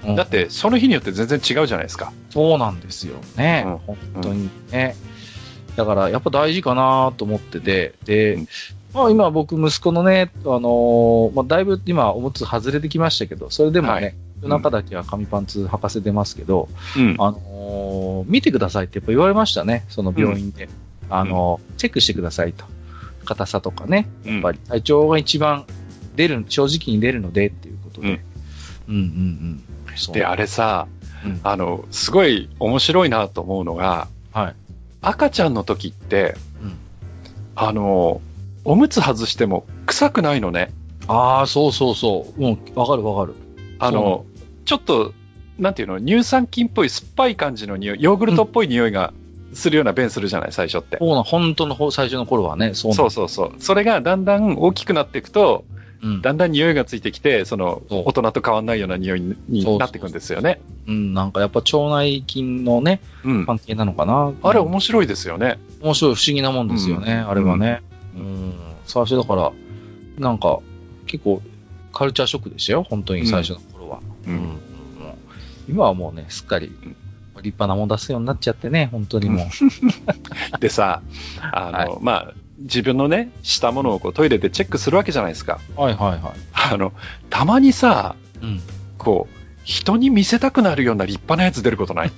Speaker 1: りうん
Speaker 2: だって、その日によって全然違うじゃないですか。
Speaker 1: そうなんですよね、
Speaker 2: うん
Speaker 1: 本当にね。だから、やっぱ大事かなと思ってて、で、
Speaker 2: うん
Speaker 1: まあ今僕、息子のね、あのーまあだいぶ今、おむつ外れてきましたけど、それでもね、
Speaker 2: はい
Speaker 1: 夜中だけは紙パンツ履かせてますけど、
Speaker 2: うん。
Speaker 1: あのー見てくださいってやっぱ言われましたね、その病院で。あのーチェックしてくださいと。硬さとかね、
Speaker 2: や
Speaker 1: やっぱり体調が一番出る、正直に出るのでっていうことで。う
Speaker 2: う
Speaker 1: んん、うん、うんうんそう
Speaker 2: で、あれさ、
Speaker 1: うん
Speaker 2: あの、すごい面白いなと思うのが、
Speaker 1: はい。
Speaker 2: 赤ちゃんの時って、
Speaker 1: うん
Speaker 2: あの、おむつ外しても臭くないのね。
Speaker 1: ああ、そうそうそう。うん、わかるわかる。
Speaker 2: あの、ちょっと、なんていうの、乳酸菌っぽい酸っぱい感じの匂い、ヨーグルトっぽい匂いがするような便するじゃない、最初って。
Speaker 1: そうな、本当のほう最初の頃はね、そうな
Speaker 2: そうそうそう。それがだんだん大きくなっていくと、
Speaker 1: うん、
Speaker 2: だんだん匂いがついてきて、その、
Speaker 1: そう
Speaker 2: 大人と変わんないような匂いにになっていくんですよね。
Speaker 1: うん、なんかやっぱ腸内菌のね、
Speaker 2: うん。
Speaker 1: 関係なのかな。
Speaker 2: あれ
Speaker 1: うん
Speaker 2: 面白いですよね。
Speaker 1: 面白い、不思議なもんですよね、
Speaker 2: うん
Speaker 1: あれはね。
Speaker 2: う
Speaker 1: うんん、最初だから、なんか、結構、カルチャーショックでしたよ、本当に最初の頃は。
Speaker 2: う
Speaker 1: うんうんうん今はもうね、すっかり、
Speaker 2: ん
Speaker 1: 立派なもん出すようになっちゃってね、本当にもう。
Speaker 2: でさ、あの、
Speaker 1: は
Speaker 2: まあ、自分のね、したものをこうトイレでチェックするわけじゃないですか。
Speaker 1: はいはいは
Speaker 2: あの、たまにさ、
Speaker 1: い。うん。
Speaker 2: こう、人に見せたくなるような立派なやつ出ることない。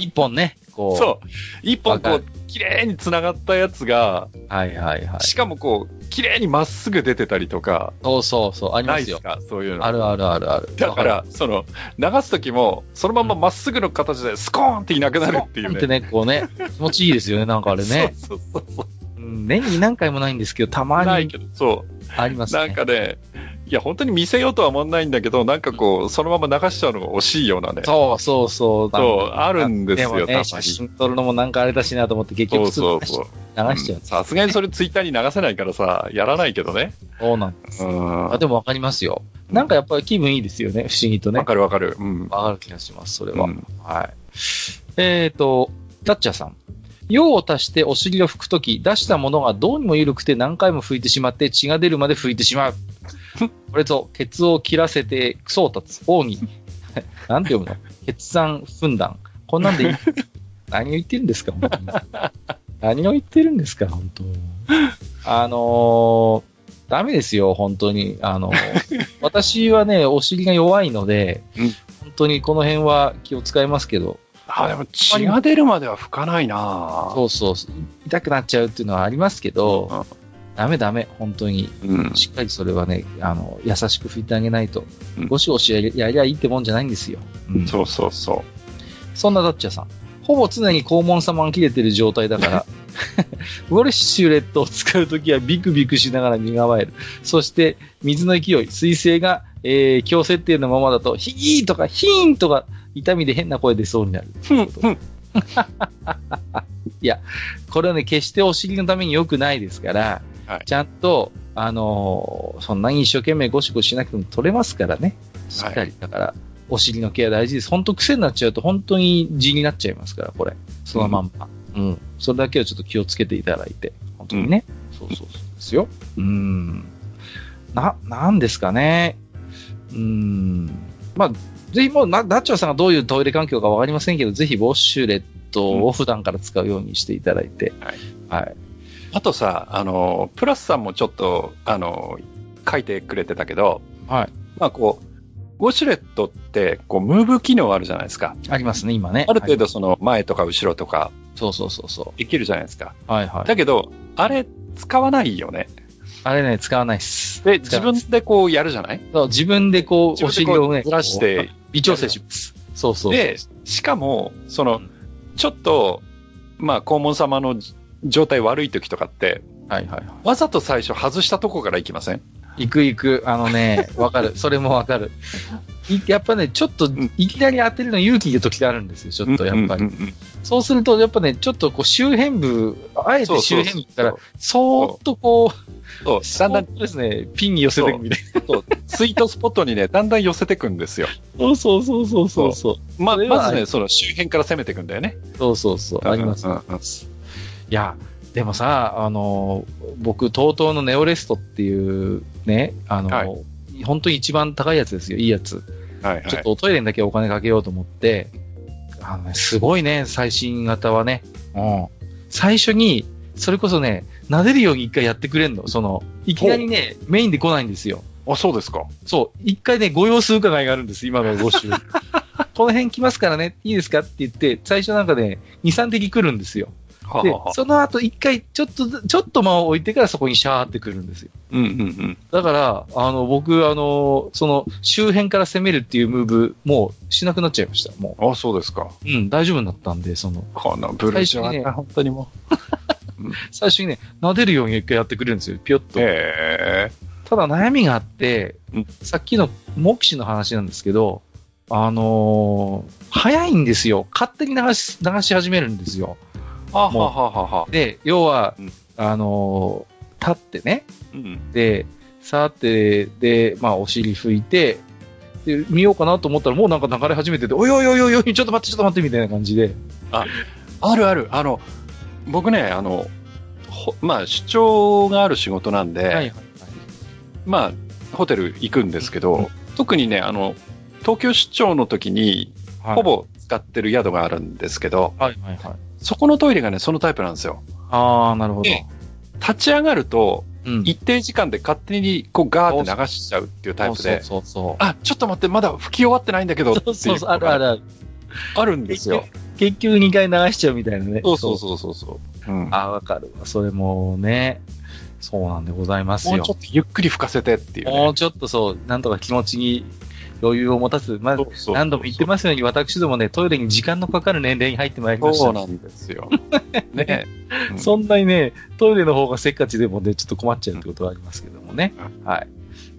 Speaker 1: 一本ね、こう。
Speaker 2: そう。一本こ
Speaker 1: わ
Speaker 2: う、綺麗に繋がったやつが、
Speaker 1: う。はいはいはい。
Speaker 2: しかもこう、綺麗にまっすぐ出てたりとか、
Speaker 1: そうそうそう、あり
Speaker 2: な
Speaker 1: ま
Speaker 2: い
Speaker 1: す
Speaker 2: で
Speaker 1: よ
Speaker 2: す。かそういう
Speaker 1: あ
Speaker 2: の。
Speaker 1: るあるあるある。
Speaker 2: だから、その、流すときも、そのまままっすぐの形でスコーンっていなくなるっていう
Speaker 1: ポンっ
Speaker 2: ね。
Speaker 1: てね、こうね、気持ちいいですよね、なんかあれね。
Speaker 2: そうそうそ
Speaker 1: う
Speaker 2: う。
Speaker 1: ん年に何回もないんですけど、たま
Speaker 2: ない
Speaker 1: に
Speaker 2: けど、そう。
Speaker 1: あります
Speaker 2: な
Speaker 1: ね。
Speaker 2: んかね、いや、本当に見せようとは思わないんだけど、なんかこう、そのまま流しちゃうのが惜しいようなね。
Speaker 1: そうそうそう。
Speaker 2: そうあるんですよ
Speaker 1: も
Speaker 2: たま
Speaker 1: ね、
Speaker 2: に
Speaker 1: 写真撮るのもなんかあれだしなと思って、結
Speaker 2: そ
Speaker 1: 局
Speaker 2: う
Speaker 1: すぐ
Speaker 2: そ
Speaker 1: 流
Speaker 2: うそう。
Speaker 1: しちゃう。
Speaker 2: さすがにそれツイッターに流せないからさ、やらないけどね。
Speaker 1: そうなん
Speaker 2: うん。
Speaker 1: あでもわかりますよ。なんかやっぱり気分いいですよね、不思議とね
Speaker 2: わ。かるわかる。うん。
Speaker 1: わかる気がします、それ
Speaker 2: う
Speaker 1: は。
Speaker 2: ん
Speaker 1: はい。えっ、と、ダッチャーさん。用を足してお尻を拭くとき、出したものがどうにも緩くて何回も拭いてしまって血が出るまで拭いてしまう。これぞ、ケツを切らせて、クソを立つ、王に。 なんて読むの血酸、分断。こんなんでいい何を言ってるんですか、本当に。何を言ってるんですか、本当あのーダメですよ、本当に。あのー私はね、お尻が弱いので、
Speaker 2: うん
Speaker 1: 本当にこの辺は気を使いますけど、
Speaker 2: あ、でも血が出るまでは拭かないな
Speaker 1: そうそう、痛くなっちゃうっていうのはありますけど、ダメダメ、本当に。
Speaker 2: うん。
Speaker 1: しっかりそれはね、あの、優しく拭いてあげないと
Speaker 2: う、ん
Speaker 1: ゴシゴシやりやりゃいいってもんじゃないんですよ。うん
Speaker 2: そうそうそ
Speaker 1: そんなダッチャーさん。ほぼ常に肛門様が切れてる状態だ から、ウォレッシュレットを使うときはビクビクしながら身構える。そして、水の勢い、水性が、えー強設定のままだと、ヒギーとかヒーンとか、痛みで変な声出そうになる。
Speaker 2: う。ふん、ふん。
Speaker 1: これはね、決してお尻のために良くないですから、
Speaker 2: はい
Speaker 1: ちゃんと、あのーそんなに一生懸命ゴシゴシしなくても取れますからね。しっかり。だから、お尻のケア大事です。本当癖になっちゃうと本当に地になっちゃいますから、これ。そのまんま。うん。それだけはちょっと気をつけていただいて。本当にね。そうそうそうですよ。うん。な、なんですかね。うん。まあ、ぜひもうな、ダッチョウさんがどういうトイレ環境かわかりませんけど、ぜひウォッシュレットを普段から使うようにしていただいて。はい。はい。
Speaker 2: あとさ、あの、プラスさんもちょっと、あの、書いてくれてたけど、
Speaker 1: はい。
Speaker 2: まあこう、ウォシュレットって、こう、ムーブ機能あるじゃないですか。
Speaker 1: ありますね、今ね。
Speaker 2: ある程
Speaker 1: はい
Speaker 2: 度、その、前とか後ろとか、
Speaker 1: そうそうそうそ
Speaker 2: できるじゃないですか。
Speaker 1: う。はいはい。
Speaker 2: だけど、あれ、使わないよね。
Speaker 1: あれね、使わないっす。
Speaker 2: で、
Speaker 1: 使
Speaker 2: 自
Speaker 1: わない
Speaker 2: 分でこう、やるじゃない
Speaker 1: そう、自分でこう、お
Speaker 2: 自
Speaker 1: 尻
Speaker 2: 分でこう
Speaker 1: をね、
Speaker 2: ずらして
Speaker 1: こう、微調整します。そうそうそう。
Speaker 2: で、しかも、そうの
Speaker 1: ん、
Speaker 2: ちょっと、まあ、肛門様のじ状態悪い時とかって、
Speaker 1: はいはいは
Speaker 2: わざと最初外したとこから行きません
Speaker 1: い。行く行く、あのね、わかる。 それもわかる。いやっぱね、ちょっと
Speaker 2: ん、
Speaker 1: いきなり当てるの勇気いる時があるんですよ、ちょっと、やっぱ
Speaker 2: う
Speaker 1: り
Speaker 2: ん。うんうん
Speaker 1: そうすると、やっぱね、ちょっとこう、周辺部、あえ
Speaker 2: そ
Speaker 1: て
Speaker 2: うそ
Speaker 1: 周
Speaker 2: う
Speaker 1: 辺部から、そーっとこう、
Speaker 2: そうそうだんだん
Speaker 1: そーっとですね、ピンに寄せていくみたい
Speaker 2: そうスイートスポットにね、だんだん寄せてくんですよ。
Speaker 1: な。そうそうそうそうそう。
Speaker 2: まあ、
Speaker 1: それは
Speaker 2: まず
Speaker 1: あ
Speaker 2: ね、
Speaker 1: り
Speaker 2: その周辺から攻めてくんだよね。
Speaker 1: そうそうそう、あります
Speaker 2: うんうんうん
Speaker 1: いや、でもさ、あの、僕、TOTO のネオレストっていうね、あの、
Speaker 2: は
Speaker 1: 本当に一番高いやつですよ、いいやつ。
Speaker 2: はい
Speaker 1: ちょ
Speaker 2: は
Speaker 1: っ
Speaker 2: い。
Speaker 1: とおトイレにだけお金かけようと思って、あのね、すごいね、最新型はね。うん。最初に、それこそね、撫でるように一回やってくれんの。その、いきなりね、メインで来ないんですよ。
Speaker 2: あ、そうですか。
Speaker 1: そう、一回ね、ご様子伺いがあるんです、今のご 種この辺来ますからね、いいですかって言って、最初なんかね、2、3滴来るんですよ。
Speaker 2: は
Speaker 1: で
Speaker 2: は、は。
Speaker 1: その後一回、ちょっと、ちょっと間を置いてからそこにシャーってくるんですよ。
Speaker 2: うんうんうん。
Speaker 1: だから、あの、僕、あの、その、周辺から攻めるっていうムーブ、もうしなくなっちゃいました。も
Speaker 2: あ、そうですか。
Speaker 1: う、うん、大丈夫になったんで、その、
Speaker 2: このブルージョ
Speaker 1: 最初に
Speaker 2: ア
Speaker 1: ね
Speaker 2: な、本当にも
Speaker 1: 最初にね、撫でるように一回やってくれるんですよ、ぴょっ
Speaker 2: う。
Speaker 1: と。
Speaker 2: へえ。
Speaker 1: ただ悩みがあって
Speaker 2: うん、
Speaker 1: さっきの目視の話なんですけど、あのー早いんですよ。勝手に流し、流し始めるんですよ。
Speaker 2: あは
Speaker 1: もう
Speaker 2: ははは。
Speaker 1: で、要は
Speaker 2: うん、
Speaker 1: あのー立ってね、
Speaker 2: うん。
Speaker 1: で、さて、で、まあ、お尻拭いて、で、見ようかなと思ったら、もうなんか流れ始めてて、おいおいおいおいおい、ちょっと待って、ちょっと待って、みたいな感じで。
Speaker 2: あるある。あの、僕ね、あの、ほまあ、出張がある仕事なんで、
Speaker 1: はいはいはい。
Speaker 2: まあ、ホテル行くんですけど、
Speaker 1: うん
Speaker 2: 特にね、あの、東京出張の時に、ほ。ぼ使ってる宿があるんですけど、
Speaker 1: はいはいはい。
Speaker 2: そこのトイレがね、そのタイプなんですよ。
Speaker 1: あー、なるほど。
Speaker 2: で立ち上がると、
Speaker 1: うん
Speaker 2: 一定時間で勝手にこうガーって流しちゃうっていうタイプで、
Speaker 1: そうそう
Speaker 2: あ、ちょっと待って、まだ拭き終わってないんだけどってい
Speaker 1: そう。そう
Speaker 2: う
Speaker 1: そうそう、あるあるある。
Speaker 2: あるんですよ。
Speaker 1: 結局2回流しちゃうみたいなね。
Speaker 2: そうそうそうそうそう。うん
Speaker 1: あー、わかるわ。それもね、そうなんでございます
Speaker 2: も
Speaker 1: よ。
Speaker 2: うちょっとゆっくり拭かせてっていう、ね。
Speaker 1: もうちょっとそう、なんとか気持ちに余裕を持たす。まあ、
Speaker 2: そうそうそう
Speaker 1: 何度も言ってますように、私どもね、トイレに時間のかかる年齢に入ってまいりました。
Speaker 2: そうなんです よ。ね。うん
Speaker 1: そんなにね、トイレの方がせっかちでもね、ちょっと困っちゃうってことはありますけどもね。はい。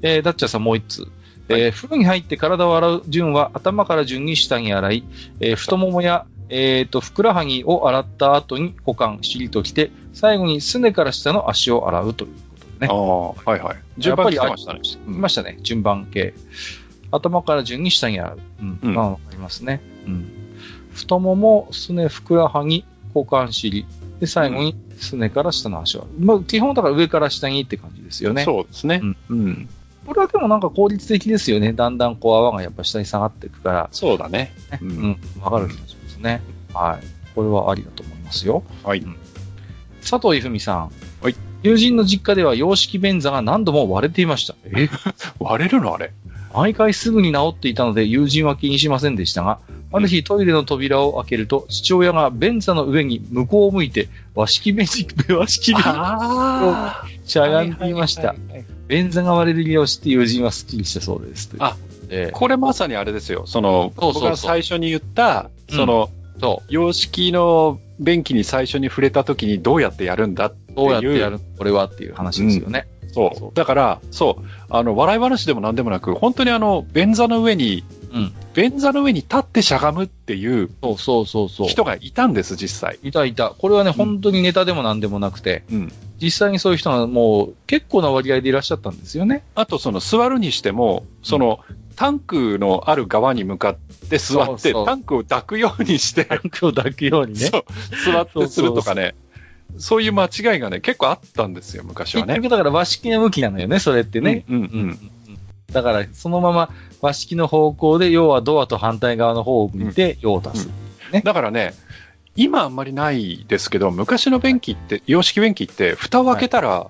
Speaker 1: えーダッチャーさんもう一通。えー風呂に入って体を洗う順は頭から順に下に洗い、えー太ももや、えー、とふくらはぎを洗った後に股間、尻ときて、最後にすねから下の足を洗うということでね。
Speaker 2: ああ、はいはい。順番来てましたね。
Speaker 1: やっぱりありましたね。順番系。頭から順に下に洗う。うん。
Speaker 2: うん
Speaker 1: まあ、わかりますね。うん。太もも、すね、ふくらはぎ、股間、尻。で、最後に、すねから下の足は。まあ、基本だから上から下にって感じですよね。
Speaker 2: そうですね
Speaker 1: う。ん。うん。これはでもなんか効率的ですよね。だんだんこう泡がやっぱ下に下がっていくから。
Speaker 2: そうだね。う。
Speaker 1: うんん。わかる気がしますね。はい。これはありだと思いますよ。
Speaker 2: はい。
Speaker 1: 佐藤郁美さん。
Speaker 2: はい。
Speaker 1: 友人の実家では洋式便座が何度も割れていました。え
Speaker 2: 割れるのあれ。
Speaker 1: 毎回すぐに治っていたので友人は気にしませんでしたが、ある日トイレの扉を開けると、父親が便座の上に向こうを向いて、和式便座、和式便座
Speaker 2: あ
Speaker 1: にしゃがんでいました。。便座が割れる理由を知って友人はスッキリしたそうです。という
Speaker 2: あ
Speaker 1: で、
Speaker 2: これまさにあれですよ。その、
Speaker 1: そうそうそう
Speaker 2: 僕が最初に言った、その、
Speaker 1: そ
Speaker 2: 様式の便器に最初に触れた時にどうやってやるんだっていう
Speaker 1: う。。どうやってやるこれはっていう話ですよね。
Speaker 2: そう
Speaker 1: そう
Speaker 2: だから、そう、あの、笑い話でも何でもなく、本当にあの、便座の上に、
Speaker 1: うん
Speaker 2: 便座の上に立ってしゃがむっていう
Speaker 1: そうそうそうそう。
Speaker 2: 人がいたんです、実際。
Speaker 1: いたいた。これはね、本当にネタでも何でもなくて、
Speaker 2: うん
Speaker 1: 実際にそういう人がもう結構な割合でいらっしゃったんですよ ね。
Speaker 2: あと、その、座るにしても、その、タンクのある側に向かって座
Speaker 1: そう
Speaker 2: って、
Speaker 1: そう
Speaker 2: タンクを抱くようにして、
Speaker 1: 手を抱くようにね。
Speaker 2: そう座ってするとかね、そういう間違いがね、結構あったんですよ、昔は
Speaker 1: 結
Speaker 2: ね。
Speaker 1: 局だから和式の向きなのよね、それってね。
Speaker 2: うん、う
Speaker 1: う
Speaker 2: ん、
Speaker 1: んだから、そのまま和式の方向で、要はドアと反対側の方を向いて、用を足す。
Speaker 2: だからね、今あんまりないですけど、昔の便器って、洋式便器って、蓋を開けたら、
Speaker 1: うん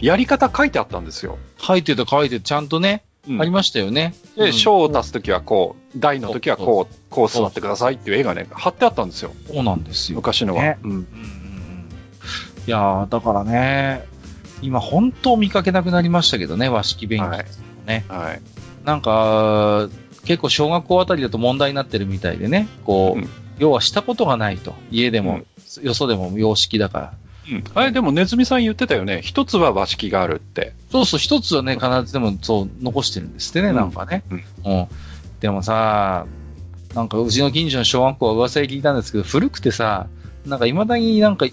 Speaker 2: やり方書いてあったんですよ。
Speaker 1: 書いてた書いてた、ちゃんとね、ありましたよね。う
Speaker 2: で、
Speaker 1: ん
Speaker 2: 章を足すときはこう、台のときはこう、こう座ってくださいっていう絵がね、貼ってあったんですよ、
Speaker 1: そうなんですよ。
Speaker 2: 昔のは。
Speaker 1: ね
Speaker 2: うん
Speaker 1: うんうんうんいやー、だからね、今本当見かけなくなりましたけどね、和式便器。
Speaker 2: はい
Speaker 1: ね。
Speaker 2: はい。
Speaker 1: なんか、結構小学校あたりだと問題になってるみたいでね、こう、
Speaker 2: うん
Speaker 1: 要はしたことがないと。家でも、よそでも洋式だから。
Speaker 2: うんあれ、でも、ネズミさん言ってたよね。一つは和式があるって。
Speaker 1: そうそう、一つはね、必ずでもそう、残してるんですってね、
Speaker 2: うん
Speaker 1: なんかね。
Speaker 2: う
Speaker 1: うん。でもさ、なんかうちの近所の小学校は噂で聞いたんですけど、古くてさ、なんか未だになんか、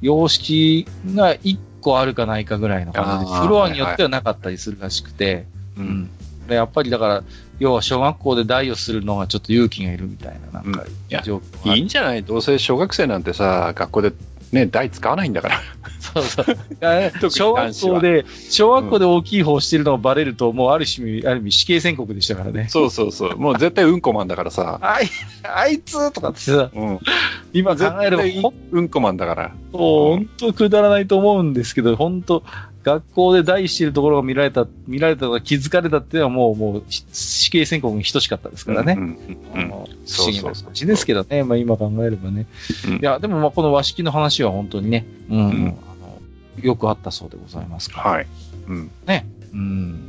Speaker 1: 様式が一個あるかないかぐらいの感じで、
Speaker 2: あー
Speaker 1: フロアによってはなかったりするらしくて、
Speaker 2: う
Speaker 1: うん。でやっぱりだから、要は小学校で代をするのがちょっと勇気がいるみたいな、なんか
Speaker 2: うんいや
Speaker 1: 状況があ
Speaker 2: い
Speaker 1: る、
Speaker 2: いんじゃないどうせ小学生なんてさ、学校でね、台使わないんだから。
Speaker 1: そうそう。いや
Speaker 2: 特に
Speaker 1: 小
Speaker 2: 男
Speaker 1: 学
Speaker 2: 子は
Speaker 1: 校で、小学校で大きい方してるのがバレると、もうある種、ある意味死刑宣告でしたからね。
Speaker 2: そうそうそう。もう絶対うんこマンだからさ。
Speaker 1: あい、あいつとかってさ、
Speaker 2: うん。
Speaker 1: 今考
Speaker 2: 絶
Speaker 1: えれば、
Speaker 2: 対
Speaker 1: 本
Speaker 2: うんこマンだから。
Speaker 1: 当、本当くだらないと思うんですけど、本当、学校で大してるところが見られた、見られたとか気づかれたっていうのはもう、もう、し死刑宣告に等しかったですからね。
Speaker 2: うんうんうん
Speaker 1: あの不
Speaker 2: そ
Speaker 1: 思
Speaker 2: うそうそう
Speaker 1: 議な話ですけどね、まあ今考えればね。
Speaker 2: うん
Speaker 1: いや、でもまあこの和式の話は本当にね、うん、
Speaker 2: うん
Speaker 1: あのよくあったそうでございますから。
Speaker 2: はい。うん。
Speaker 1: うん。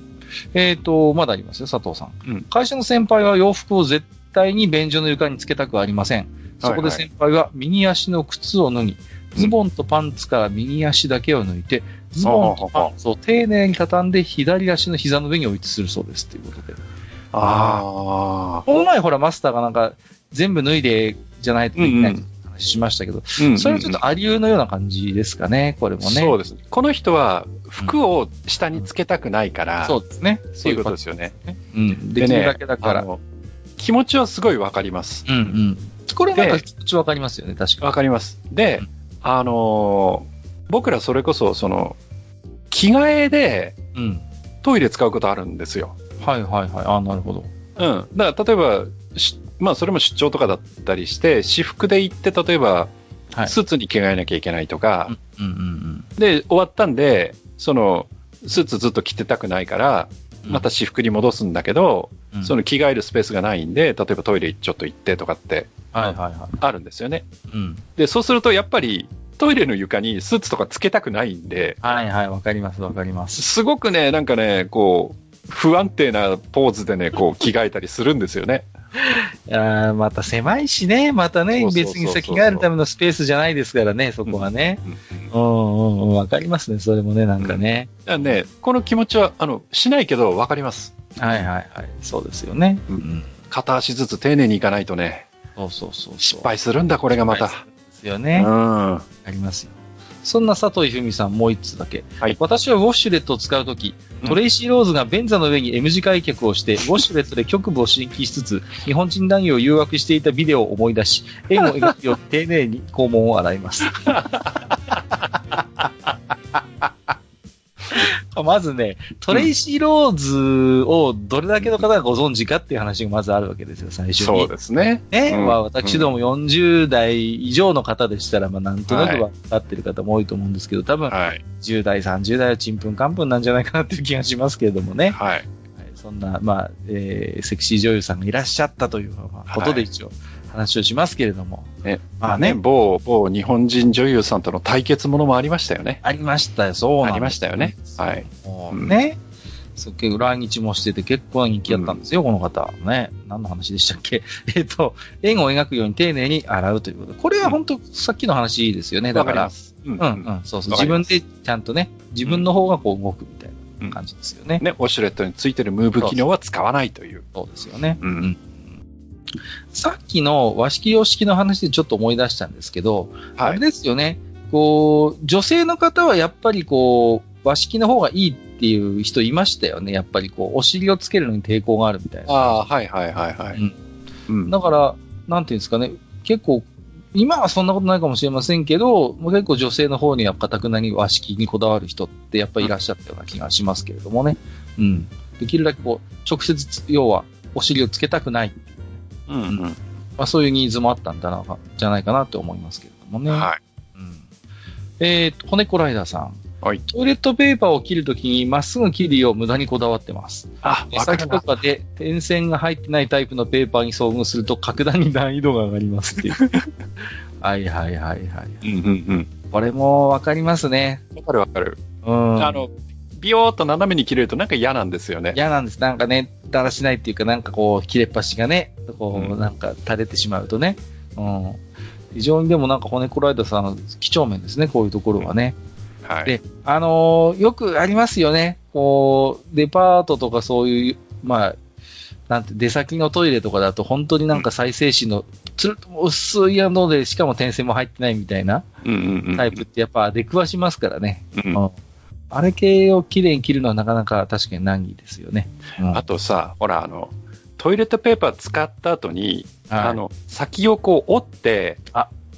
Speaker 1: えっ、と、まだありますよ、佐藤さん。
Speaker 2: うん
Speaker 1: 会社の先輩は洋服を絶対に便所の床につけたくありません。そこで先輩は右足の靴を脱ぎ、ズボンとパンツから右足だけを抜いて、ズボンとパンツを丁寧に畳んで左足の膝の上に置いてするそうですということで。
Speaker 2: ああ。
Speaker 1: この前ほらマスターがなんか全部脱いでじゃないとできないって話しましたけど、それはちょっとありうのような感じですかね、これもね。
Speaker 2: そうですね。この人は服を下につけたくないから、
Speaker 1: そうですね。
Speaker 2: そういうことですよね。
Speaker 1: うん。で
Speaker 2: で
Speaker 1: き
Speaker 2: ね
Speaker 1: るだけだか
Speaker 2: あ
Speaker 1: ら。
Speaker 2: の気持ちはすごいわかります。
Speaker 1: うんうん。これなんか
Speaker 2: で
Speaker 1: 気持ちわかりますよね、確か
Speaker 2: わかります。で
Speaker 1: うん、
Speaker 2: あのー僕らそれこそ、その、着替えで
Speaker 1: に。うん。
Speaker 2: トイレ使うことあるんですよ。
Speaker 1: はいはいはい。あなるほど。
Speaker 2: うん。だから、例えば、しまあ、それも出張とかだったりして、私服で行って、例えば、
Speaker 1: はい。
Speaker 2: スーツに着替えなきゃいけないとか、
Speaker 1: うんうん
Speaker 2: で、終わったんで、その、スーツずっと着てたくないから、
Speaker 1: うん。
Speaker 2: また、私服に戻すんだけど、
Speaker 1: うん、
Speaker 2: その着替えるスペースがないんで、例えばトイレちょっと行ってとかって
Speaker 1: はいはいは
Speaker 2: あるんですよね。
Speaker 1: い。うん。
Speaker 2: で、そうするとやっぱりトイレの床にスーツとかつけたくないんで、
Speaker 1: はいはい、わかりますわかります。
Speaker 2: すごくね、なんかね、こう、不安定なポーズでね、こう着替えたりするんですよね。
Speaker 1: あーまた狭いしね、またね
Speaker 2: そう、そうそ
Speaker 1: 別
Speaker 2: うそう
Speaker 1: に先があるためのスペースじゃないですからね、そこはね。うんうんうん、わかりますね、それもね、なんかね。
Speaker 2: だからね、この気持ちは、あの、しないけど分かります。
Speaker 1: はいはいはい、そうですよね。
Speaker 2: うん
Speaker 1: ん、
Speaker 2: 片足ずつ丁寧にいかないとね、
Speaker 1: そうそうそうそう。
Speaker 2: 失敗するんだ、これがまた。
Speaker 1: ですよ
Speaker 2: う
Speaker 1: ね。
Speaker 2: ん。は
Speaker 1: ありますよ。そんな佐藤文さん、もう一つだけ。
Speaker 2: はい
Speaker 1: 私はウォッシュレットを使うとき、トレイシー・ローズが便座の上に M 字開脚をして、ウォッシュレットで局部を刺激しつつ、日本人男優を誘惑していたビデオを思い出し、円を描くように丁寧に肛門を洗い ます。まずね、トレイシー・ローズをどれだけの方がご存知かっていう話がまずあるわけですよ、最初に。
Speaker 2: そうですね。
Speaker 1: ね、
Speaker 2: うん
Speaker 1: まあ私ども40代以上の方でしたら、まあなんとなく
Speaker 2: はい
Speaker 1: 分かってる方も多いと思うんですけど、多分
Speaker 2: はい。
Speaker 1: 10代、30代はちんぷんかんぷんなんじゃないかなっていう気がしますけれどもね。
Speaker 2: はい。
Speaker 1: はいそんな、まあ、えーセクシー女優さんがいらっしゃったというまあことで一応話をしますけれども。
Speaker 2: ね
Speaker 1: まあね
Speaker 2: ね、、某、某日本人女優さんとの対決ものもありましたよね。
Speaker 1: ありましたよ、そう
Speaker 2: あ
Speaker 1: なん
Speaker 2: り
Speaker 1: で
Speaker 2: ますしたよね。はい。
Speaker 1: も
Speaker 2: う
Speaker 1: うんね。そう結構来日もしてて結構人気だったんですよ、この方。ね。何の話でしたっけ えっと、円を描くように丁寧に洗うということ。これは本当、さっきの話ですよね。だ
Speaker 2: わ
Speaker 1: か
Speaker 2: かり
Speaker 1: ら
Speaker 2: ま、す。うん
Speaker 1: うんうん、そうそう。自
Speaker 2: わかり
Speaker 1: 分
Speaker 2: ます
Speaker 1: でちゃんとね、自分の方がこう動くみたいな感じですよね。
Speaker 2: ね、ウォシュレットについてるムーブ機能は使わないという。
Speaker 1: そうですよね。
Speaker 2: うん
Speaker 1: うんさっきの和式洋式の話でちょっと思い出したんですけど、あ
Speaker 2: は
Speaker 1: れ
Speaker 2: い。
Speaker 1: ですよね、こう、女性の方はやっぱりこう、和式の方がいいっていう人いましたよね。やっぱりこう、お尻をつけるのに抵抗があるみたいな。
Speaker 2: ああー、はいはいはいはい。
Speaker 1: うん
Speaker 2: うん
Speaker 1: だから、なんていうんですかね、結構、今はそんなことないかもしれませんけど、もう結構女性の方にはかたくなに和式にこだわる人ってやっぱりいらっしゃったような気がしますけれどもね。うん。できるだけこう、直接つ、要は、お尻をつけたくない。
Speaker 2: うんうん
Speaker 1: まあそういうニーズもあったんだな、じゃないかなと思いますけれどもね。
Speaker 2: はい。
Speaker 1: うんえーと、骨コライダーさん。
Speaker 2: はい
Speaker 1: トイレットペーパーを切るときにまっすぐ切るよう無駄にこだわってます。
Speaker 2: あ、わか
Speaker 1: 先
Speaker 2: る
Speaker 1: と
Speaker 2: な。
Speaker 1: かで点線が入ってないタイプのペーパーに遭遇すると格段に難易度が上がります っていう。はいはいはいはい。
Speaker 2: うんうん
Speaker 1: これもわかりますね。
Speaker 2: うん。わかるわかる。
Speaker 1: うん。
Speaker 2: あの、ビヨーっと斜めに切れるとなんか嫌なんですよね。
Speaker 1: 嫌なんです。なんかね、だらしないっていうか、なんかこう、切れっ端がね、こう、
Speaker 2: うん
Speaker 1: なんか垂れてしまうとね。うん。非常にでもなんか骨コライダーさん、几帳面ですね、こういうところはね。
Speaker 2: はい。
Speaker 1: で、あのーよくありますよね。こう、デパートとかそういう、まあ、なんて、出先のトイレとかだと、本当になんか再生紙の、つるっともう薄いので、しかも点線も入ってないみたいな
Speaker 2: うんうんうん。
Speaker 1: タイプってやっぱ出くわしますからね。
Speaker 2: うん
Speaker 1: うんあれ系をきれいに切るのはなかなか確かに難儀ですよね。うん
Speaker 2: あとさ、ほら、あの、トイレットペーパー使った後に、
Speaker 1: はい
Speaker 2: あの、先をこう折って、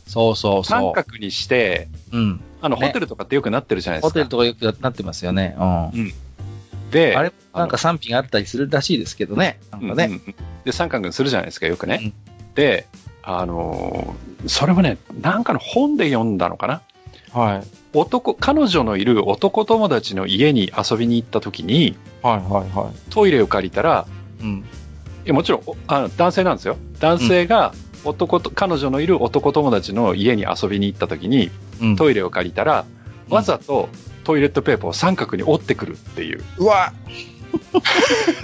Speaker 1: そうそう
Speaker 2: 三
Speaker 1: そ
Speaker 2: 角にして、
Speaker 1: う。うん。
Speaker 2: あの、
Speaker 1: ね
Speaker 2: ホテルとかってよくなってるじゃないで
Speaker 1: ホ
Speaker 2: すか。
Speaker 1: テルとかよくなってますよね。うん。
Speaker 2: で、
Speaker 1: あれ、なんか賛否があったりするらしいですけどね。なんかね。
Speaker 2: うんうんうんで、三角にするじゃないですか、よくね。
Speaker 1: うん
Speaker 2: で、あのーそれもね、なんかの本で読んだのかな
Speaker 1: はい。
Speaker 2: 男、彼女のいる男友達の家に遊びに行った時に、
Speaker 1: はいはいは
Speaker 2: トイレを借りたら、
Speaker 1: い。うん。
Speaker 2: いやもちろんおあの男性なんですよ。男性が男と、彼女のいる男友達の家に遊びに行った時に、
Speaker 1: うん
Speaker 2: トイレを借りたら、
Speaker 1: うん
Speaker 2: わざとトイレットペーパーを三角に折ってくるっていう、
Speaker 1: うわ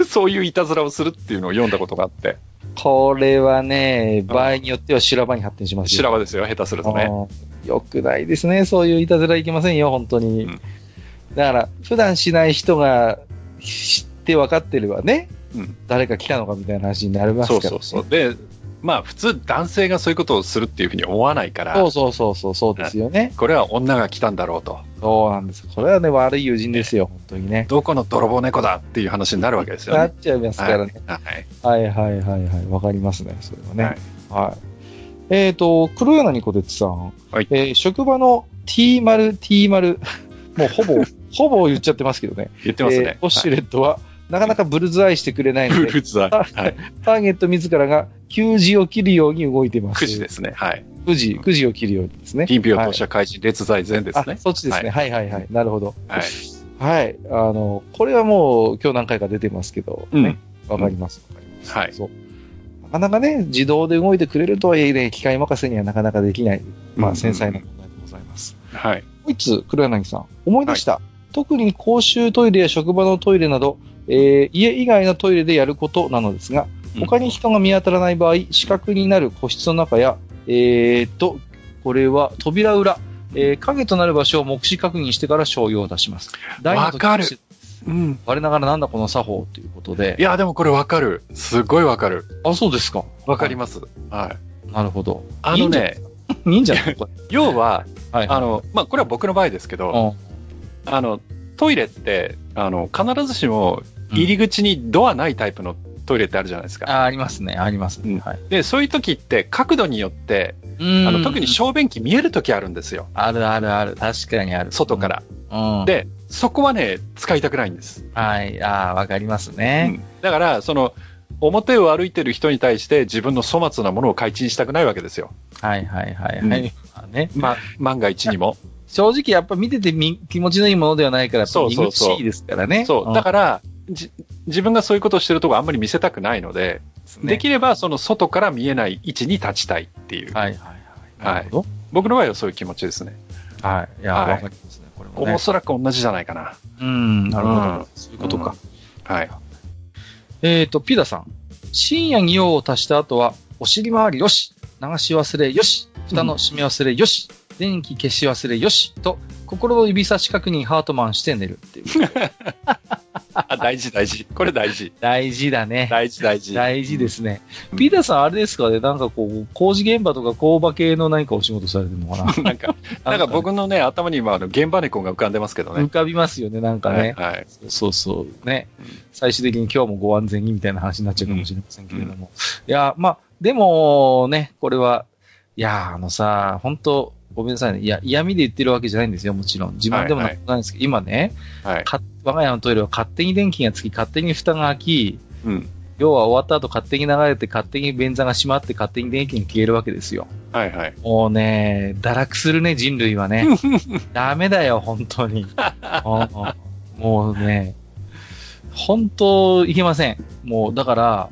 Speaker 2: そういういたずらをするっていうのを読んだことがあって、
Speaker 1: これはね、場合によっては修羅場に発展しますよ。
Speaker 2: 修羅場ですよ、下手するとね。
Speaker 1: うんよくないですね。そういういたずらいけませんよ、本当に。
Speaker 2: うん
Speaker 1: だから、普段しない人が知って分かってればね、
Speaker 2: うん
Speaker 1: 誰か来たのかみたいな話になりますか
Speaker 2: そ
Speaker 1: ら、ね。
Speaker 2: うそうそう。で、まあ普通男性がそういうことをするっていうふうに思わないから、
Speaker 1: そうそうそうそう、そうですよね。
Speaker 2: これは女が来たんだろうと。
Speaker 1: そうなんです。これはね、悪い友人ですよ、本当にね。
Speaker 2: どこの泥棒猫だっていう話になるわけですよ
Speaker 1: な
Speaker 2: ね。
Speaker 1: っちゃいます
Speaker 2: は
Speaker 1: から
Speaker 2: い。はい
Speaker 1: ね。。はいはいはいはい。わかりますね、それはね。
Speaker 2: はい
Speaker 1: はい。えっ、と、黒柳小鉄さん。
Speaker 2: はい
Speaker 1: えー職場の T 丸 T 丸。 もうほ ぼ、ほぼ言っちゃってますけどね。
Speaker 2: 言ってます
Speaker 1: えー
Speaker 2: ね。
Speaker 1: ウォッシュレットは、なかなかブルズアイしてくれない
Speaker 2: はい
Speaker 1: の
Speaker 2: フ
Speaker 1: で、
Speaker 2: ルーツだ。はい。
Speaker 1: ターゲット自らが9時を切るように動いてます。
Speaker 2: 9時ですね。 はい。
Speaker 1: 9時、9時を切るようにですね。
Speaker 2: ピンピオ当社開始、列在前です
Speaker 1: あ
Speaker 2: ね。
Speaker 1: そっちですね、はい。はいはいなるほど。
Speaker 2: はい。
Speaker 1: はい。あの、これはもう今日何回か出てますけど、
Speaker 2: うん
Speaker 1: ね。わ、かります。わかります
Speaker 2: はい。
Speaker 1: そう。なかなかね、自動で動いてくれるとはいえね、機械任せにはなかなかできない、まあ、繊細な問題でございます。
Speaker 2: はい。
Speaker 1: もう一つ、黒柳さん、思い出した。特に公衆トイレや職場のトイレなど、えー家以外のトイレでやることなのですが、他に人が見当たらない場合、死角になる個室の中や、えー、と、これは扉裏、えー影となる場所を目視確認してから商用を出します。第二の時
Speaker 2: わかる。うん。
Speaker 1: 我ながらなんだこの作法ということ
Speaker 2: い
Speaker 1: で。
Speaker 2: や、でもこれわかる。すごいわかる。
Speaker 1: あ、そうですか。
Speaker 2: わかります。はい。
Speaker 1: なるほど。
Speaker 2: あのね、
Speaker 1: いいんじゃないこれ
Speaker 2: 要は、
Speaker 1: はい、
Speaker 2: あの、まあ、これは僕の場合ですけど、
Speaker 1: の、
Speaker 2: あの、トイレって、あの、必ずしも入り口にドアないタイプのトイレってあるじゃないですか。
Speaker 1: あ、ありますね、ありますね。
Speaker 2: うん
Speaker 1: はい。
Speaker 2: で、そういう時って角度によって、
Speaker 1: あ
Speaker 2: あの、特に小便器見える時あるんですよ。
Speaker 1: あるあるある。確かにある。
Speaker 2: 外から。
Speaker 1: うん。うん、
Speaker 2: で、そこはね、使いたくないんです。
Speaker 1: はい。ああ、わかります
Speaker 2: う
Speaker 1: ね。
Speaker 2: んだから、その、表を歩いてる人に対して自分の粗末なものを開陳したくないわけですよ。
Speaker 1: はいはいはいはい。
Speaker 2: うん
Speaker 1: まあね、
Speaker 2: ま、万が一にも。
Speaker 1: 正直やっぱ見ててみ気持ちのいいものではないから、やっぱ
Speaker 2: そう
Speaker 1: り
Speaker 2: そうそう
Speaker 1: 苦しいですからね。
Speaker 2: そう。だ
Speaker 1: だか
Speaker 2: から、じ自分がそういうことをしてるとこあんまり見せたくないので、
Speaker 1: ね
Speaker 2: できればその外から見えない位置に立ちたいっていう。
Speaker 1: ら。はいはいはい。
Speaker 2: は
Speaker 1: な
Speaker 2: い
Speaker 1: るほ
Speaker 2: 僕の場合はそういう気持ちですね。
Speaker 1: ど。はい。いや、
Speaker 2: はい
Speaker 1: わかりますね、これも
Speaker 2: お
Speaker 1: ね。
Speaker 2: そらく同じじゃないかな。
Speaker 1: うん、なるほ
Speaker 2: うん
Speaker 1: ど。そういうことか。
Speaker 2: はい。
Speaker 1: えっ、と、ピダさん。深夜に用を足した後は、お尻周りよし、流し忘れよし、蓋の閉め忘れよし、電気消し忘れよし、と、心の指差し確認ハートマンして寝るっていう。
Speaker 2: あ、大事大事。これ大事。
Speaker 1: 大事だね。
Speaker 2: 大事大事。
Speaker 1: 大事ですね
Speaker 2: う。ん
Speaker 1: ピーターさん、あれですかね、なんかこう、工事現場とか工場系の何かお仕事されてるのかな
Speaker 2: なんか、なんか僕のね、頭に今、あの、現場猫が浮かんでますけど
Speaker 1: 浮
Speaker 2: ね。
Speaker 1: かびますよね、なんか
Speaker 2: はい
Speaker 1: ね。
Speaker 2: はい。
Speaker 1: そうそう。ね。最終的に今日もご安全にみたいな話になっちゃうかもしれませんけれども。いや、まあ、でもね、これは、いや、あのさ、本当ごめんなさいね。いや、嫌味で言ってるわけじゃないんですよ、もちろん。自分でもな
Speaker 2: はい
Speaker 1: くないんですけど、今ね、
Speaker 2: はい。
Speaker 1: か我が家のトイレは勝手に電気がつき、勝手に蓋が開き、
Speaker 2: うん。
Speaker 1: 要は終わった後勝手に流れて、勝手に便座が閉まって、勝手に電気が消えるわけですよ。
Speaker 2: はいはい。
Speaker 1: もうね、堕落するね、人類は ね。ダメだよ、本当に。もうもうね、本当、いけません。もう、だから、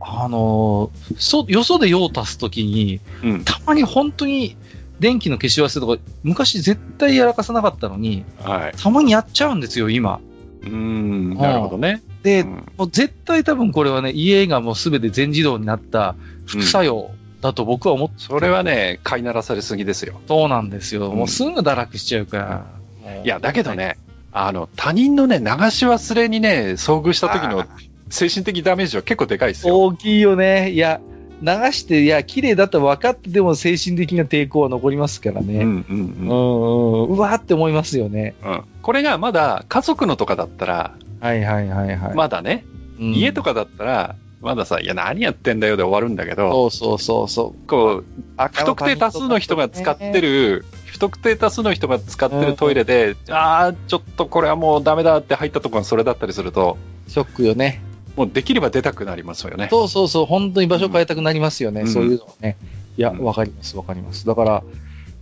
Speaker 1: あのーそ、よそで用を足すときに、
Speaker 2: うん。
Speaker 1: たまに本当に電気の消し忘れとか、昔絶対やらかさなかったのに、
Speaker 2: はい。
Speaker 1: たまにやっちゃうんですよ、今。
Speaker 2: うーん。なるほどね。
Speaker 1: で、
Speaker 2: うん
Speaker 1: もう絶対多分これはね、家がもうすべて全自動になった副作用だと僕は思って、
Speaker 2: それはね、飼いならされすぎですよ。
Speaker 1: そうなんですよ。
Speaker 2: うん
Speaker 1: もうすぐ堕落しちゃうから。もう
Speaker 2: いや、だけど、ね、あの、他人のね、流し忘れにね、遭遇した時
Speaker 1: あ
Speaker 2: の精神的ダメージは結構でかいですよ。
Speaker 1: 大きいよね。いや、流して、いや、綺麗だと分かってても精神的な抵抗は残りますから
Speaker 2: うんう
Speaker 1: ね。
Speaker 2: ん
Speaker 1: うん、
Speaker 2: うん。
Speaker 1: うん、うわーって思いますよね。
Speaker 2: うん、これがまだ家族のとかだったら、
Speaker 1: はいはいはいはい。
Speaker 2: まだね、
Speaker 1: うん
Speaker 2: 家とかだったら、まださ、いや、何やってんだよで終わるんだけど、
Speaker 1: そうそうそうそう。
Speaker 2: こう、
Speaker 1: あ
Speaker 2: 不特定多数の人が使って。る、不特定多数の人が使ってるトイレで、ああ、ちょっとこれはもうダメだって入ったところがそれだったりすると、
Speaker 1: ショックよね。
Speaker 2: もうできれば出たくなりますよね。
Speaker 1: そうそうそう、本当に場所変えたくなりますよね、
Speaker 2: うん
Speaker 1: そういうのはね。いや、
Speaker 2: うん
Speaker 1: わかります、わかります。だから、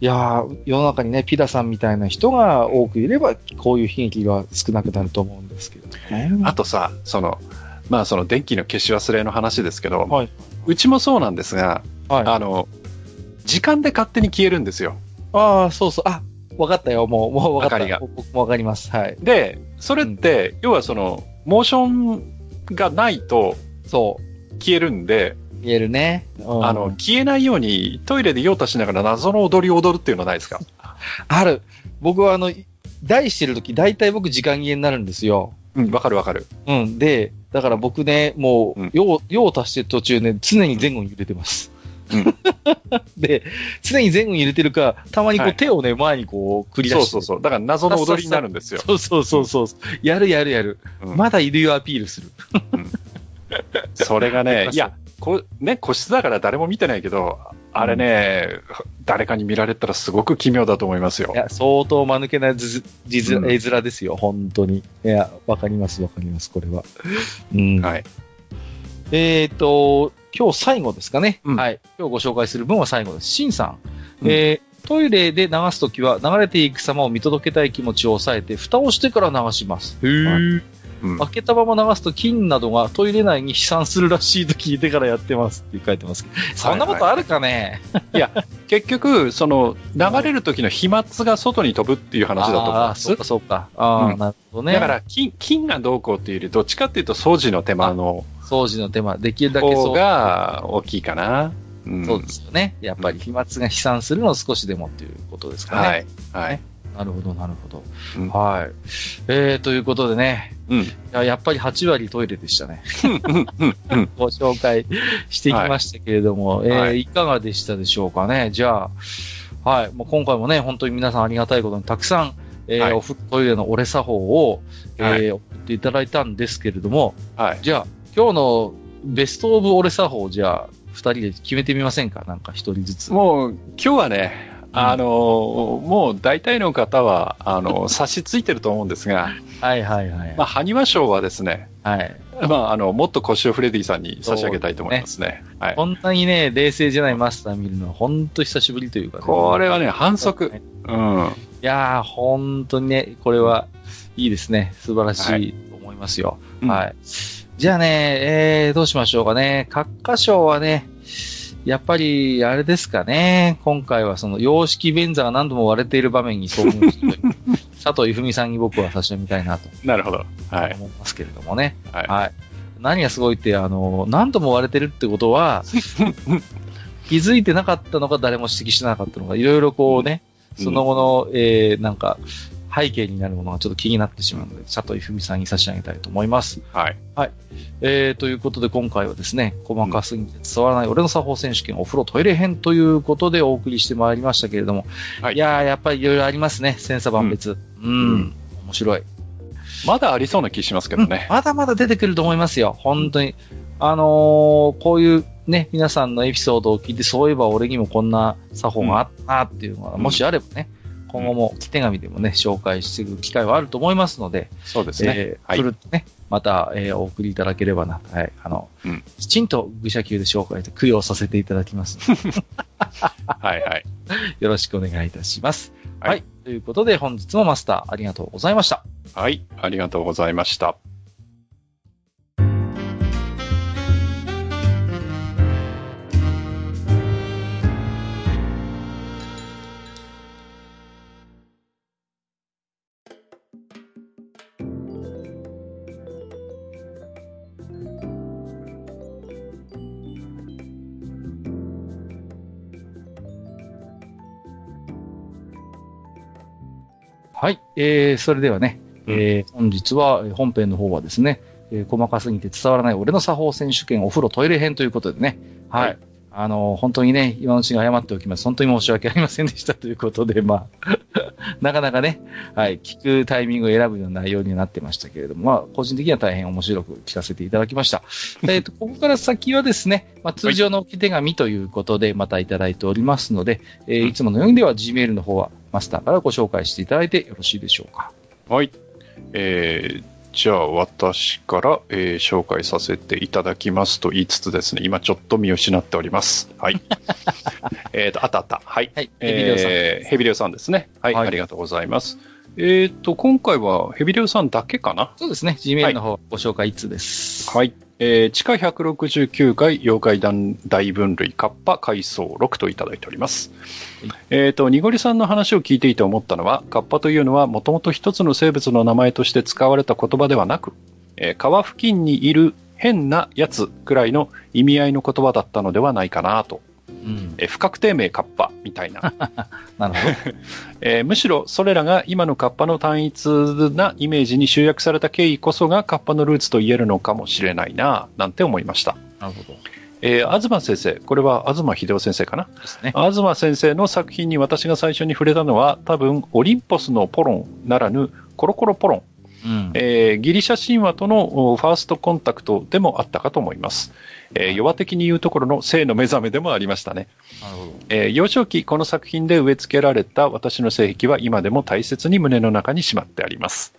Speaker 1: いやー世の中にね、ピダさんみたいな人が多くいれば、こういう悲劇は少なくなると思うんですけどね。
Speaker 2: あとさ、その、まあその電気の消し忘れの話ですけど、
Speaker 1: はいう
Speaker 2: ちもそうなんですが、
Speaker 1: はい。
Speaker 2: あ
Speaker 1: あ
Speaker 2: の、時間で勝手に消えるんですよ。
Speaker 1: あー、そうそう、あ、わかったよ、もう、もうわかった。
Speaker 2: 明かりが
Speaker 1: 僕もわかります。はい。
Speaker 2: で、それって、要はその、モーションがないと
Speaker 1: そう、
Speaker 2: 消えるんで、
Speaker 1: 見えるね。うん
Speaker 2: あの、消えないようにトイレで用足しながら謎の踊りを踊るっていうのはないですか
Speaker 1: ある。僕はあの、台してるとき、大体僕時間切れになるんですよ。
Speaker 2: うん、わかるわかる。
Speaker 1: うん。で、だから僕ね、も
Speaker 2: う、
Speaker 1: うん用、用を足してる途中ね、常に前後に揺れてます。
Speaker 2: うん
Speaker 1: で、常に前後に揺れてるか、たまにこ
Speaker 2: は
Speaker 1: う
Speaker 2: い
Speaker 1: 手をね、前にこう繰り出
Speaker 2: そ
Speaker 1: し
Speaker 2: う
Speaker 1: て。
Speaker 2: そうそう。だから謎の踊りになるんですよ。
Speaker 1: そうそうそうそうやるやるやる。
Speaker 2: うん
Speaker 1: まだいるよアピールする。
Speaker 2: それが
Speaker 1: わかり
Speaker 2: ね
Speaker 1: ま、す
Speaker 2: いや、こね、個室だから誰も見てないけど、あれね、誰かに見られたらすごく奇妙だと思いますよ
Speaker 1: い。や、相当間抜けなず字面、
Speaker 2: うん
Speaker 1: 絵面ですよ、本当に。いや、わかります、わかります、これは。うん。
Speaker 2: はい。
Speaker 1: えっ、と、今日最後ですかね、
Speaker 2: うん
Speaker 1: はい。今日ご紹介する分は最後です。シンさん。
Speaker 2: うん
Speaker 1: えートイレで流すときは流れていく様を見届けたい気持ちを抑えて、蓋をしてから流します。へ
Speaker 2: ーうん
Speaker 1: 開けたまま流すと菌などがトイレ内に飛散するらしいと聞いてからやってますって書いてますけど、そんなことあるかね
Speaker 2: 結局、その、流れる時の飛沫が外に飛ぶっていう話だと思うん
Speaker 1: あー
Speaker 2: で
Speaker 1: そう
Speaker 2: す
Speaker 1: か。そうか。ああ、
Speaker 2: うん
Speaker 1: なるほどね。
Speaker 2: だから、金、金がどうこうっていうより、どっちかっていうと掃除の手間の
Speaker 1: 掃除の手間、できるだけ
Speaker 2: 方
Speaker 1: そう、
Speaker 2: が大きいかな。うん
Speaker 1: そうですよね。やっぱり飛沫が飛散するのを少しでもっていうことですかね。
Speaker 2: はい。はい。
Speaker 1: なるほど、なるほど。
Speaker 2: うん
Speaker 1: はい。えー、ということでね、
Speaker 2: うん。
Speaker 1: いややっぱり8割トイレでしたね。
Speaker 2: うんうんうん
Speaker 1: ご紹介してきましたけれども、いえー
Speaker 2: はい
Speaker 1: いかがでしたでしょうかね。じゃあ、はい、もう今回もね、本当に皆さんありがたいことにたくさん、えー
Speaker 2: はい
Speaker 1: おふトイレの折れ作法を、えー
Speaker 2: はい
Speaker 1: 送っていただいたんですけれども、
Speaker 2: はい。
Speaker 1: じゃあ、今日のベストオブ折れ作法をじゃあ、二人で決めてみませんかなんか一人ずつ。
Speaker 2: もう、今日はね、あのー、もう大体の方は、あのー、 差し付いてると思うんですが、
Speaker 1: はいはいはい。
Speaker 2: まあ、埴輪賞はですね、
Speaker 1: はい。
Speaker 2: まあ、あの、もっと腰をフレディさんに差し上げたいと思いますね。はい。
Speaker 1: こんなにね、冷静じゃないマスター見るのは本当久しぶりというかね、
Speaker 2: これはね、反則。
Speaker 1: い
Speaker 2: うん。
Speaker 1: やー、本当にね、これはいいですね。素晴らしいと思いますよ。
Speaker 2: うん
Speaker 1: はい。じゃあね、えー、どうしましょうかね。各科賞はね、やっぱり、あれですかね。今回はその、洋式便座が何度も割れている場面に遭遇すると いう佐藤由美さんに僕は差し上げたいなと
Speaker 2: なるほど。はい。
Speaker 1: 思いますけれどもね。
Speaker 2: はい。
Speaker 1: はい。何がすごいって、あの、何度も割れてるってこと は、気づいてなかったのか誰も指摘しなかったのか、いろいろこうね、
Speaker 2: うん
Speaker 1: その後の、えー、なんか、背景になるものがちょっと気になってしまうので、佐藤由美さんに差し上げたいと思います。
Speaker 2: はい。
Speaker 1: えー、ということで今回はですね、細かすぎて伝わらない俺の作法選手権お風呂トイレ編ということでお送りしてまいりましたけれども、
Speaker 2: はい
Speaker 1: いやー、やっぱりいろいろありますね、千差万別。うん、
Speaker 2: うん
Speaker 1: 面白い。
Speaker 2: まだありそうな気しますけどね
Speaker 1: うん。まだまだ出てくると思いますよ、本当に。あのーこういうね、皆さんのエピソードを聞いて、そういえば俺にもこんな作法があったなっていうのが、
Speaker 2: うん
Speaker 1: もしあればね、今後も手紙でもね、紹介していく機会はあると思いますので、
Speaker 2: そうですね。
Speaker 1: えー
Speaker 2: はい
Speaker 1: それとね、また、えーお送りいただければな、はい、あの、
Speaker 2: うん
Speaker 1: きちんと愚者級で紹介と供養させていただきますの
Speaker 2: はいはい。
Speaker 1: で、よろしくお願いいたします。
Speaker 2: はい
Speaker 1: はい、ということで本日もマスターありがとうございました。
Speaker 2: はい。ありがとうございました。
Speaker 1: はい、えー、それではね、
Speaker 2: うん
Speaker 1: えー本日は、えー本編の方はですね、えー細かすぎて伝わらない俺の作法選手権お風呂トイレ編ということでね、はい。
Speaker 2: はい
Speaker 1: あのー本当にね、今のうちに謝っておきます。本当に申し訳ありませんでしたということで、まあ、 なかなかね、はい、聞くタイミングを選ぶような内容になってましたけれども、まあ、個人的には大変面白く聞かせていただきました。えっと、ここから先はですね、まあ、通常の置き手紙ということで、またいただいておりますので、えーいつものようにでは Gmail の方はマスターからご紹介していただいてよろしいでしょうか。
Speaker 2: はい。えーじゃあ私から、えー紹介させていただきますと言いつつですね、今ちょっと見失っております。 はい。えっと、あったあった。はい。
Speaker 1: はい、
Speaker 2: えー
Speaker 1: ヘビレオさん。
Speaker 2: ヘビレオさんですね。はい。
Speaker 1: はい
Speaker 2: ありがとうございます。えっ、と、今回はヘビレオさんだけかな
Speaker 1: そうですね、Gmail の方、ご紹介一通です。
Speaker 2: はい。えー地下169階妖怪団大分類カッパ階層6といただいております。えっ、と、にごりさんの話を聞いていて思ったのは、カッパというのはもともと一つの生物の名前として使われた言葉ではなく、えー川付近にいる変なやつくらいの意味合いの言葉だったのではないかなと。
Speaker 1: うん、
Speaker 2: えー不確定名カッパみたいな。
Speaker 1: なるほど。
Speaker 2: えーむしろそれらが今のカッパの単一なイメージに集約された経緯こそがカッパのルーツと言えるのかもしれないな、なんて思いました。
Speaker 1: なるほど。
Speaker 2: えー、東先生、これは東秀夫先生かな
Speaker 1: ですね。
Speaker 2: 東先生の作品に私が最初に触れたのは、多分、オリンポスのポロンならぬ、コロコロポロン、
Speaker 1: うん。
Speaker 2: えーギリシャ神話とのおファーストコンタクトでもあったかと思います。えー弱的に言うところの性の目覚めでもありましたね。
Speaker 1: なるほど。
Speaker 2: えー幼少期、この作品で植え付けられた私の性癖は今でも大切に胸の中にしまってあります。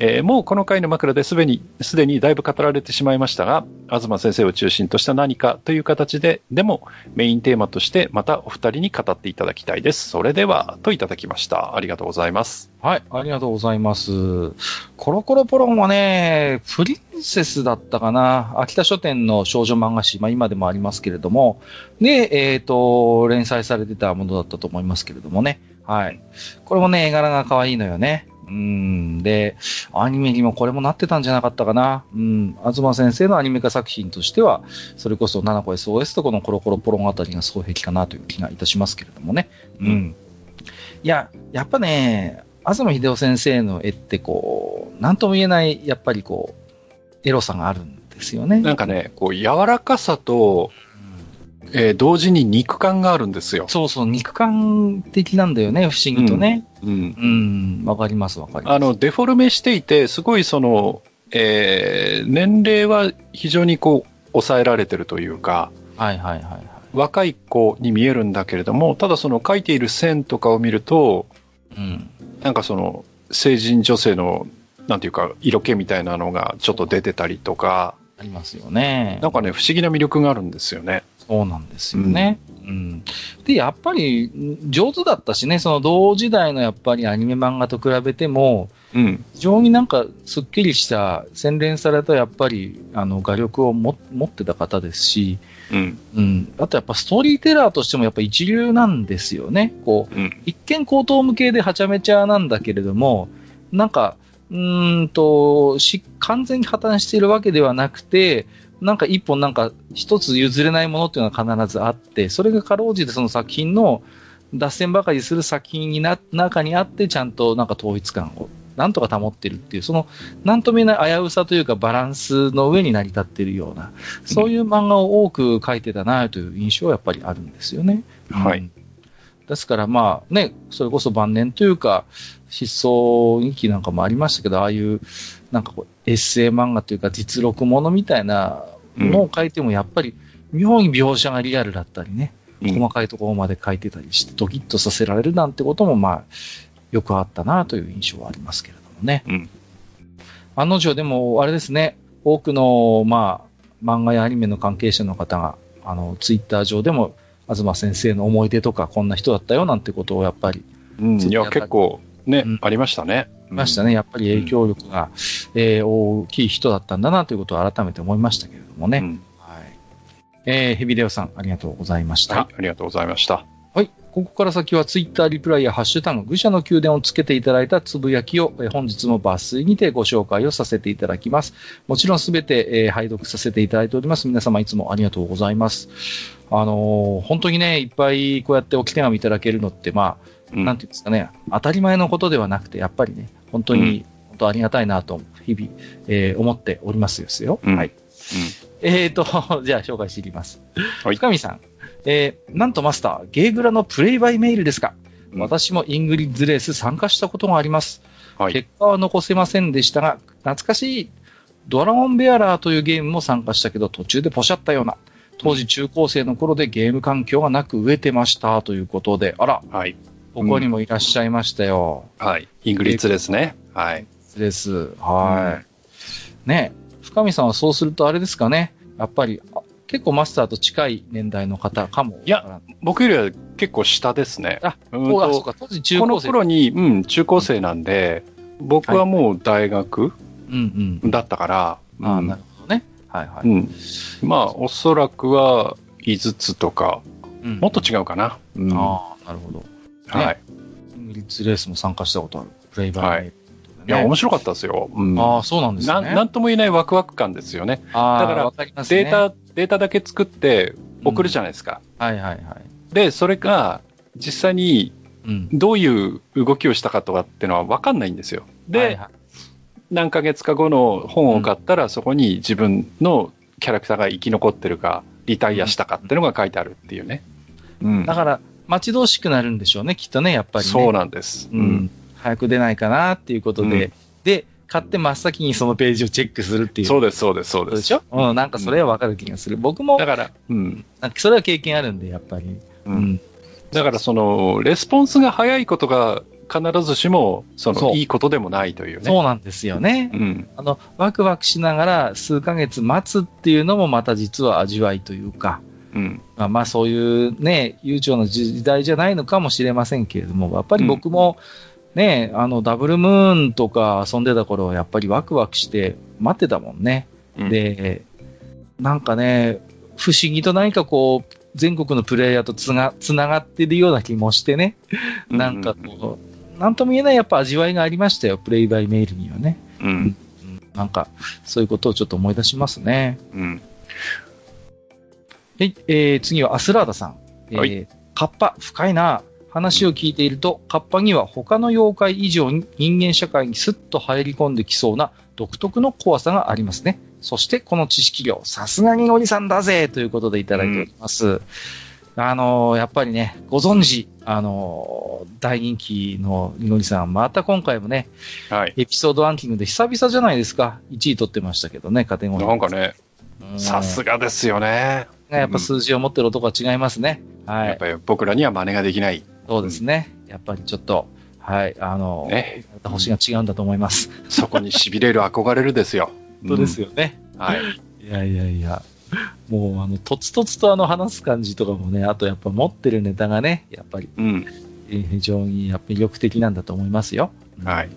Speaker 2: えーもうこの回の枕ですでに、すでにだいぶ語られてしまいましたが、東先生を中心とした何かという形で、でもメインテーマとしてまたお二人に語っていただきたいです。それでは、といただきました。ありがとうございます。
Speaker 1: はい、ありがとうございます。コロコロポロンはね、プリンセスだったかな。秋田書店の少女漫画誌、まあ今でもありますけれども、で、えっ、と、連載されてたものだったと思いますけれどもね。はい。これもね、絵柄が可愛いのよね。うん。で、アニメにもこれもなってたんじゃなかったかな。うん。東先生のアニメ化作品としては、それこそ、七子 SOS とこのコロコロポロンあたりが双璧かなという気がいたしますけれどもね。うん。いや、やっぱね、東秀夫先生の絵ってこう、なんとも言えない、やっぱりこう、エロさがあるんですよね。
Speaker 2: なんかね、こう、柔らかさと、
Speaker 1: うん
Speaker 2: えー同時に肉感があるんですよ。
Speaker 1: そうそう、肉感的なんだよね、不思議とね。
Speaker 2: うん。
Speaker 1: うん、わ、かります、わかります。
Speaker 2: あの、デフォルメしていて、すごいその、えー年齢は非常にこう、抑えられてるというか、
Speaker 1: はいはいはいはい。
Speaker 2: 若い子に見えるんだけれども、ただその書いている線とかを見ると、
Speaker 1: うん。
Speaker 2: なんかその、成人女性の、なんていうか、色気みたいなのがちょっと出てたりとか、
Speaker 1: ありますよね。
Speaker 2: なんかね、不思議な魅力があるんですよね。
Speaker 1: そうなんですよね。うん。で、やっぱり、ん上手だったしね、その同時代のやっぱりアニメ漫画と比べても、
Speaker 2: うん。
Speaker 1: 非常になんかすっきりした、洗練されたやっぱり、あの、画力をも持ってた方ですし、
Speaker 2: うん。
Speaker 1: うん。あとやっぱストーリーテラーとしてもやっぱ一流なんですよね。こう、
Speaker 2: うん。
Speaker 1: 一見高等無形ではちゃめちゃなんだけれども、なんか、うーんと、し、完全に破綻しているわけではなくて、なんか一本なんか一つ譲れないものっていうのは必ずあって、それがかろうじてその作品の脱線ばかりする作品にな、中にあって、ちゃんとなんか統一感を、なんとか保ってるっていう、その、なんとも言えない危うさというかバランスの上に成り立っているような、そういう漫画を多く描いてたなという印象はやっぱりあるんですよね。
Speaker 2: はい
Speaker 1: うん。ですからまあね、それこそ晩年というか、失踪日記なんかもありましたけど、ああいう、なんかこう、エッセイ漫画というか実録ものみたいなのを書いても、やっぱり妙に描写がリアルだったりね、
Speaker 2: うん
Speaker 1: 細かいところまで書いてたりして、ドキッとさせられるなんてことも、まあ、よくあったなという印象はありますけれどもね。
Speaker 2: うん
Speaker 1: 案の定、でも、あれですね、多くの、まあ、漫画やアニメの関係者の方が、あの、ツイッター上でも、東先生の思い出とか、こんな人だったよなんてことをやっぱり
Speaker 2: うん、いや、結構ね、
Speaker 1: うん
Speaker 2: ありましたね。
Speaker 1: いましたね。やっぱり影響力が、えー大きい人だったんだなということを改めて思いましたけれどもね。
Speaker 2: うん。うん
Speaker 1: はい。えー、ヘビレオさん、ありがとうございました。
Speaker 2: はい、ありがとうございました。
Speaker 1: はい。ここから先はツイッターリプライやハッシュタグ、愚者の宮殿をつけていただいたつぶやきを、えー本日も抜粋にてご紹介をさせていただきます。もちろんすべて、えー拝読させていただいております。皆様いつもありがとうございます。あのー本当にね、いっぱいこうやっておき手紙いただけるのって、まあ、
Speaker 2: うん
Speaker 1: なんていうんですかね、当たり前のことではなくて、やっぱりね、本当に、本当ありがたいなと、日々、えー思っておりますですよ。
Speaker 2: うん
Speaker 1: はい。えーと、 じゃあ紹介していきます。
Speaker 2: はい
Speaker 1: 深見さん。えーなんとマスター、ゲーグラのプレイバイメールですか
Speaker 2: うん
Speaker 1: 私もイングリッズレース参加したことがあります。
Speaker 2: はい。
Speaker 1: 結果は残せませんでしたが、懐かしい。ドラゴンベアラーというゲームも参加したけど、途中でポシャったような。当時中高生の頃でゲーム環境がなく飢えてましたということで、あら、
Speaker 2: はい。
Speaker 1: ここにもいらっしゃいましたよ。
Speaker 2: はい。イングリッツですね。はい。
Speaker 1: です。はい。ね深見さんはそうするとあれですかね。やっぱり、あ結構マスターと近い年代の方かも。
Speaker 2: いや、僕よりは結構下ですね。
Speaker 1: あ、
Speaker 2: う
Speaker 1: そうだ、
Speaker 2: ん
Speaker 1: そう
Speaker 2: と
Speaker 1: か、当時中
Speaker 2: こ
Speaker 1: 高
Speaker 2: の
Speaker 1: 生。
Speaker 2: 頃に、うん、中高生なんで、僕はもう大学
Speaker 1: うんうん。
Speaker 2: だったから、
Speaker 1: ああ、
Speaker 2: うん
Speaker 1: なるほどね。はいは
Speaker 2: う
Speaker 1: い。
Speaker 2: ん。まあ、おそらくは、5つとか、
Speaker 1: うん
Speaker 2: もっと違うかな。うんは
Speaker 1: ああ、なるほど。
Speaker 2: い。
Speaker 1: イングリッツレースも参加したことある。プレイバ
Speaker 2: は
Speaker 1: ー
Speaker 2: い
Speaker 1: メイド
Speaker 2: い
Speaker 1: でね
Speaker 2: や、面白かったですよ。うん
Speaker 1: ああ、そうなんです
Speaker 2: な
Speaker 1: ね。
Speaker 2: んなんとも言えないワクワク感ですよね。
Speaker 1: ああ、
Speaker 2: だから
Speaker 1: わかりますね
Speaker 2: データ、データだけ作って送るじゃないですか。
Speaker 1: はいはいはい。
Speaker 2: で、それが、実際に
Speaker 1: うん。
Speaker 2: どういう動きをしたかとかっていうのは分かんないんですよ。で、
Speaker 1: はいはい
Speaker 2: 何ヶ月か後の本を買ったら、そこに自分のキャラクターが生き残ってるか、リタイアしたかっていうのが書いてあるっていうね。うん
Speaker 1: だから、待ち遠しくなるんでしょうね、きっとね、やっぱりね。
Speaker 2: そうなんです。
Speaker 1: うん。早く出ないかなっていうことで、
Speaker 2: うん
Speaker 1: で、買って真っ先にそのページをチェックするっていう。
Speaker 2: そうです、そうです、そう
Speaker 1: そう
Speaker 2: で。
Speaker 1: ですしょうん、なんかそれはわかる気がする。僕も
Speaker 2: だ、から、うん。
Speaker 1: なんかそれは経験あるんで、やっぱり。
Speaker 2: う。
Speaker 1: うん
Speaker 2: だから、その、レスポンスが早いことが、必ずしも、そ
Speaker 1: そ
Speaker 2: の、
Speaker 1: う
Speaker 2: いいことでもないというね。
Speaker 1: そうなんですよね。
Speaker 2: うん。
Speaker 1: あの、ワクワクしながら数ヶ月待つっていうのもまた実は味わいというか、
Speaker 2: うん。
Speaker 1: まあ、まあそういうね、悠長の時代じゃないのかもしれませんけれども、やっぱり僕も、ね、あの、ダブルムーンとか遊んでた頃はやっぱりワクワクして待ってたもんね。
Speaker 2: うん、
Speaker 1: で、なんかね、不思議と何かこう、全国のプレイヤーとつがつながってるような気もしてね、なんか
Speaker 2: うん
Speaker 1: こう、なんとも言えないやっぱ味わいがありましたよ、プレイバイメールにはね。
Speaker 2: うん。
Speaker 1: なんか、そういうことをちょっと思い出しますね。
Speaker 2: うん。
Speaker 1: はい、えー次はアスラーダさん。えー
Speaker 2: は
Speaker 1: カッパ、深いな。話を聞いていると、カッパには他の妖怪以上に人間社会にスッと入り込んできそうな独特の怖さがありますね。そして、この知識量、さすがにおじさんだぜということでいただいております。あのーやっぱりね、ご存知、あのー大人気のいのりさん、また今回もね、
Speaker 2: はい。
Speaker 1: エピソードランキングで久々じゃないですか。1位取ってましたけどね、カテゴリー。
Speaker 2: なんかね、
Speaker 1: うん
Speaker 2: さすがですよね。
Speaker 1: ねやっぱ数字を持ってる男は違いますね。は
Speaker 2: やっ
Speaker 1: い。
Speaker 2: ぱり僕らには真似ができない。
Speaker 1: そうですね。やっぱりちょっと、はい。あの、
Speaker 2: ね。
Speaker 1: 星が違うんだと思います。
Speaker 2: そこに痺れる憧れるで すよ。よ。
Speaker 1: よね。
Speaker 2: はい。
Speaker 1: いやいやいや。もう、あの、とつとつとあの話す感じとかもね、あとやっぱ持ってるネタがね、やっぱり
Speaker 2: うん。
Speaker 1: えー非常にやっぱ魅力的なんだと思いますよ。うん
Speaker 2: はい。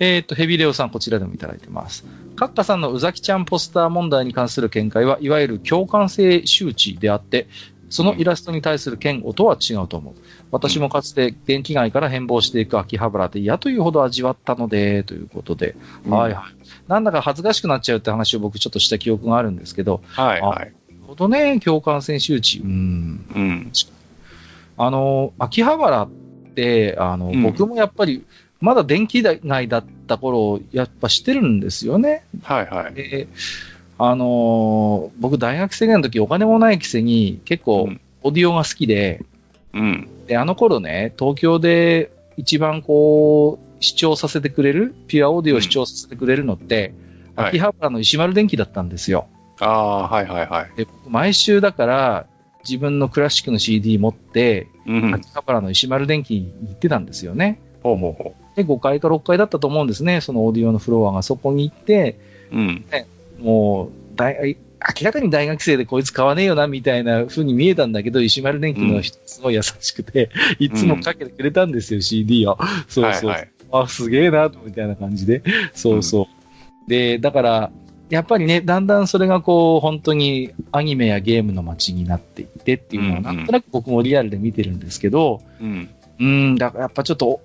Speaker 1: えっ、と、ヘビレオさん、こちらでもいただいてます。カッカさんのうざきちゃんポスター問題に関する見解は、いわゆる共感性周知であって、そのイラストに対する嫌悪とは違うと思う。私もかつて電気街から変貌していく秋葉原で嫌というほど味わったので、ということで、はいはい。なんだか恥ずかしくなっちゃうって話を僕ちょっとした記憶があるんですけど、
Speaker 2: はい。は
Speaker 1: な
Speaker 2: い。
Speaker 1: るほどね、共感性周知。うん。
Speaker 2: うん。
Speaker 1: あの、秋葉原って、あの、
Speaker 2: うん
Speaker 1: 僕もやっぱり、まだ電気街だった頃、やっぱしてるんですよね。
Speaker 2: はいはい。
Speaker 1: で、あのー僕大学生ぐらいの時お金もないくせに、結構
Speaker 2: うん
Speaker 1: オーディオが好きで、
Speaker 2: うん。
Speaker 1: で、あの頃ね、東京で一番こう、視聴させてくれる、ピュアオーディオを視聴させてくれるのって、
Speaker 2: はい
Speaker 1: 秋葉原の石丸電機だったんですよ。
Speaker 2: ああ、はいはいはい。
Speaker 1: で、僕毎週だから、自分のクラシックの CD 持って、
Speaker 2: うん。
Speaker 1: 秋葉原の石丸電機に行ってたんですよね。
Speaker 2: ほうほうほ
Speaker 1: で、5階か6階だったと思うんですね、そのオーディオのフロアが。そこに行って、
Speaker 2: う。うん。
Speaker 1: もう、大、明らかに大学生でこいつ買わねえよな、みたいな風に見えたんだけど、石丸電機の人、すごい優しくて、 いつもかけてくれたんですよ、CD を。そうそう。
Speaker 2: はいはい。
Speaker 1: あ、すげえな、みたいな感じで。そうそう。で、だから、やっぱりね、だんだんそれがこう、本当にアニメやゲームの街になっていってっていうのは、
Speaker 2: うんう
Speaker 1: なんんとなく僕もリアルで見てるんですけど、
Speaker 2: うん。
Speaker 1: うん、だからやっぱちょっと、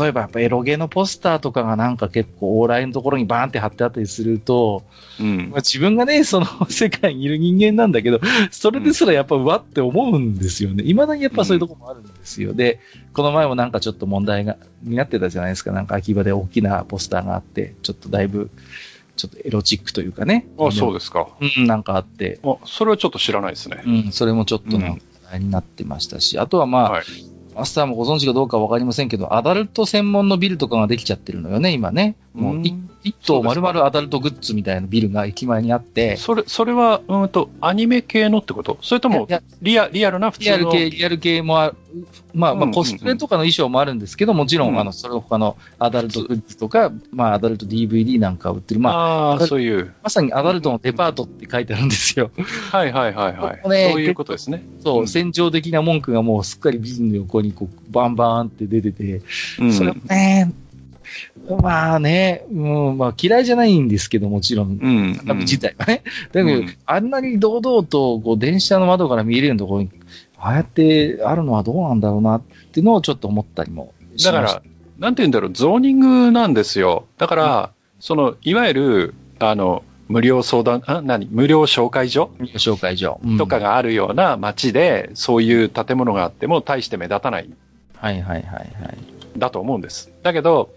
Speaker 1: 例えばやっぱエロゲのポスターとかがなんか結構往来のところにバーンって貼ってあったりすると、
Speaker 2: うん
Speaker 1: まあ、。自分がね、その世界にいる人間なんだけど、それですらやっぱうわって思うんですよね。未だにやっぱそういうとこもあるんですよ。で、この前もなんかちょっと問題が、になってたじゃないですか。なんか秋葉で大きなポスターがあって、ちょっとだいぶ、ちょっとエロチックというかね。
Speaker 2: あ、そう
Speaker 1: う
Speaker 2: ですか。
Speaker 1: ん、なんかあって、
Speaker 2: あ、それはちょっと知らないですね。
Speaker 1: うん、それもちょっとなんか話題になってましたし、あとはまあ、
Speaker 2: はい。
Speaker 1: マスターもご存知かどうかわかりませんけど、アダルト専門のビルとかができちゃってるのよね、今ね。もうい一
Speaker 2: そう
Speaker 1: 棟
Speaker 2: ですか
Speaker 1: 丸々アダルトグッズみたいなビルが駅前にあって、
Speaker 2: それ、それは、うーんと、アニメ系のってことそれとも
Speaker 1: いや、
Speaker 2: リア、リアルな普
Speaker 1: リア
Speaker 2: 通
Speaker 1: ル
Speaker 2: の。
Speaker 1: 系、リアル系もある、まあ、
Speaker 2: うんうん
Speaker 1: ま
Speaker 2: う
Speaker 1: あ、
Speaker 2: ん
Speaker 1: コスプレとかの衣装もあるんですけど、もちろ、
Speaker 2: うんん
Speaker 1: あの、それ他のアダルトグッズとか、まあ、アダルト DVD なんか売ってる、まあ、
Speaker 2: ああ、そういう。
Speaker 1: まさにアダルトのデパートって書いてあるんですよ。
Speaker 2: はいはいはいはい。
Speaker 1: ここね
Speaker 2: そういうことですね。
Speaker 1: そうう、
Speaker 2: ん
Speaker 1: 戦場的な文句がもうすっかりビジの横にこう、バンバーンって出てて、
Speaker 2: うん
Speaker 1: それもね、まあね、うん、まあ嫌いじゃないんですけど、もちろん、
Speaker 2: うん。
Speaker 1: 中身自体はね。だけど、
Speaker 2: うん
Speaker 1: あんなに堂々と、こう、電車の窓から見えるようなところに、ああやってあるのはどうなんだろうなっていうのをちょっと思ったりもし
Speaker 2: だか
Speaker 1: まし
Speaker 2: ら、なんて言うんだろう、ゾーニングなんですよ。だから、その、いわゆる、あの、無料相談、あ、何無料紹介所
Speaker 1: た紹介状、
Speaker 2: とか
Speaker 1: うん
Speaker 2: があるような街で、そういう建物があっても大して目立たないん
Speaker 1: はいはいはいはい。
Speaker 2: だと思うんです。だけど、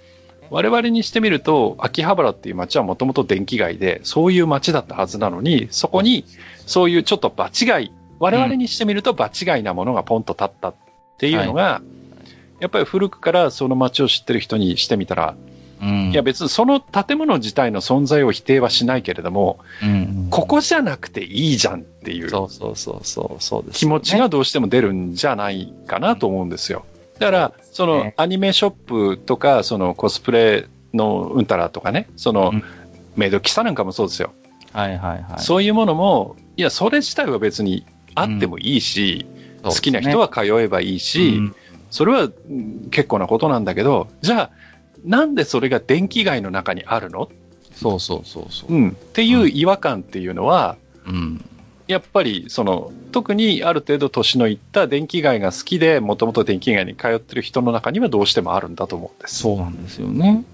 Speaker 2: 我々にしてみると、秋葉原っていう街はもともと電気街で、そういう街だったはずなのに、そこに、そういうちょっと場違い、我々にしてみると場違いなものがポンと立ったっていうのが、やっぱり古くからその街を知ってる人にしてみたら、
Speaker 1: うん
Speaker 2: いや別にその建物自体の存在を否定はしないけれども、
Speaker 1: うん
Speaker 2: ここじゃなくていいじゃんっていう
Speaker 1: そうそうそうそう、そうです
Speaker 2: 気
Speaker 1: よね、
Speaker 2: 持ちがどうしても出るんじゃないかなと思うんですよ。だから、その
Speaker 1: ね
Speaker 2: アニメショップとか、そのコスプレのうんたらとかね、その
Speaker 1: うん
Speaker 2: メイド喫茶なんかもそうですよ。
Speaker 1: はいはいはい。
Speaker 2: そういうものも、いや、それ自体は別にあってもいいし、好きな人は通えばいいし、
Speaker 1: うん
Speaker 2: それはうん結構なことなんだけど、じゃあ、なんでそれが電気街の中にあるの、
Speaker 1: そうそうそうそう
Speaker 2: う。ん、っていう違和感っていうのは、
Speaker 1: うん。
Speaker 2: やっぱりその特にある程度年のいった電気街が好きでもともと電気街に通ってる人の中にはどうしてもあるんだと思うんです。
Speaker 1: そうなんですよね。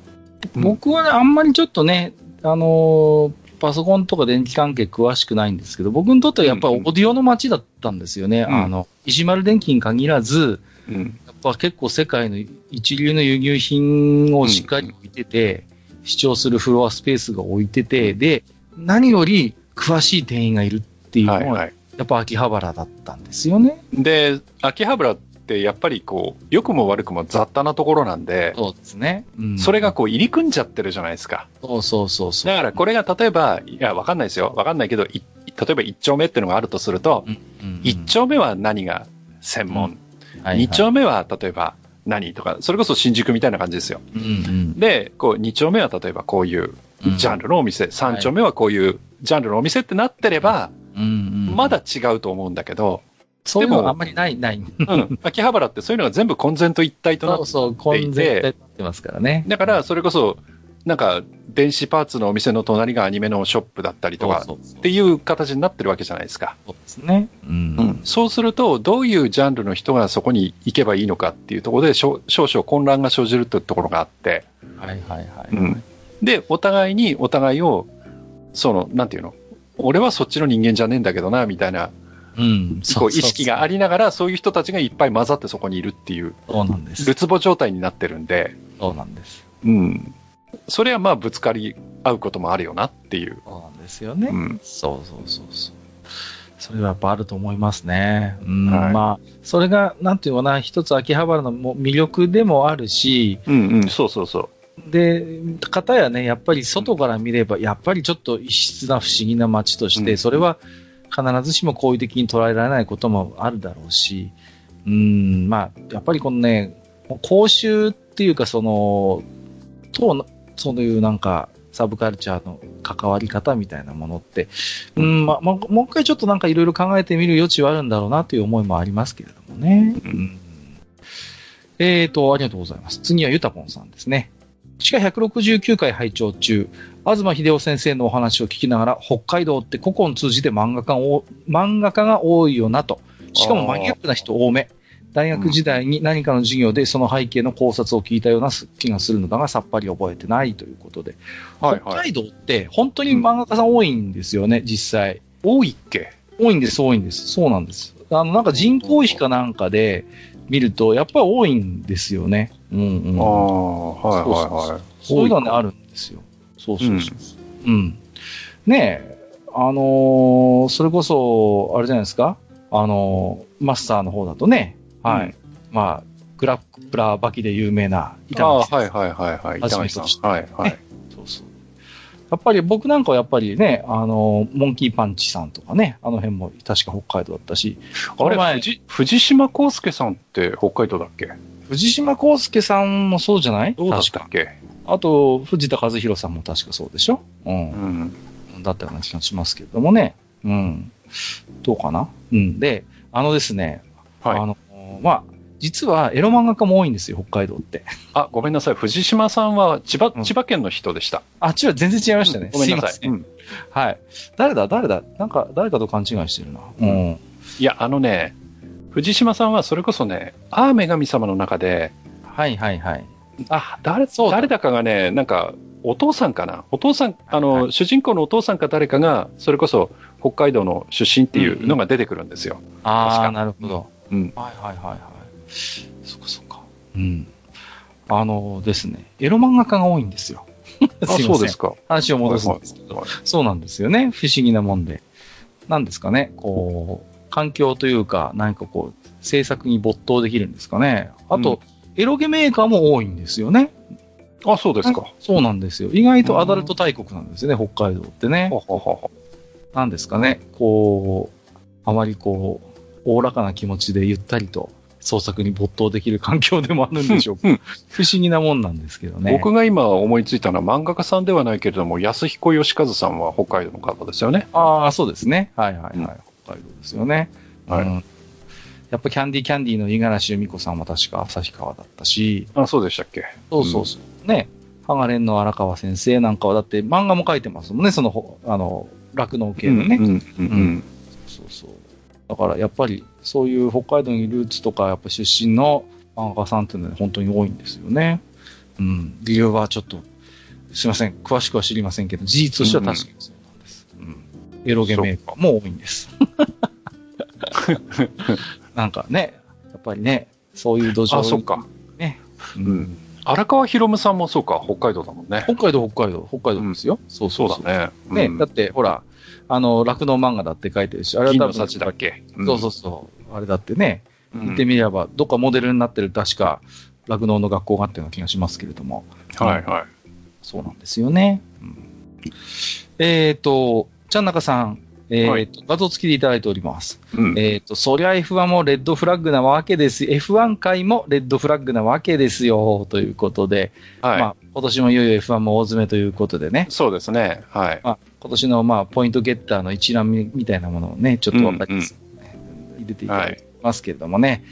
Speaker 2: うん
Speaker 1: 僕はね、あんまりちょっとね、あのーパソコンとか電気関係詳しくないんですけど、僕にとってはやっぱりオーディオの街だったんですよね。
Speaker 2: ん
Speaker 1: あの、石丸電機に限らず、
Speaker 2: うん
Speaker 1: やっぱ結構世界の一流の輸入品をしっかり置いてて、視聴するフロアスペースが置いてて、で、何より詳しい店員がいるっていうの
Speaker 2: はい
Speaker 1: は、
Speaker 2: はい、
Speaker 1: やっぱ秋葉原だったんですよね。
Speaker 2: で秋葉原ってやっぱりこう良くも悪くも雑多なところなんで
Speaker 1: そうですね。うん
Speaker 2: それがこう入り組んじゃってるじゃないですか。
Speaker 1: そうそうそうそう。
Speaker 2: だからこれが例えば、いや、わかんないですよ。わかんないけど、い例えば1丁目っていうのがあるとすると、
Speaker 1: うん、
Speaker 2: 1丁目は何が専
Speaker 1: う
Speaker 2: 門、
Speaker 1: はいはい
Speaker 2: 2丁目は例えば何とか、それこそ新宿みたいな感じですよ。
Speaker 1: うんうん
Speaker 2: で、こう2丁目は例えばこういう
Speaker 1: うん
Speaker 2: ジャンルのお店、3丁目はこういうジャンルのお店ってなってれば、
Speaker 1: うんうん
Speaker 2: まだ違うと思うんだ けど、
Speaker 1: そういうの
Speaker 2: でも
Speaker 1: があんまりない、ない。
Speaker 2: うん秋葉原ってそういうのが全部混然と一体となっ
Speaker 1: そうそう、混然とやってますからね。
Speaker 2: だから、それこそ、なんか、電子パーツのお店の隣がアニメのショップだったりと
Speaker 1: そ
Speaker 2: か、
Speaker 1: うそうそう
Speaker 2: っていう形になってるわけじゃないですか。
Speaker 1: そうですね。うん。
Speaker 2: そうすると、どういうジャンルの人がそこに行けばいいのかっていうところで、しょ少々混乱が生じるってところがあって、
Speaker 1: はいはいはい。
Speaker 2: うんで、お互いにお互いを、その、なんていうの、俺はそっちの人間じゃねえんだけどな、みたいな、
Speaker 1: うん。
Speaker 2: こう意識があ
Speaker 1: り。
Speaker 2: りながら、そういう人たちがいっぱい混ざってそこにいるっていう、
Speaker 1: そうなんです
Speaker 2: る。つぼ状態になってるんで、
Speaker 1: そうなんです。
Speaker 2: うん。それはまあ、ぶつかり合うこともあるよなっていう。
Speaker 1: そうなんですよね。
Speaker 2: うん
Speaker 1: そうそうそうそう。それはやっぱあると思いますね。うん。
Speaker 2: はい
Speaker 1: まあ、それが、なんていうのかな、一つ秋葉原のも魅力でもあるし、
Speaker 2: うんうん、そうそうそう。
Speaker 1: で、方やね、やっぱり外から見れば、やっぱりちょっと異質な不思議な街として、
Speaker 2: うん
Speaker 1: それは必ずしも好意的に捉えられないこともあるだろうし、うん、まあ、やっぱりこのね、公衆っていうか、その、との、そういうなんか、サブカルチャーの関わり方みたいなものって、うん、まあ、まもう一回ちょっとなんかいろいろ考えてみる余地はあるんだろうなという思いもありますけれどもね。うん。えーと、ありがとうございます。次はゆたぽんさんですね。地下169回拝聴中、東秀夫先生のお話を聞きながら、北海道って古今通じて漫画家を漫画家が多いよなと。しかもマニアックな人多め。大学時代に何かの授業でその背景の考察を聞いたような気がするのだが、さっぱり覚えてないということで。
Speaker 2: はい
Speaker 1: 北
Speaker 2: はい。
Speaker 1: 海道って本当に漫画家さん多いんですよね、実際。
Speaker 2: 多いっけ
Speaker 1: 多いんです、多いんです。そうなんです。あの、なんか人口比かなんかで見ると、やっぱり多いんですよね。うんうん。
Speaker 2: ああ、はいはいはい。
Speaker 1: そういうのはね、あるんですよ。そうそうそう。うん。ねえ、あのーそれこそ、あれじゃないですか、あのーマスターの方だとね、はい。
Speaker 2: うん
Speaker 1: まあ、グラップラーバキで有名な板
Speaker 2: ああ、
Speaker 1: 垣さん
Speaker 2: はいはいはいはい。
Speaker 1: 初
Speaker 2: 板
Speaker 1: め
Speaker 2: 垣
Speaker 1: て
Speaker 2: さん
Speaker 1: 知っ。
Speaker 2: はいはい。
Speaker 1: そうそう。やっぱり僕なんかはやっぱりね、あのーモンキーパンチさんとかね、あの辺も確か北海道だったし、
Speaker 2: あ
Speaker 1: この前
Speaker 2: れ、藤藤島康介さんって北海道だっけ
Speaker 1: 藤島康介さんもそうじゃない
Speaker 2: どうだっ
Speaker 1: 確
Speaker 2: た
Speaker 1: か
Speaker 2: っ。け
Speaker 1: あと、藤田和弘さんも確かそうでしょうん
Speaker 2: うん。
Speaker 1: だったような気がしますけれどもね。うん。どうかなうん。で、あのですね、あ
Speaker 2: はい。
Speaker 1: の、まあ、実はエロ漫画家も多いんですよ、北海道って。
Speaker 2: あ、ごめんなさい。藤島さんは千葉
Speaker 1: うん
Speaker 2: 千葉県の人でした。
Speaker 1: あっちは全然違いましたね。
Speaker 2: ごめんなさ
Speaker 1: す
Speaker 2: い。
Speaker 1: ま
Speaker 2: うん
Speaker 1: せんはい。誰だ、誰だ、なんか、誰かと勘違いしてるな。うん。
Speaker 2: いや、あのね、藤島さんはそれこそね、ああ、女神様の中で、
Speaker 1: はいはいはい。
Speaker 2: あ、誰、
Speaker 1: そうだ
Speaker 2: 誰だかがね、なんか、お父さんかなお父さん、あの、
Speaker 1: はいは
Speaker 2: 主人公のお父さんか誰かが、それこそ北海道の出身っていうのが出てくるんですよ。
Speaker 1: あ
Speaker 2: 確
Speaker 1: あ、
Speaker 2: か
Speaker 1: なるほど。
Speaker 2: うん
Speaker 1: はいはいはいはい。そっかそっか。うん。あのですね、エロ漫画家が多いんです よ。
Speaker 2: あ、
Speaker 1: いません
Speaker 2: そうですか。
Speaker 1: 話を戻すんですけど。
Speaker 2: はいはい
Speaker 1: そうなんですよね。不思議なもんで。なんですかね、こう、環境というか、何かこう、制作に没頭できるんですかね。あと、エロゲメーカーも多いんですよね。
Speaker 2: あ、そうですか。
Speaker 1: そうなんですよ。意外とアダルト大国なんですよね、北海道ってね。
Speaker 2: ほうほうほうほ
Speaker 1: なんですかね、こう、あまりこう、おおらかな気持ちでゆったりと創作に没頭できる環境でもあるんでしょうか
Speaker 2: うんうん。
Speaker 1: 不思議なもんなんですけど
Speaker 2: う
Speaker 1: ね。
Speaker 2: 僕が今思いついたのは漫画家さんではないけれども、安彦義和さんは北海道の方ですよね。
Speaker 1: ああ、そうですね。はいはいはい。
Speaker 2: うん
Speaker 1: 北海道ですよね。
Speaker 2: はい
Speaker 1: うんやっぱキャンディーキャンディーの五十嵐由美子さんも確か旭川だったし、
Speaker 2: あ、そうでしたっけ。
Speaker 1: そうそうそう。ね。ハガレンの荒川先生なんかはだって漫画も書いてますもんね、その、ほあの、酪農系のね。
Speaker 2: うんうんうんうん
Speaker 1: そうそう。だからやっぱりそういう北海道にルーツとかやっぱ出身の漫画家さんっていうのは本当に多いんですよね。うん。理由はちょっと、すいません。詳しくは知りませんけど、事実としては確かにそうなんです。うん、エロゲメーカーも多いん です。なんかね、やっぱりね、そういう土壌
Speaker 2: あ、そっか。
Speaker 1: うん
Speaker 2: うん荒川博夢さんもそうか、北海道だもんね。
Speaker 1: 北海道、北海道、北海道ですよ。そう
Speaker 2: そう
Speaker 1: ね。
Speaker 2: だね。
Speaker 1: ね、
Speaker 2: うん
Speaker 1: だってほら、あの、酪農漫画だって書いてるし、あれは
Speaker 2: 銀
Speaker 1: 多
Speaker 2: の
Speaker 1: 分、
Speaker 2: 幸だっけ。
Speaker 1: そうそうそう、あれだってね、
Speaker 2: うん。
Speaker 1: 言ってみれば、どっかモデルになってる、確か、酪農の学校があったような気がしますけれども、
Speaker 2: はいはい。
Speaker 1: そうなんですよね。うんえっ、と、ちゃんなかさん、えー
Speaker 2: はい
Speaker 1: と画像付きでいただいております。
Speaker 2: うん
Speaker 1: えっ、と、そりゃ F1 もレッドフラッグなわけです。F1 界もレッドフラッグなわけですよ、ということで、ま
Speaker 2: は
Speaker 1: あ、今年もいよいよ F1 も大詰めということでね
Speaker 2: い。、そうですね。はい。
Speaker 1: まあ、今年のまあポイントゲッターの一覧みみたいなものをね、ちょっと分かります、入れていただいてますけれどもね、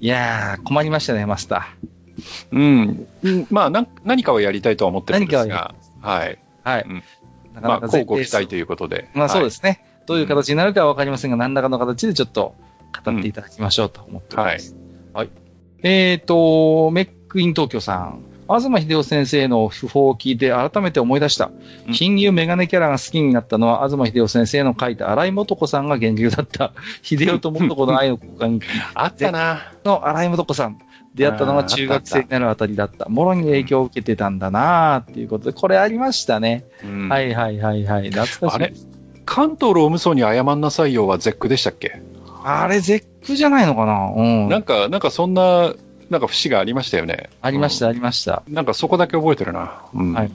Speaker 1: い、やー、困りましたね、マスタ
Speaker 2: うん。うんまあ、なん何かはやりたいとは思ってるんです
Speaker 1: 何
Speaker 2: が、はい。
Speaker 1: ー。はい。
Speaker 2: うん
Speaker 1: な
Speaker 2: まあ、
Speaker 1: 前
Speaker 2: 交
Speaker 1: 提
Speaker 2: 互期待ということで。。
Speaker 1: まあそうですすね、どういう形になるかは分かりませんが、何らかの形でちょっと語っていただきましょうと思っております。はい。えっ、と、メックイン東京さん。東秀夫先生の訃報を聞いて改めて思い出した。
Speaker 2: うん
Speaker 1: 金融メガネキャラが好きになったのは、東秀夫先生の書いた荒井素子さんが源流だ った。 秀夫と素子の愛の交換に
Speaker 2: あったな。
Speaker 1: の荒井素子さん。出会ったのが中学生になるあたりだった。もろに影響を受けてたんだなーっていうことで、これありましたね。
Speaker 2: うん
Speaker 1: はいはいはいはい。懐かしい。
Speaker 2: あれ関東ローム層に謝んなさいよは絶句でしたっけ
Speaker 1: あれ、絶句じゃないのかなうん。
Speaker 2: なんか、なんかそんな、なんか節がありましたよね。
Speaker 1: ありまし
Speaker 2: う
Speaker 1: た、ありました。
Speaker 2: ん。なんかそこだけ覚えてるな。うん
Speaker 1: はいはいはいはい。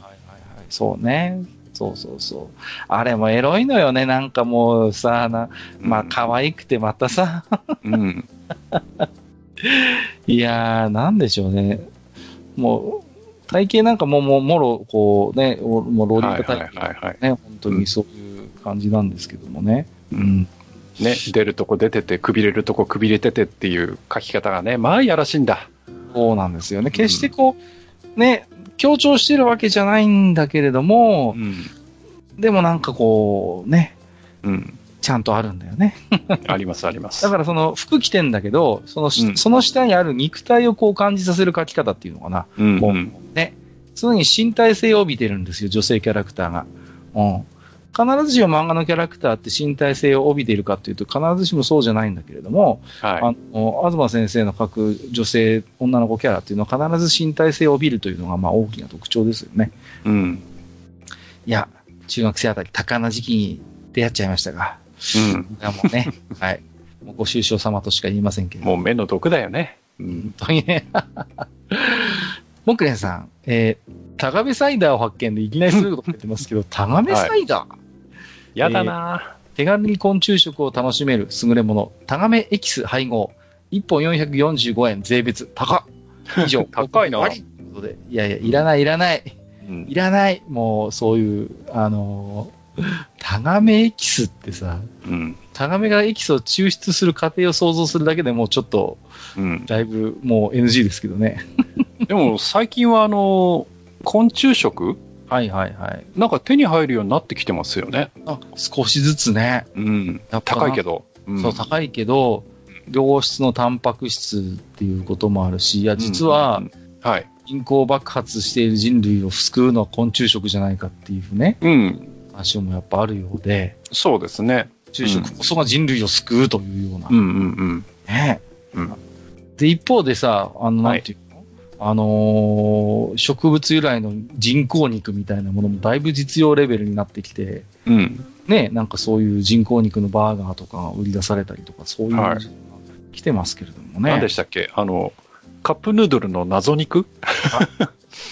Speaker 1: そうね。そうそうそう。あれもエロいのよね。なんかもうさ、なまあ、可愛くてまたさ。
Speaker 2: うん。
Speaker 1: いやー、なんでしょうね。もう、体型なんかもう、もうもろ、こうね、おもうロ
Speaker 2: は
Speaker 1: ーリ
Speaker 2: いは
Speaker 1: ン
Speaker 2: い
Speaker 1: グ体
Speaker 2: はい
Speaker 1: 型
Speaker 2: はい。
Speaker 1: ね、本当にそういう感じなんですけどもね。
Speaker 2: う
Speaker 1: うんん。
Speaker 2: ね、出るとこ出てて、くびれるとこくびれててっていう書き方がね、まあやらしいんだ。
Speaker 1: そうなんですよね。決してこう、ね、強調してるわけじゃないんだけれども
Speaker 2: う、ん。
Speaker 1: でもなんかこう、ね、
Speaker 2: うん。
Speaker 1: ちゃんとあるんだよね。
Speaker 2: ありますあります。
Speaker 1: だからその服着てんだけど、その,、
Speaker 2: うん
Speaker 1: その下にある肉体をこう感じさせる描き方っていうのかな。
Speaker 2: うん
Speaker 1: もう
Speaker 2: うん
Speaker 1: ね。常に身体性を帯びてるんですよ、女性キャラクターが。うん。必ずしも漫画のキャラクターって身体性を帯びているかっていうと、必ずしもそうじゃないんだけれども、
Speaker 2: は
Speaker 1: あの、東先生の描く女性、女の子キャラっていうのは必ず身体性を帯びるというのが、まあ大きな特徴ですよね。
Speaker 2: い。うん。
Speaker 1: いや、中学生あたり、多感な時期に出会っちゃいましたが、
Speaker 2: うん。
Speaker 1: いやもう ね、はい。もうご愁傷様としか言いませんけれども
Speaker 2: もう目の毒だよね。うん。
Speaker 1: 本当にね。 モクレンさん、えー、タガメサイダーを発見でいきなりすること言って ますけど、タガメサイダー、
Speaker 2: やだな。
Speaker 1: 手軽に昆虫食を楽しめる優れもの、タガメエキス配合、1本445円税別、高っ以 上
Speaker 2: 高いな
Speaker 1: 終わりということでいやいや、いらない、いらない、
Speaker 2: うん
Speaker 1: いらない、もうそういう、あのータガメエキスってさ、
Speaker 2: うん。
Speaker 1: タガメがエキスを抽出する過程を想像するだけでもうちょっと、
Speaker 2: うん。
Speaker 1: だいぶもう NG ですけどね。
Speaker 2: でも最近はあの、昆虫食
Speaker 1: はいはいはい。
Speaker 2: なんか手に入るようになってきてますよね。
Speaker 1: あ少しずつね、
Speaker 2: うん。
Speaker 1: やっぱな
Speaker 2: 高いけど。うん
Speaker 1: そう高いけど、良質のタンパク質っていうこともあるし、いや、実は
Speaker 2: うん、はい。
Speaker 1: 貧困爆発している人類を救うのは昆虫食じゃないかっていうね、
Speaker 2: うん。
Speaker 1: 話もやっぱあるようで、
Speaker 2: そうですね。
Speaker 1: 昼食こそが人類を救うというような、
Speaker 2: うんうん
Speaker 1: ね。
Speaker 2: うん
Speaker 1: で、一方でさ、あの、
Speaker 2: はい
Speaker 1: なんていうの、あのー植物由来の人工肉みたいなものもだいぶ実用レベルになってきて、
Speaker 2: うん。うん。
Speaker 1: ね、なんかそういう人工肉のバーガーとかが売り出されたりとか、そういうの
Speaker 2: は
Speaker 1: が
Speaker 2: い
Speaker 1: 来てますけれどもね。
Speaker 2: 何でしたっけあの、カップヌードルの謎肉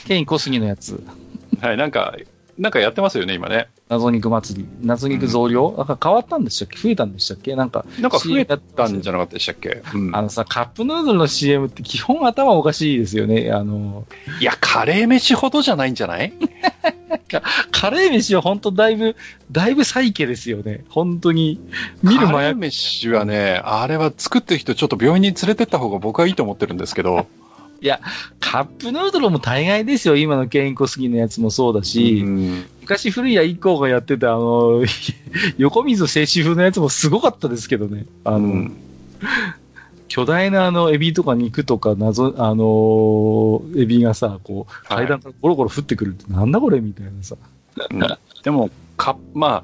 Speaker 1: ケイン小杉のやつ、
Speaker 2: はい、なんか、なんかやってますよね、今ね。
Speaker 1: 謎肉祭り、謎肉増量、なんか変わったんでしたっけ増えたんでしたっけなんか、
Speaker 2: なんか増
Speaker 1: CM
Speaker 2: え
Speaker 1: やって
Speaker 2: た
Speaker 1: ま
Speaker 2: ん
Speaker 1: す
Speaker 2: じゃなかったでしたっけ、うん
Speaker 1: あのさ、カップヌードルの CM って基本頭おかしいですよね。あの、
Speaker 2: いや、カレー飯ほどじゃ ないんじゃない
Speaker 1: カレー飯は本当だいぶ、だいぶサイケですよね。本当に。見る
Speaker 2: カレ
Speaker 1: 前
Speaker 2: ー、飯はね、あれは作ってる人、ちょっと病院に連れてった方が僕はいいと思ってるんですけど、
Speaker 1: カップヌードルも大概ですよ。今のケイン小杉のやつもそうだし、
Speaker 2: うん
Speaker 1: 昔古谷一行がやってた、あの、 横溝静止風のやつもすごかったですけどね。あの、
Speaker 2: うん。
Speaker 1: 巨大なあの、エビとか肉とか謎、あのーエビがさ、こう、
Speaker 2: はい
Speaker 1: 階段からゴロゴロ降ってくるって、なんだこれみたいなさ。
Speaker 2: うんでも、か、まあ、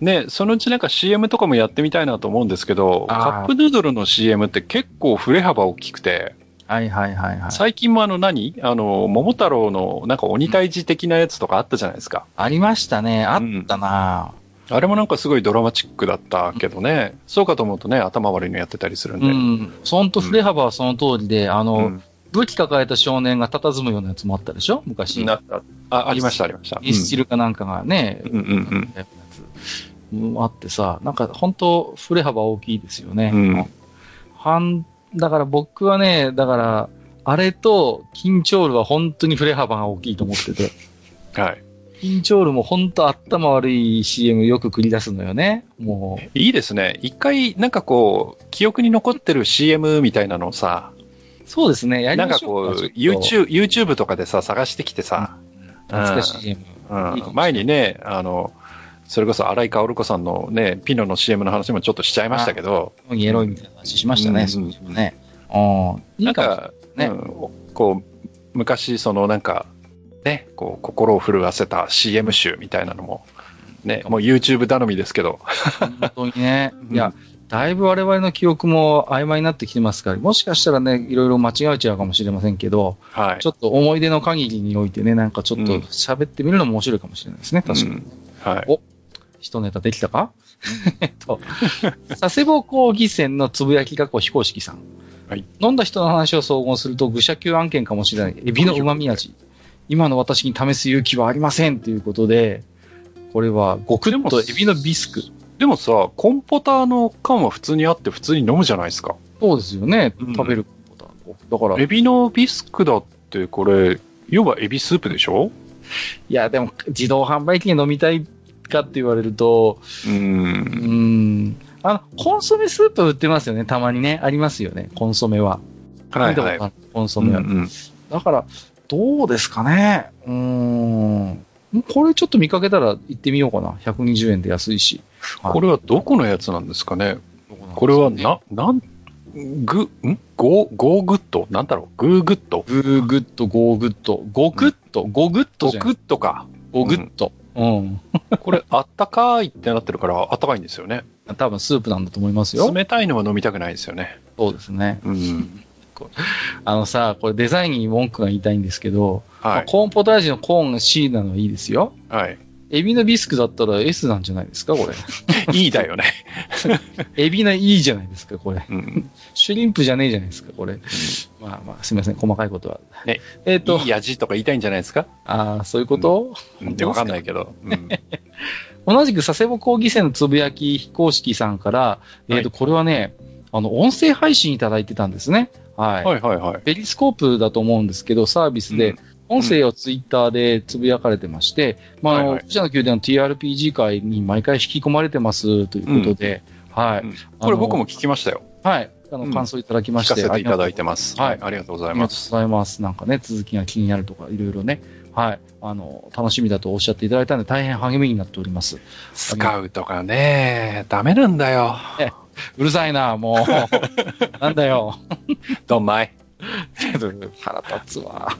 Speaker 2: ね、そのうちなんか CM とかもやってみたいなと思うんですけど、
Speaker 1: あー
Speaker 2: カップヌードルの CM って結構振れ幅大きくて、
Speaker 1: はいはいはいは
Speaker 2: 最近もあの何あの、桃太郎のなんか鬼退治的なやつとかあったじゃないですか。
Speaker 1: ありましたね。あったな、
Speaker 2: あれもなんかすごいドラマチックだったけどね、そうかと思うとね、頭悪いのやってたりするん
Speaker 1: う
Speaker 2: で。
Speaker 1: ん。そんと振れ幅はその通りで、あの、
Speaker 2: うん
Speaker 1: 武器抱えた少年が佇むようなやつもあったでしょ昔。
Speaker 2: なったあ、ありました、ありました。
Speaker 1: ミスチ
Speaker 2: ル。
Speaker 1: ルかなんかがね、
Speaker 2: うんうん
Speaker 1: やつもあってさ、なんか本当振れ幅大きいですよね。
Speaker 2: うん。うん。
Speaker 1: はん、だから僕はね、だから、あれと、緊張ルは本当に振れ幅が大きいと思って て。
Speaker 2: はい。
Speaker 1: 緊張ルも本当頭悪い CM よく繰り出すのよね。もう。
Speaker 2: いいですね。一回、なんかこう、記憶に残ってる CM みたいなのをさ、
Speaker 1: そうですね。やり
Speaker 2: なん
Speaker 1: ま
Speaker 2: か
Speaker 1: しょう
Speaker 2: こう、
Speaker 1: ちょっ
Speaker 2: YouTube、YouTube とかでさ、探してきてさ、
Speaker 1: と懐かしい CM。い
Speaker 2: うん
Speaker 1: いかもしれない
Speaker 2: 前にね、あの、それこそ荒井薫子さんのね、ピノの CM の話もちょっとしちゃいましたけど、
Speaker 1: 特にエロいみたいな話しましたね。
Speaker 2: うん
Speaker 1: そうですね。ああ、い
Speaker 2: ないん
Speaker 1: かも
Speaker 2: か、
Speaker 1: ね
Speaker 2: うんこう、昔、そのなんか、ね、こう、心を震わせた CM 集みたいなのも、ね、もう YouTube 頼みですけど、。
Speaker 1: 本当にねいや、だいぶ我々の記憶も曖昧になってきてますから、もしかしたらね、いろいろ間違えちゃうかもしれませんけど、
Speaker 2: はい。
Speaker 1: ちょっと思い出の限りにおいてね、なんかちょっ
Speaker 2: う
Speaker 1: と
Speaker 2: ん
Speaker 1: 喋ってみるのも面白いかもしれないですね、確かに。
Speaker 2: うんはい。
Speaker 1: 一ネタできたかえっと、佐世保講義船のつぶやきがこう非公式さん。
Speaker 2: はい
Speaker 1: 飲んだ人の話を総合すると、愚者級案件かもしれない。エビの旨味味。今の私に試す勇気はありませんということで、これは、極
Speaker 2: でも
Speaker 1: とエビのビスク。
Speaker 2: でもさ、コンポターの缶は普通にあって普通に飲むじゃないですか。
Speaker 1: そうですよね。
Speaker 2: うん
Speaker 1: 食べることだから。
Speaker 2: エビのビスクだってこれ、要はエビスープでしょ
Speaker 1: いや、でも、自動販売機で飲みたいかって言われると、
Speaker 2: う
Speaker 1: うー
Speaker 2: ん。
Speaker 1: ん。あの、コンソメスープ売ってますよね。たまにね。ありますよね。コンソメは。
Speaker 2: はい
Speaker 1: 見たこ
Speaker 2: は
Speaker 1: と
Speaker 2: い。
Speaker 1: あるコンソ
Speaker 2: うん
Speaker 1: メ
Speaker 2: う
Speaker 1: は。
Speaker 2: ん
Speaker 1: だから、どうですかね。うーん。これちょっと見かけたら行ってみようかな。120円で安いし。
Speaker 2: これはどこのやつなんですかねこれはな、なん、グ、んゴー、ゴーグッドなんだろうグーグッド
Speaker 1: グーグッド、ゴーグッド、ゴグッド、ゴグッド
Speaker 2: ゴ
Speaker 1: じゃ
Speaker 2: グ
Speaker 1: ん。
Speaker 2: ッドか。
Speaker 1: ゴグッド。うん。
Speaker 2: これ、あったかいってなってるから、あったかいんですよね。
Speaker 1: 多分スープなんだと思いますよ。
Speaker 2: 冷たいのは飲みたくないですよね。
Speaker 1: そうですね。
Speaker 2: うん。
Speaker 1: あのさ、これデザインに文句が言いたいんですけど、ま
Speaker 2: は
Speaker 1: あ
Speaker 2: い。
Speaker 1: コーンポタージュのコーンが C なのはいいですよ。
Speaker 2: はい。
Speaker 1: エビのビスクだったら S なんじゃないですか、こ れ。
Speaker 2: いいだよね。
Speaker 1: エビの E じゃないですか、これ。
Speaker 2: うん。
Speaker 1: シュリンプじゃねえじゃないですか、これ。まあまあ、すみません、細かいことは。
Speaker 2: ね
Speaker 1: えっ、と、
Speaker 2: いい味とか言いたいんじゃないですか
Speaker 1: ああ、そういうこと、
Speaker 2: うんでわかんないけど。うん
Speaker 1: 同じく佐世保講義生のつぶやき非公式さんから、えっ、と、これはね、あの、音声配信いただいてたんですね。はい。
Speaker 2: はいはいはい。
Speaker 1: ペリスコープだと思うんですけど、サービス
Speaker 2: う
Speaker 1: で
Speaker 2: ん、
Speaker 1: 音声をツイッターでつぶやかれてまして、まあ、あ
Speaker 2: はい
Speaker 1: の、
Speaker 2: はい
Speaker 1: 富士の宮殿の TRPG 会に毎回引き込まれてますということで、はい。
Speaker 2: うんこれ僕も聞きましたよ。
Speaker 1: はい。あ
Speaker 2: うん
Speaker 1: の、感想いただきま
Speaker 2: 聞
Speaker 1: し
Speaker 2: か
Speaker 1: て。
Speaker 2: せていただいてます。
Speaker 1: はい
Speaker 2: はい。ありがとうござ
Speaker 1: あ
Speaker 2: い
Speaker 1: りが
Speaker 2: ま
Speaker 1: とう
Speaker 2: す。
Speaker 1: ございます。なんかね、続きが気になるとか、いろいろね。はい。あの、楽しみだとおっしゃっていただいたので、大変励みになっております。
Speaker 2: スカウトがね、ダメなんだよ。
Speaker 1: うるさいな、もう。なんだよ。
Speaker 2: どんまい。
Speaker 1: 腹立つわ。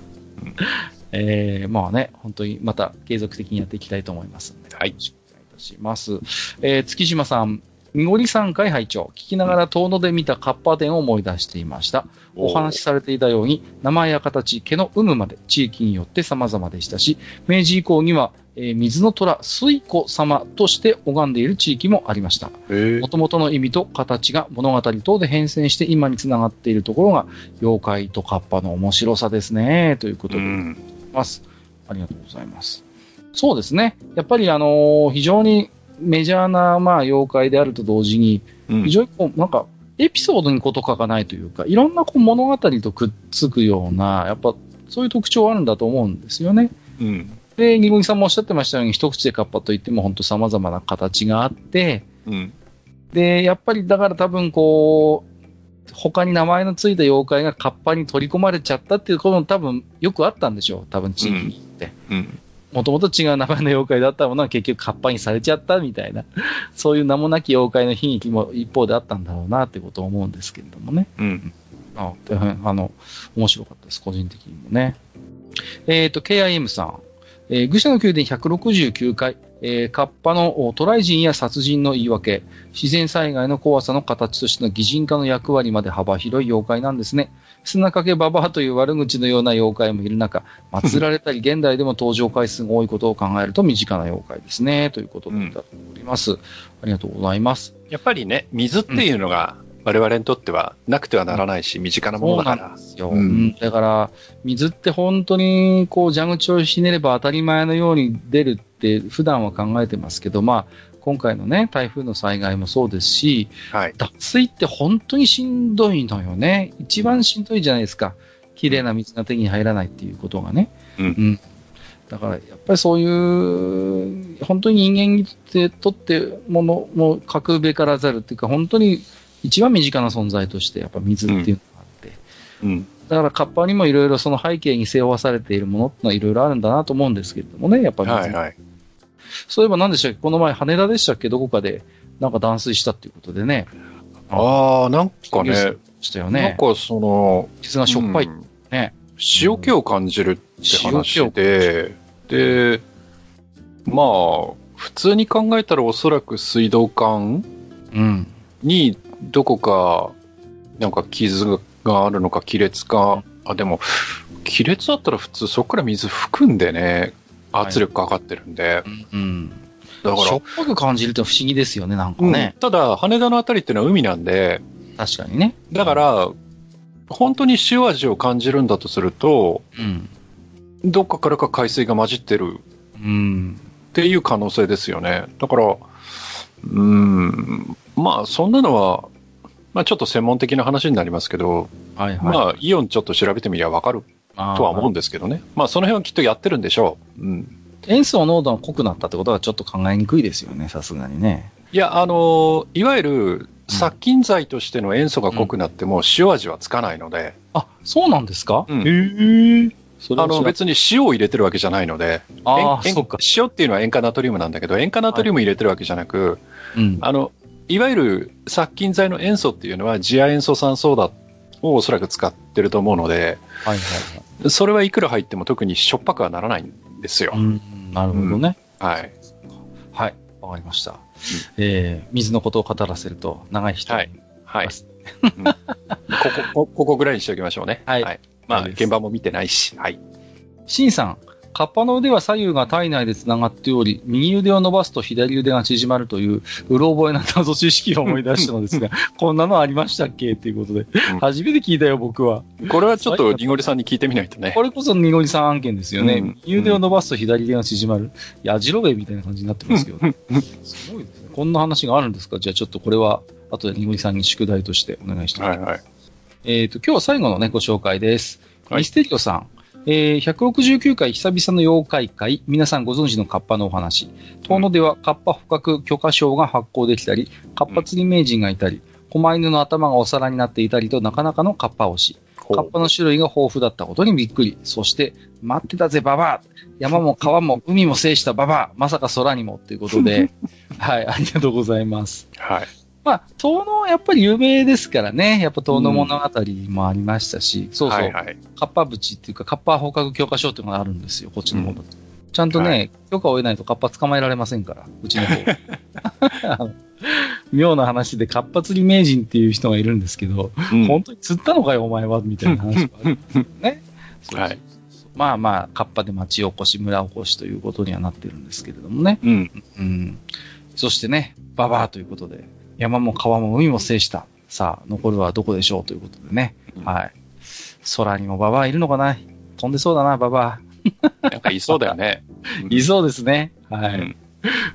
Speaker 1: えー、まあね、本当にまた継続的にやっていきたいと思いますので。
Speaker 2: はい
Speaker 1: よろしくお願いいたします。えー、月島さん、みごりさん会拝聴聞きながら遠野で見たカッパ店を思い出していました。お話しされていたように、名前や形、毛の有無まで地域によって様々でしたし、明治以降には、えー水の虎、水子様として拝んでいる地域もありました。
Speaker 2: へえ
Speaker 1: 元々の意味と形が物語等で変遷して今につながっているところが妖怪とカッパの面白さですねということ
Speaker 2: う
Speaker 1: でござい
Speaker 2: ん。
Speaker 1: ます、ありがとうございますそうですねやっぱりあのー非常にメジャーなまあ妖怪であると同時に
Speaker 2: うん
Speaker 1: 非常にこうなんかエピソードにこと書かないというかいろんなこう物語とくっつくようなやっぱそういう特徴あるんだと思うんですよね
Speaker 2: うん。
Speaker 1: で、ニゴギさんもおっしゃってましたように、一口でカッパといっても本当様々な形があって、
Speaker 2: うん。
Speaker 1: で、やっぱりだから多分こう、他に名前のついた妖怪がカッパに取り込まれちゃったっていうことも多分よくあったんでしょう。多分地域に行って。
Speaker 2: うん。
Speaker 1: もともと違う名前の妖怪だったものは結局カッパにされちゃったみたいな、そういう名もなき妖怪の悲劇も一方であったんだろうなってことを思うんですけれどもね。
Speaker 2: うん。
Speaker 1: あ大変、あの、面白かったです、個人的にもね。えっ、と、KIM さん。えー愚者の宮殿169回、えー、カッパのお渡来人や殺人の言い訳、自然災害の怖さの形としての擬人化の役割まで幅広い妖怪なんですね。砂掛けババアという悪口のような妖怪もいる中、祀られたり現代でも登場回数が多いことを考えると身近な妖怪ですね、ということでいただいております。ありがとうございます。
Speaker 2: やっぱりね、水っていうのが我々にとってはなくてはならないし、身近な
Speaker 1: そ
Speaker 2: もの
Speaker 1: うな
Speaker 2: だ
Speaker 1: ん
Speaker 2: か
Speaker 1: ですよ。
Speaker 2: うん
Speaker 1: うんだから、水って本当に、こう、蛇口をひねれば当たり前のように出るって、普段は考えてますけど、まあ、今回のね、台風の災害もそうですし、
Speaker 2: ら。はい。
Speaker 1: 脱水って本当にしんどいのよね。一番しんどいじゃないですか。綺麗な水が手に入らないっていうことがね。
Speaker 2: うん
Speaker 1: だから、やっぱりそういう、本当に人間にとって、とってもの、もう格べからざるっていうか、本当に一番身近な存在として、やっぱ水っていうのがあって。
Speaker 2: うん。
Speaker 1: だからカッパにもいろいろその背景に背負わされているものってのはいろいろあるんだなと思うんですけれどもね、やっぱり、
Speaker 2: はいはい。
Speaker 1: そういえば何でしたっけ、この前羽田でしたっけ、どこかでなんか断水したっていうことでね、
Speaker 2: ああ、なんか
Speaker 1: ニュー
Speaker 2: ね
Speaker 1: ス、したよ
Speaker 2: なん
Speaker 1: ね。
Speaker 2: かその、
Speaker 1: 傷がしょっぱい。
Speaker 2: うん
Speaker 1: ね
Speaker 2: 塩気を感じるって話で、で、まあ、普通に考えたらおそらく水道管
Speaker 1: うん。
Speaker 2: にどこか、なんか傷があるのか亀裂か、あ、でも、亀裂だったら普通そこから水含んでね、
Speaker 1: はい
Speaker 2: 圧力かかってるんで、
Speaker 1: うん。
Speaker 2: だ
Speaker 1: しょ
Speaker 2: か、
Speaker 1: っぱく感じるって不思議ですよね、なんからね
Speaker 2: う。んただ羽田のあたりっていうのは海なんで、
Speaker 1: 確かにね。
Speaker 2: だから、本当に塩味を感じるんだとすると、
Speaker 1: うん。
Speaker 2: どっかからか海水が混じってる
Speaker 1: うん。
Speaker 2: っていう可能性ですよね。だから、うーん、まあそんなのは、まあちょっと専門的な話になりますけど、
Speaker 1: はいはい。
Speaker 2: まあイオンちょっと調べてみりゃわかる
Speaker 1: あー
Speaker 2: とは思うんですけどね。まあその辺はきっとやってるんでしょう。うん。
Speaker 1: 塩素の濃度が濃くなったってことはちょっと考えにくいですよね、さすがにね。
Speaker 2: いや、あのいわゆる殺菌剤としての塩素が濃くなっても塩味はつかないので、
Speaker 1: あ、そうなんですか、
Speaker 2: うん
Speaker 1: へえ。それ
Speaker 2: あの別に塩を入れてるわけじゃないので、
Speaker 1: ああ、
Speaker 2: 塩
Speaker 1: そうか。
Speaker 2: 塩っていうのは塩化ナトリウムなんだけど、塩化ナトリウム入れてるわけじゃなく、
Speaker 1: うん。
Speaker 2: あの、いわゆる殺菌剤の塩素っていうのは、次亜塩素酸ソーダをおそらく使ってると思うので、
Speaker 1: はいはいはい。
Speaker 2: それはいくら入っても特にしょっぱくはならないんですよ。
Speaker 1: うん、なるほどね。
Speaker 2: はい。
Speaker 1: はい、わかりました。えー水のことを語らせると長い人。
Speaker 2: はい。はい。
Speaker 1: そ
Speaker 2: うんここ、こここぐらいにしておきましょうね。
Speaker 1: はい
Speaker 2: まあ、
Speaker 1: はい
Speaker 2: 現場も見てないし。はい。
Speaker 1: シンさん、カッパの腕は左右が体内でつながっており、右腕を伸ばすと左腕が縮まるという、うろ覚えな謎知識を思い出したのです が、こんなのありましたっけということで、
Speaker 2: ん
Speaker 1: 初めて聞いたよ、僕は。
Speaker 2: これはちょっと、りんごりさんに聞いてみないとね
Speaker 1: こ。れこそニゴリさん案件ですよね。
Speaker 2: うん
Speaker 1: 右腕を伸ばすと左腕が縮まる。いや、ジロベイみたいな感じになってますけど。すごいですね。こんな話があるんですかじゃあちょっとこれは、後でニゴリさんに宿題としてお願いして
Speaker 2: はいはい。
Speaker 1: えっ、と、今日は最後のね、ご紹介です。
Speaker 2: はい
Speaker 1: ミステリオさん。えー、169回久々の妖怪会、皆さんご存知のカッパのお話。遠野ではカッパ捕獲許可証が発行できたり、カッパ釣り名人がいたり、狛犬の頭がお皿になっていたりとなかなかのカッパ推し。カッパの種類が豊富だったことにびっくり。そして、待ってたぜ、ババア山も川も海も制したババアまさか空にもということ で、はい、ありがとうございます。
Speaker 2: はい。
Speaker 1: まあ、遠野、やっぱり有名ですからね。やっぱ遠野物語もありましたし、そうそう、
Speaker 2: はいはい。
Speaker 1: カッパ淵っていうか、カッパ捕獲許可証っていうのがあるんですよ、こっちの方だと。ちゃんとね、
Speaker 2: は
Speaker 1: 許可を得ないとカッパ捕まえられませんから、うちの方。あの 妙な話で、カッパ釣り名人っていう人がいるんですけど、
Speaker 2: うん
Speaker 1: 本当に釣ったのかよ、お前は、みたいな話もあるんですよね。そうそうそう
Speaker 2: はい
Speaker 1: まあまあ、カッパで町おこし、村おこしということにはなってるんですけれどもね。
Speaker 2: うん。
Speaker 1: うん。そしてね、ババアということで、山も川も海も制した。さあ、残るはどこでしょうということでね。
Speaker 2: うん
Speaker 1: はい。空にもババアいるのかな飛んでそうだな、ババア。
Speaker 2: なんかいそうだよね。
Speaker 1: いそうですね。はい。
Speaker 2: うん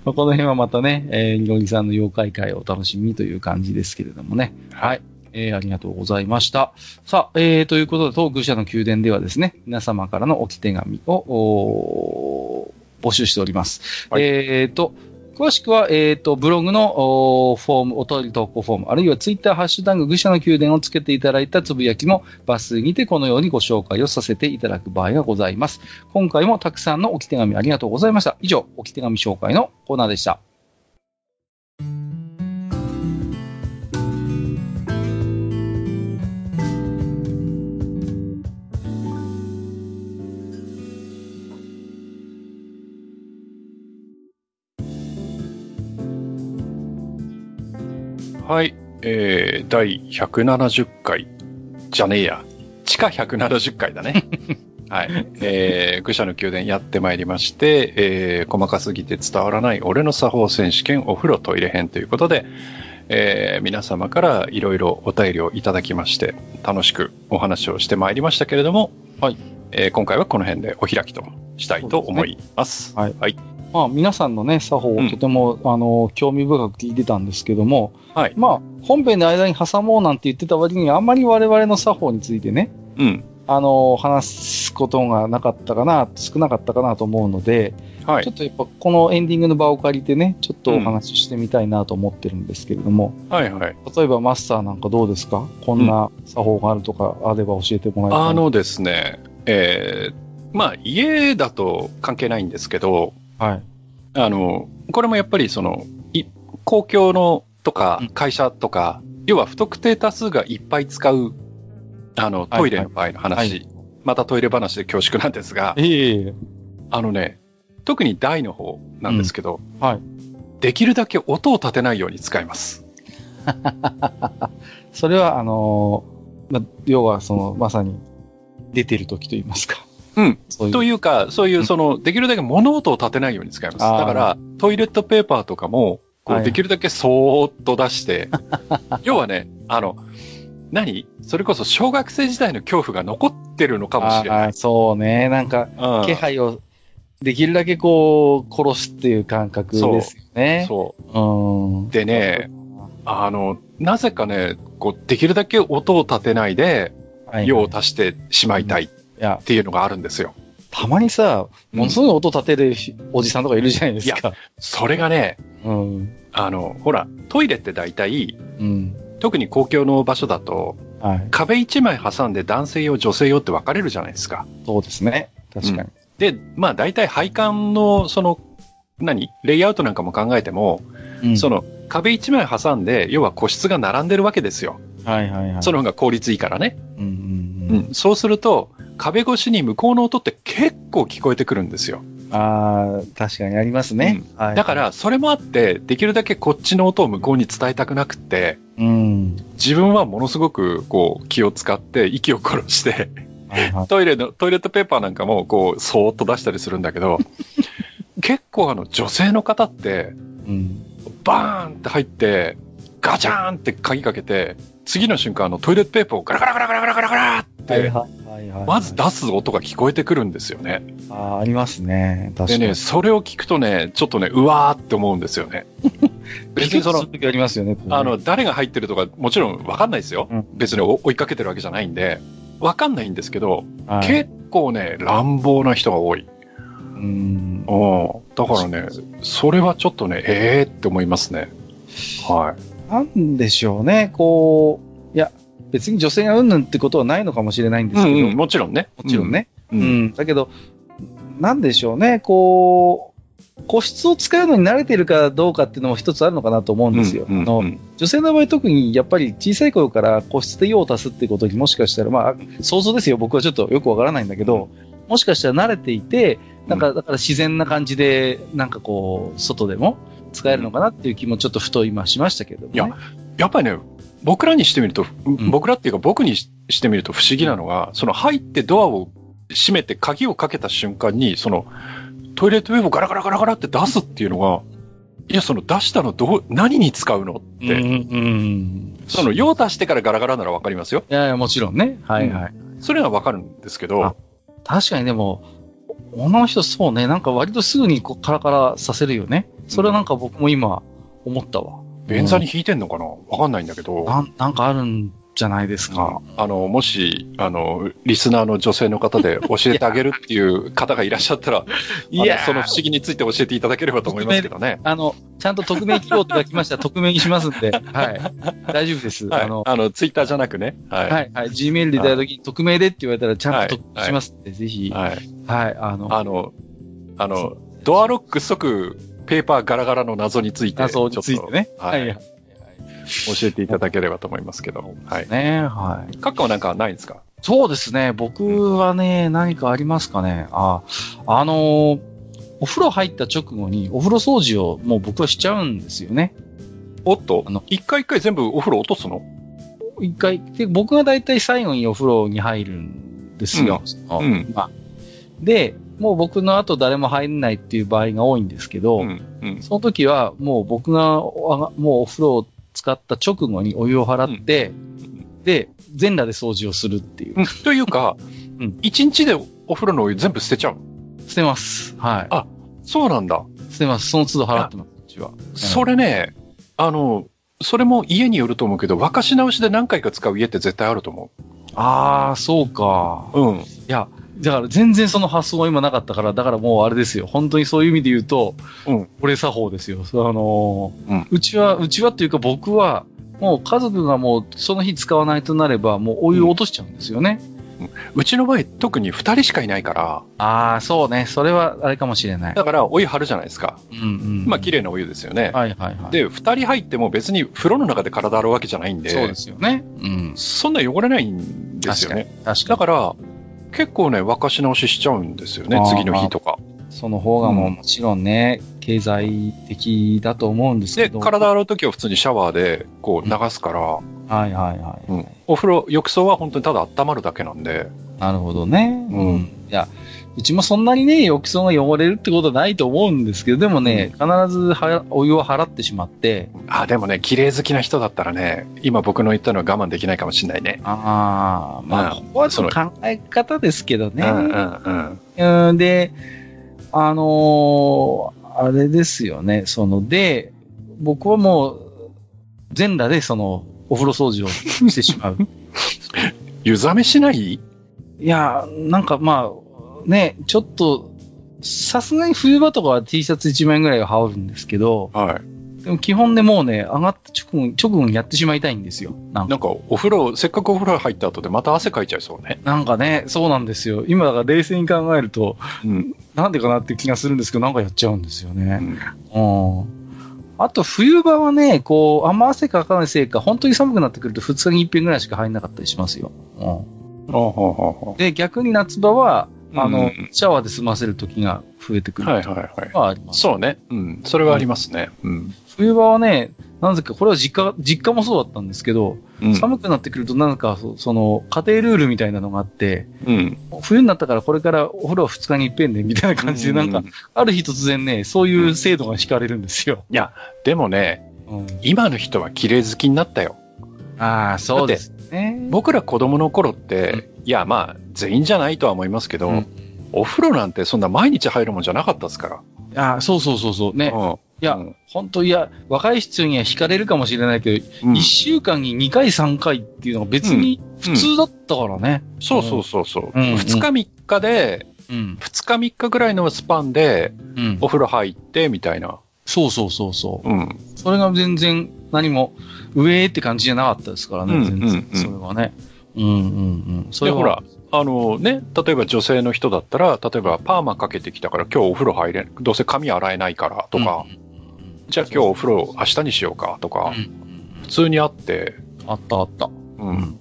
Speaker 1: まあこの辺はまたね、えー、ニゴリさんの妖怪会をお楽しみにという感じですけれどもね。はい。えー、ありがとうございました。さあ、えー、ということで、当愚者の宮殿ではですね、皆様からの置き手紙を、おー募集しております。
Speaker 2: はい
Speaker 1: えーと、詳しくは、えっ、と、ブログのおーフォーム、お便り投稿フォーム、あるいはツイッター、ハッシュタグ、愚者の宮殿をつけていただいたつぶやきも、抜粋にてこのようにご紹介をさせていただく場合がございます。今回もたくさんの置き手紙ありがとうございました。以上、置き手紙紹介のコーナーでした。
Speaker 2: はい、えー、第170回じゃねえや、地下170回だ ね。はい、えー、愚者の宮殿やってまいりまして、えー細かすぎて伝わらない俺の作法選手権お風呂トイレ編ということで、えー皆様からいろいろお便りをいただきまして、楽しくお話をしてまいりましたけれども、
Speaker 1: はい
Speaker 2: えー今回はこの辺でお開きとしたいと思います。
Speaker 1: そうですね
Speaker 2: はい、
Speaker 1: まあ、皆さんのね、作法
Speaker 2: う
Speaker 1: を
Speaker 2: ん
Speaker 1: とても、あの、興味深く聞いてたんですけども、
Speaker 2: はい
Speaker 1: まあ、本編の間に挟もうなんて言ってた割に、あんまり我々の作法についてね、
Speaker 2: うん、
Speaker 1: あの、話すことがなかったかな、少なかったかなと思うので、
Speaker 2: はい
Speaker 1: ちょ、っとやっぱこのエンディングの場を借りてね、ちょっとお話ししてみたいなと思ってるんですけれども、
Speaker 2: はい、はい。
Speaker 1: 例えばマスターなんかどうですかこんな作法があるとかあれば教えてもらえたら
Speaker 2: あ、のですね、えーまあ家だと関係ないんですけど、
Speaker 1: はい。
Speaker 2: あの、これもやっぱりその、い公共のとか
Speaker 1: うん
Speaker 2: 会社とか、要は不特定多数がいっぱい使う、あの、トイレの場合の話、
Speaker 1: は
Speaker 2: またトイレ話で恐縮なんですが、
Speaker 1: ええ
Speaker 2: あのね、特に台の方なんですけど、
Speaker 1: はい。
Speaker 2: できるだけ音を立てないように使います。
Speaker 1: それは、あのーま、要は、その、まさに、出てる時と言いますか。
Speaker 2: うん。
Speaker 1: そういう。
Speaker 2: というか、そういうう、
Speaker 1: ん
Speaker 2: その、できるだけ物音を立てないように使います。
Speaker 1: あー
Speaker 2: だから、トイレットペーパーとかも、こ
Speaker 1: は
Speaker 2: う、
Speaker 1: い
Speaker 2: できるだけそーっと 出して、要はね、あの、何それこそ小学生時代の恐怖が残ってるのかもしれない。
Speaker 1: あーそうね。なんか、
Speaker 2: うん
Speaker 1: 気配を、できるだけこう、殺すっていう感覚ですよね。
Speaker 2: そう。
Speaker 1: う。ん。
Speaker 2: でね、あの、なぜかね、こう、できるだけ音を立てないで、
Speaker 1: はい、
Speaker 2: 用を
Speaker 1: い
Speaker 2: 足してしまいたいっ
Speaker 1: や、
Speaker 2: ていうのがあるんですよ。
Speaker 1: たまにさ、ものすごい音立てるひおじさんとかいるじゃないですか。
Speaker 2: それがね、
Speaker 1: うん。
Speaker 2: あの、ほら、トイレって大体、
Speaker 1: うん。
Speaker 2: 特に公共の場所だと、
Speaker 1: はい。
Speaker 2: 壁一枚挟んで男性用、女性用って分かれるじゃないですか。
Speaker 1: そうですね。確かに。
Speaker 2: で、まあ大体配管の、その、何レイアウトなんかも考えても、
Speaker 1: うん
Speaker 2: その壁一枚挟んで、要は個室が並んでるわけですよ。
Speaker 1: はいはいはい。
Speaker 2: その方が効率いいからね。
Speaker 1: うんうん
Speaker 2: う
Speaker 1: うん。
Speaker 2: ん。そうすると、壁越しに向こうの音って結構聞こえてくるんですよ。
Speaker 1: ああ、確かにありますね。はい
Speaker 2: だか、ら、それもあって、できるだけこっちの音を向こうに伝えたくなくって、
Speaker 1: うん。
Speaker 2: 自分はものすごく、こう、気を使って、息を殺して、
Speaker 1: はいはい。
Speaker 2: トイレの、トイレットペーパーなんかも、こう、そーっと出したりするんだけ ど、結構あの、女性の方って、
Speaker 1: うん。
Speaker 2: バーンって入って、ガチャーンって鍵かけて、次の瞬間、あの、トイレットペーパーをガラガラガラガラガラガラガラって、
Speaker 1: はいはいはいはい。
Speaker 2: まず出す音が聞こえてくるんですよね。
Speaker 1: あーありますね。確
Speaker 2: で
Speaker 1: かに。
Speaker 2: ね、それを聞くとね、ちょっとね、うわーって思うんですよ ね。別にその、
Speaker 1: 時ありますよね。
Speaker 2: あの、誰が入ってるとか、もちろんわかんないですよ。
Speaker 1: うん
Speaker 2: 別に追いかけてるわけじゃないんで、わかんないんですけど、
Speaker 1: はい、
Speaker 2: 結構ね、乱暴な人が多い。
Speaker 1: うん。
Speaker 2: うん。だからね、それはちょっとね、ええー、って思いますね。はい。
Speaker 1: なんでしょうね。こう、いや、別に女性がうんぬんってことはないのかもしれないんですけど、も
Speaker 2: もちろんね。
Speaker 1: ちろん。ね、
Speaker 2: う
Speaker 1: うん。
Speaker 2: ん。
Speaker 1: だけど、なんでしょうね。こう、個室を使うのに慣れてるかどうかっていうのも一つあるのかなと思うんですよ。
Speaker 2: うんうん
Speaker 1: あの女性の場合特にやっぱり小さい頃から個室で用を足すってことにもしかしたら、まあ、想像ですよ。僕はちょっとよくわからないんだけど、もしかしたら慣れていて、なんか、だから自然な感じで、なんかこう、外でも使えるのかなっていう気もちょっとふと今しましたけど、ね。
Speaker 2: いややっぱりね、僕らにしてみると、
Speaker 1: ん
Speaker 2: 僕らっていうか僕にししてみると不思議なのが、その入ってドアを閉めて鍵をかけた瞬間に、そのトイレットペーパーをガラガラガラガラって出すっていうのが、いや、その出したのどう、何に使うのっ
Speaker 1: う
Speaker 2: て、
Speaker 1: ん、うん。
Speaker 2: その用足してからガラガラならわかりますよ。
Speaker 1: いやいや、もちろんね。はいはい。
Speaker 2: それはわかるんですけ
Speaker 1: あ
Speaker 2: ど、
Speaker 1: 確かにでも、女の人そうね、なんか割とすぐにこうカラカラさせるよね。それはなんか僕も今思ったわ。
Speaker 2: 便座に引いてんのかなわかんないんだけど。
Speaker 1: なんなんかあるんじゃないですか。
Speaker 2: あの、もし、あの、リスナーの女性の方で教えてあげるっていう方がいらっしゃったら、
Speaker 1: い
Speaker 2: あ
Speaker 1: や
Speaker 2: の
Speaker 1: そ
Speaker 2: そ
Speaker 1: の
Speaker 2: の不思議について教えていただければと思いますけどね。
Speaker 1: あの、ちゃんと匿名希望とか来ま したら匿名にしますんで、はい。大丈夫です。
Speaker 2: はい、
Speaker 1: あの、
Speaker 2: あの、ツイッターじゃなくね。はい。
Speaker 1: はい、はい。Gmail でいただいた時に匿名でって言われたらちゃんと匿名
Speaker 2: はい
Speaker 1: しますんで、ぜひ、はい。
Speaker 2: はい。
Speaker 1: あの、
Speaker 2: あの、あの、ドアロック即ペーパーガラガラの謎について、
Speaker 1: 画像につい
Speaker 2: ちょ
Speaker 1: て
Speaker 2: っ
Speaker 1: ね。
Speaker 2: とはいと教えていただければと思いますけど。はい。
Speaker 1: ねはい。
Speaker 2: カッカはなんかないんですか
Speaker 1: そうですね。僕はね、何かありますかね。あ、あのーお風呂入った直後にお風呂掃除をもう僕はしちゃうんですよね。
Speaker 2: おっと
Speaker 1: あの、
Speaker 2: 一回一回全部お風呂落とすの
Speaker 1: 一回、で僕が大体最後にお風呂に入るんですよ。
Speaker 2: うん
Speaker 1: まあで、もう僕の後誰も入れないっていう場合が多いんですけど、
Speaker 2: うん。うん。
Speaker 1: その時はもう僕がお、もうお風呂を使った直後にお湯を払って、で、全裸で掃除をするっていう。
Speaker 2: うんというか
Speaker 1: うん、
Speaker 2: 一、日でお風呂のお湯全部捨てちゃう。
Speaker 1: 捨てます。は
Speaker 2: そうなんだ。
Speaker 1: い。捨てます。その都度払ってます、こっちは。
Speaker 2: それね、あの、それも家によると思うけど、沸かし直しで何回か使う家って絶対あると思
Speaker 1: ああ、そうか。
Speaker 2: う。うん。
Speaker 1: いや、だから全然その発想が今なかったから、だからもうあれですよ。本当にそういう意味で言うと、
Speaker 2: うん
Speaker 1: これ作法ですよ。そうあのー
Speaker 2: うん
Speaker 1: ちは、うちはっていうか僕は、もう家族がもうその日使わないとなれば、もうお湯を落としちゃうんですよね。
Speaker 2: うちの場合、特に二人しかいないから、
Speaker 1: ああ、そうね。それはあれかもしれない。
Speaker 2: だからお湯張るじゃないですか。
Speaker 1: うんうん。
Speaker 2: まあ、綺麗なお湯ですよね。
Speaker 1: はいはいはい。
Speaker 2: で、二人入っても別に風呂の中で体洗うわけじゃないんで、
Speaker 1: そうですよね。うん。
Speaker 2: そんな汚れないんですよね。
Speaker 1: 確か
Speaker 2: だ
Speaker 1: に。
Speaker 2: から、結構ね、沸かし直ししちゃうんですよね
Speaker 1: あ、ー
Speaker 2: 次の日とか。
Speaker 1: その方がもうもちろんね、経済的だと思うんですけ
Speaker 2: で、
Speaker 1: ど。
Speaker 2: 体
Speaker 1: はい
Speaker 2: 洗うときは普通にシャワーでこう流すから、
Speaker 1: はいはい。
Speaker 2: うんお風呂、浴槽は本当にただ温まるだけなんで、
Speaker 1: なるほどね。
Speaker 2: うん
Speaker 1: いや、うちもそんなにね、浴槽が汚れるってことはないと思うんですけど、でもね、必ずはお湯を払ってしまって、
Speaker 2: あ、でもね、綺麗好きな人だったらね、今僕の言ったのは我慢できないかもしれないね。
Speaker 1: ああ、まあ、
Speaker 2: うん
Speaker 1: ここはちょっと考え方ですけどね。
Speaker 2: うんうんうん。
Speaker 1: うん、で、あのーあれですよね、その、で、僕はもう、全裸でその、お風呂掃除をしてし まう。
Speaker 2: 湯冷めしない
Speaker 1: いや、なんかまあ、ね、ちょっと、さすがに冬場とかは T シャツ1枚ぐらいは羽織るんですけど、
Speaker 2: はい。
Speaker 1: でも基本でもうね、上がった直後に、直後にやってしまいたいんですよ。なん
Speaker 2: な
Speaker 1: か
Speaker 2: んかお風呂、せっかくお風呂入った後でまた汗かいちゃいそうね。
Speaker 1: なんかね、そうなんですよ。今だから冷静に考えると、
Speaker 2: うん。
Speaker 1: なんでかなって気がするんですけど、なんかやっちゃうんですよね。うん。あと、冬場はね、こう、あんま汗かかないせいか、本当に寒くなってくると2日に1遍ぐらいしか入んなかったりしますよ。う
Speaker 2: あはは
Speaker 1: ん。で、逆に夏場は、あ
Speaker 2: うんう
Speaker 1: の
Speaker 2: ん、
Speaker 1: シャワーで済ませる時が増えてくる。
Speaker 2: はいはいはい。
Speaker 1: はあります。
Speaker 2: そうね。うん。それはありますね。うん。
Speaker 1: 冬場はね、なぜか、これは実家、実家もそうだったんですけど、
Speaker 2: うん。
Speaker 1: 寒くなってくると、なんかそ、その、家庭ルールみたいなのがあって、
Speaker 2: うん。
Speaker 1: 冬になったからこれからお風呂は2日に一遍で、みたいな感じで、なんか、
Speaker 2: う
Speaker 1: ある日突然ね、そういう制度が敷かれるんですよ。
Speaker 2: でもね、
Speaker 1: うん、
Speaker 2: 今の人は綺麗好きになったよ。
Speaker 1: ああ、そうですね。
Speaker 2: 僕ら子供の頃って、いやまあ、全員じゃないとは思いますけど、
Speaker 1: うん
Speaker 2: お風呂なんてそんな毎日入るもんじゃなかったですから。
Speaker 1: ああ、そうそうそうそう。ね。
Speaker 2: うん。
Speaker 1: いや、
Speaker 2: うん
Speaker 1: 本当いや、若い人には惹かれるかもしれないけど、
Speaker 2: うん
Speaker 1: 1週間に2回3回っていうのが別に普通だったからね。
Speaker 2: そうそうそうそう。
Speaker 1: うんうん
Speaker 2: 2日3日で、
Speaker 1: うん。
Speaker 2: 2日3日ぐらいのスパンで、
Speaker 1: うん
Speaker 2: お。風呂入って、みたいな。
Speaker 1: そうそうそうそう。
Speaker 2: うん。
Speaker 1: それが全然何も、上って感じじゃなかったですから
Speaker 2: う
Speaker 1: ね、
Speaker 2: ん
Speaker 1: 全然。
Speaker 2: うんうん
Speaker 1: それはね。うんうんうん。そ
Speaker 2: で、
Speaker 1: れは
Speaker 2: ほら、、あのね、例えば女性の人だったら、例えばパーマかけてきたから今日お風呂入れ、どうせ髪洗えないからとか、
Speaker 1: うんうんうん、
Speaker 2: じゃあ今日お風呂明日にしようかとか、
Speaker 1: うんうん
Speaker 2: 普通にあって、
Speaker 1: あったあった。
Speaker 2: う。
Speaker 1: うんん。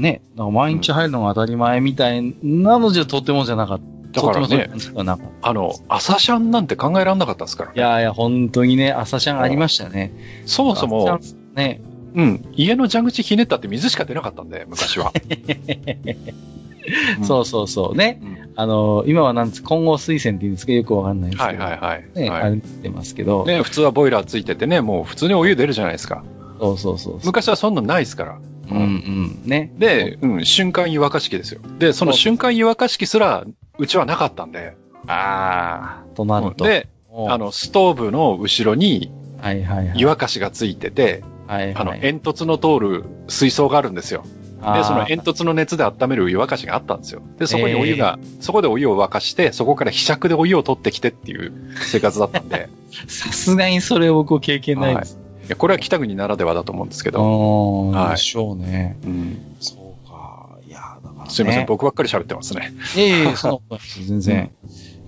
Speaker 1: ね、だから毎日入るのが当たり前みたいなのじゃとてもじゃなかった。
Speaker 2: だから
Speaker 1: とてもそういう
Speaker 2: ね、
Speaker 1: 感じではなかった
Speaker 2: あの、朝シャンなんて考えられなかったですから
Speaker 1: いやいや、本当にね、朝シャンありましたね。
Speaker 2: そもそも、
Speaker 1: 朝シャンね、
Speaker 2: うん、家の蛇口ひねったって水しか出なかったんで、昔は。う ん
Speaker 1: そうそうそうね。
Speaker 2: うん
Speaker 1: あの、今はなんです混合水栓って言うんですけど、よくわかんないんです
Speaker 2: は
Speaker 1: け
Speaker 2: い
Speaker 1: ど。
Speaker 2: はいはい。
Speaker 1: ね、
Speaker 2: はい
Speaker 1: あれってますけど、
Speaker 2: ね、普通はボイラーついててね、もう普通にお湯出るじゃないですか。
Speaker 1: そうそうそうそう。
Speaker 2: 昔はそんなのないですから。
Speaker 1: うんうん。ね。
Speaker 2: で、うん、瞬間湯沸かし器ですよ。で、その瞬間湯沸かし器すら、うちはなかったんで。
Speaker 1: ああ。となると。
Speaker 2: で、
Speaker 1: もう
Speaker 2: あ、の、ストーブの後ろに
Speaker 1: はいはいはい。
Speaker 2: 湯沸かしがついてて、
Speaker 1: はい、
Speaker 2: あの、
Speaker 1: はい。
Speaker 2: 煙突の通る水槽があるんですよ。
Speaker 1: あー
Speaker 2: で、その煙突の熱で温めるお湯沸かしがあったんですよ。で、そこにお湯が、そこでお湯を沸かして、そこからひしゃくでお湯を取ってきてっていう生活だった んで、
Speaker 1: さすがにそれ僕経験ないです。
Speaker 2: いやこれは北国ならではだと思うんですけ
Speaker 1: あ
Speaker 2: ど、
Speaker 1: ー
Speaker 2: はい
Speaker 1: でしょうね。
Speaker 2: うん
Speaker 1: そうか。いや、だから、ね。
Speaker 2: すいません、僕ばっかり喋ってますね。
Speaker 1: いえいえ、そんなことないです。全然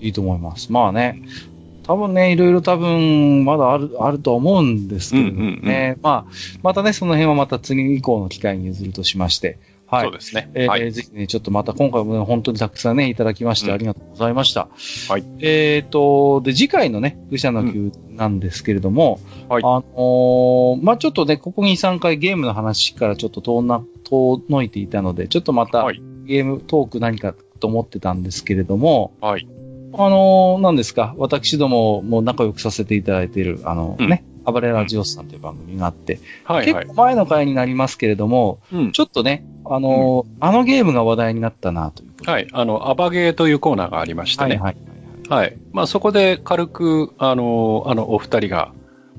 Speaker 1: いいと思います。まあね、多分ね、いろいろ多分まだある、あるとは思うんですけれどもね、
Speaker 2: うんうん
Speaker 1: まあ、またね、その辺はまた次以降の機会に譲るとしまして、は
Speaker 2: そう
Speaker 1: い。
Speaker 2: ですね。
Speaker 1: えー
Speaker 2: は
Speaker 1: え
Speaker 2: い。
Speaker 1: ーぜひね、ちょっとまた今回もね、本当にたくさんね、いただきまして
Speaker 2: うん
Speaker 1: ありがとうございました。
Speaker 2: はい。
Speaker 1: えっ、と、で、次回のね、愚者の球なんですけれども、
Speaker 2: はい
Speaker 1: あのーまあちょっとね、ここ2、3回ゲームの話からちょっと遠な、遠のいていたので、ちょっとまた、
Speaker 2: はい
Speaker 1: ゲームトーク何かと思ってたんですけれども、
Speaker 2: はい。
Speaker 1: あのー、何ですか、私どもも仲良くさせていただいている、あの
Speaker 2: うん
Speaker 1: ね、暴れラジオスさんという番組があって、
Speaker 2: はい。はい
Speaker 1: 結構。前の回になりますけれども、
Speaker 2: うん
Speaker 1: ちょっとね、あのー、あのゲームが話題になったなということで。
Speaker 2: はい。あの、アバゲーというコーナーがありまして
Speaker 1: はい、はい、
Speaker 2: ね。
Speaker 1: はいはい。
Speaker 2: はい。まあ、そこで軽く、あの、あの、お二人が、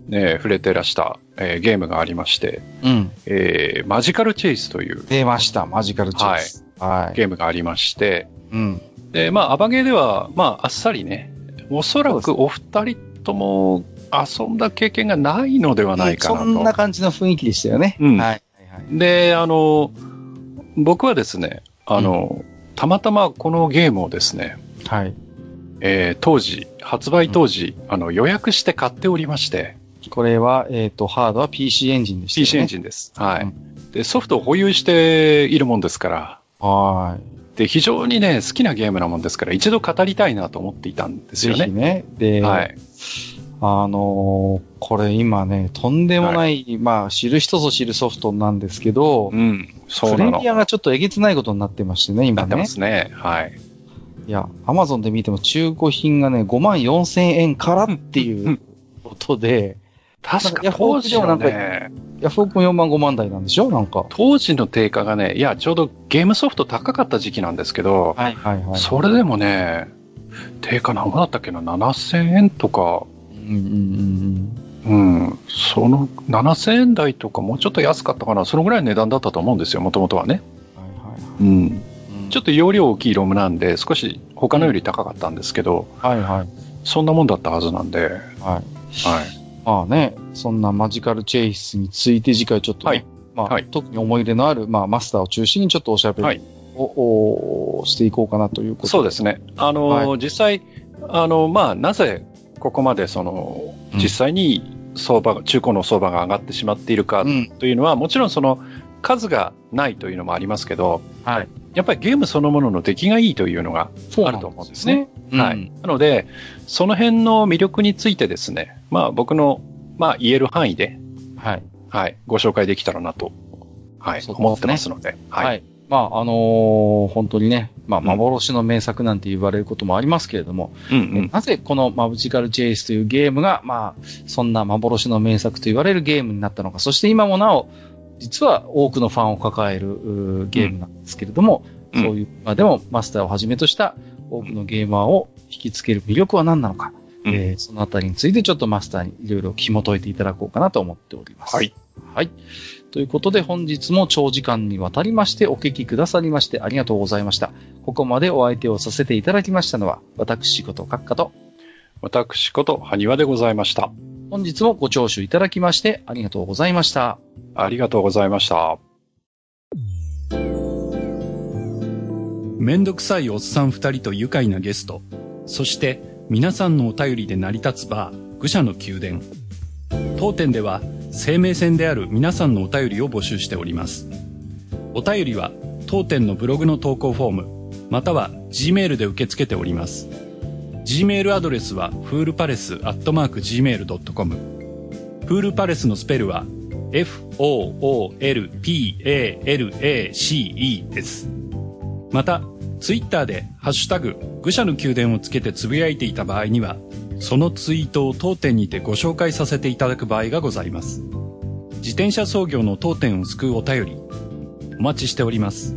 Speaker 2: ね、触れてらした、えーゲームがありまして、
Speaker 1: うん。
Speaker 2: えーマジカルチェイスという
Speaker 1: 出ました、マジカルチョイス。はい。
Speaker 2: ゲームがありまして、
Speaker 1: うん。
Speaker 2: で、まあ、アバゲーでは、まあ、あっさりね、おそらくお二人とも遊んだ経験がないのではないかなと。
Speaker 1: そんな感じの雰囲気でしたよね。
Speaker 2: うん
Speaker 1: はい。はいはい
Speaker 2: で、あの、僕はですね、あの、たまたまこのゲームをですね、
Speaker 1: はい。
Speaker 2: えー当時、発売当時、あの、予約して買っておりまして、
Speaker 1: これは、えっ、と、ハードは PC エンジンでした、ね。
Speaker 2: PC エンジンです。はい、で、ソフトを保有しているもんですから、
Speaker 1: ン。は
Speaker 2: で、非常にね、好きなゲームなもんですから、一度語りたいなと思っていたんで
Speaker 1: い。
Speaker 2: す
Speaker 1: ぜ
Speaker 2: よ
Speaker 1: ひ
Speaker 2: ね。
Speaker 1: ね。で、
Speaker 2: はい。
Speaker 1: あのーこれ今ね、とんでもない、まあ、知る人ぞ知るソフトなんですけど
Speaker 2: う、ん、そう
Speaker 1: プ
Speaker 2: な
Speaker 1: レ
Speaker 2: の
Speaker 1: ミ。アがちょっとえげつないことになってましてね、
Speaker 2: な
Speaker 1: 今
Speaker 2: って
Speaker 1: ね
Speaker 2: ま。すね。はい。
Speaker 1: いや、アマゾンで見ても中古品がね、5万4千円からっていううんことで、
Speaker 2: 確
Speaker 1: いや
Speaker 2: か当時の
Speaker 1: 当時でも
Speaker 2: ね、
Speaker 1: ヤフオクも4万5万台なんでしょなんか。
Speaker 2: 当時の定価がね、いや、ちょうどゲームソフト高かった時期なんですけど、
Speaker 1: はいはいはい。
Speaker 2: それでもね、定価何ぼだったっけな ?7000 円とか、
Speaker 1: うんうんうん
Speaker 2: うん、その7000円台とかもうちょっと安かったかな、そのぐらいの値段だったと思うんですよ、もともとはね。
Speaker 1: うん。はいはいは
Speaker 2: うん。
Speaker 1: い。
Speaker 2: ちょっ
Speaker 1: っ
Speaker 2: と容量大きいロムなんで、少し他のより高かったんですけど、
Speaker 1: と、はいはい
Speaker 2: そんなもんだったはずなんで、はい。
Speaker 1: はい。まあね、そんなマジカルチェイスについて次回ちょっとね、
Speaker 2: はい
Speaker 1: まあ、
Speaker 2: はい
Speaker 1: 特に思い入れのある、まあ、マスターを中心にちょっとおしゃべりを、
Speaker 2: はい
Speaker 1: おおしていこうかなということ
Speaker 2: そうですね。あの、
Speaker 1: は
Speaker 2: 実際、あの、まあ、なぜここまでその、
Speaker 1: うん
Speaker 2: 実際に相場が、中古の相場が上がってしまっているか
Speaker 1: うん。
Speaker 2: というのは、もちろんその、数がないというのもありますけど、
Speaker 1: はい。
Speaker 2: やっぱりゲームそのものの出来がいいというのがあると思うんですね。。
Speaker 1: うん、
Speaker 2: はいなので、その辺の魅力についてですね、まあ僕の、まあ言える範囲で、
Speaker 1: はい。
Speaker 2: はい、ご紹介できたらなと、はい、
Speaker 1: そうですね
Speaker 2: 思ってますので、
Speaker 1: はい。
Speaker 2: はい。
Speaker 1: まあ、あのー本当にね、まあ、幻の名作なんて言われることもありますけれども、
Speaker 2: うんう
Speaker 1: え
Speaker 2: ん。
Speaker 1: なぜこのマブジカルチェイスというゲームが、まあ、そんな幻の名作と言われるゲームになったのか、そして今もなお、実は多くのファンを抱えるうーゲームなんですけれども、
Speaker 2: うん
Speaker 1: そういう、まあでもマスターをはじめとした多くのゲーマーを引きつける魅力は何なのか、
Speaker 2: うん
Speaker 1: えーそのあたりについてちょっとマスターにいろいろ紐解いていただこうかなと思っております。
Speaker 2: はい。
Speaker 1: はい。ということで本日も長時間にわたりましてお聞きくださりましてありがとうございました。ここまでお相手をさせていただきましたのは、私こと閣下と、
Speaker 2: 私こと、埴輪でございました。
Speaker 1: 本日もご聴取いただきましてありがとうございました。
Speaker 2: ありがとうございました。
Speaker 3: めんどくさいおっさん二人と愉快なゲスト、そして皆さんのお便りで成り立つバー、愚者の宮殿。当店では生命線である皆さんのお便りを募集しております。お便りは当店のブログの投稿フォーム、または Gmail で受け付けております。Gmail アドレスはフールパレスアットマーク Gmail.com。フールパレスのスペルは F-O-O-L-P-A-L-A-C-E です。またツイッターで「ハッシュタグ愚者の宮殿」をつけてつぶやいていた場合にはそのツイートを当店にてご紹介させていただく場合がございます自転車操業の当店を救うお便りお待ちしております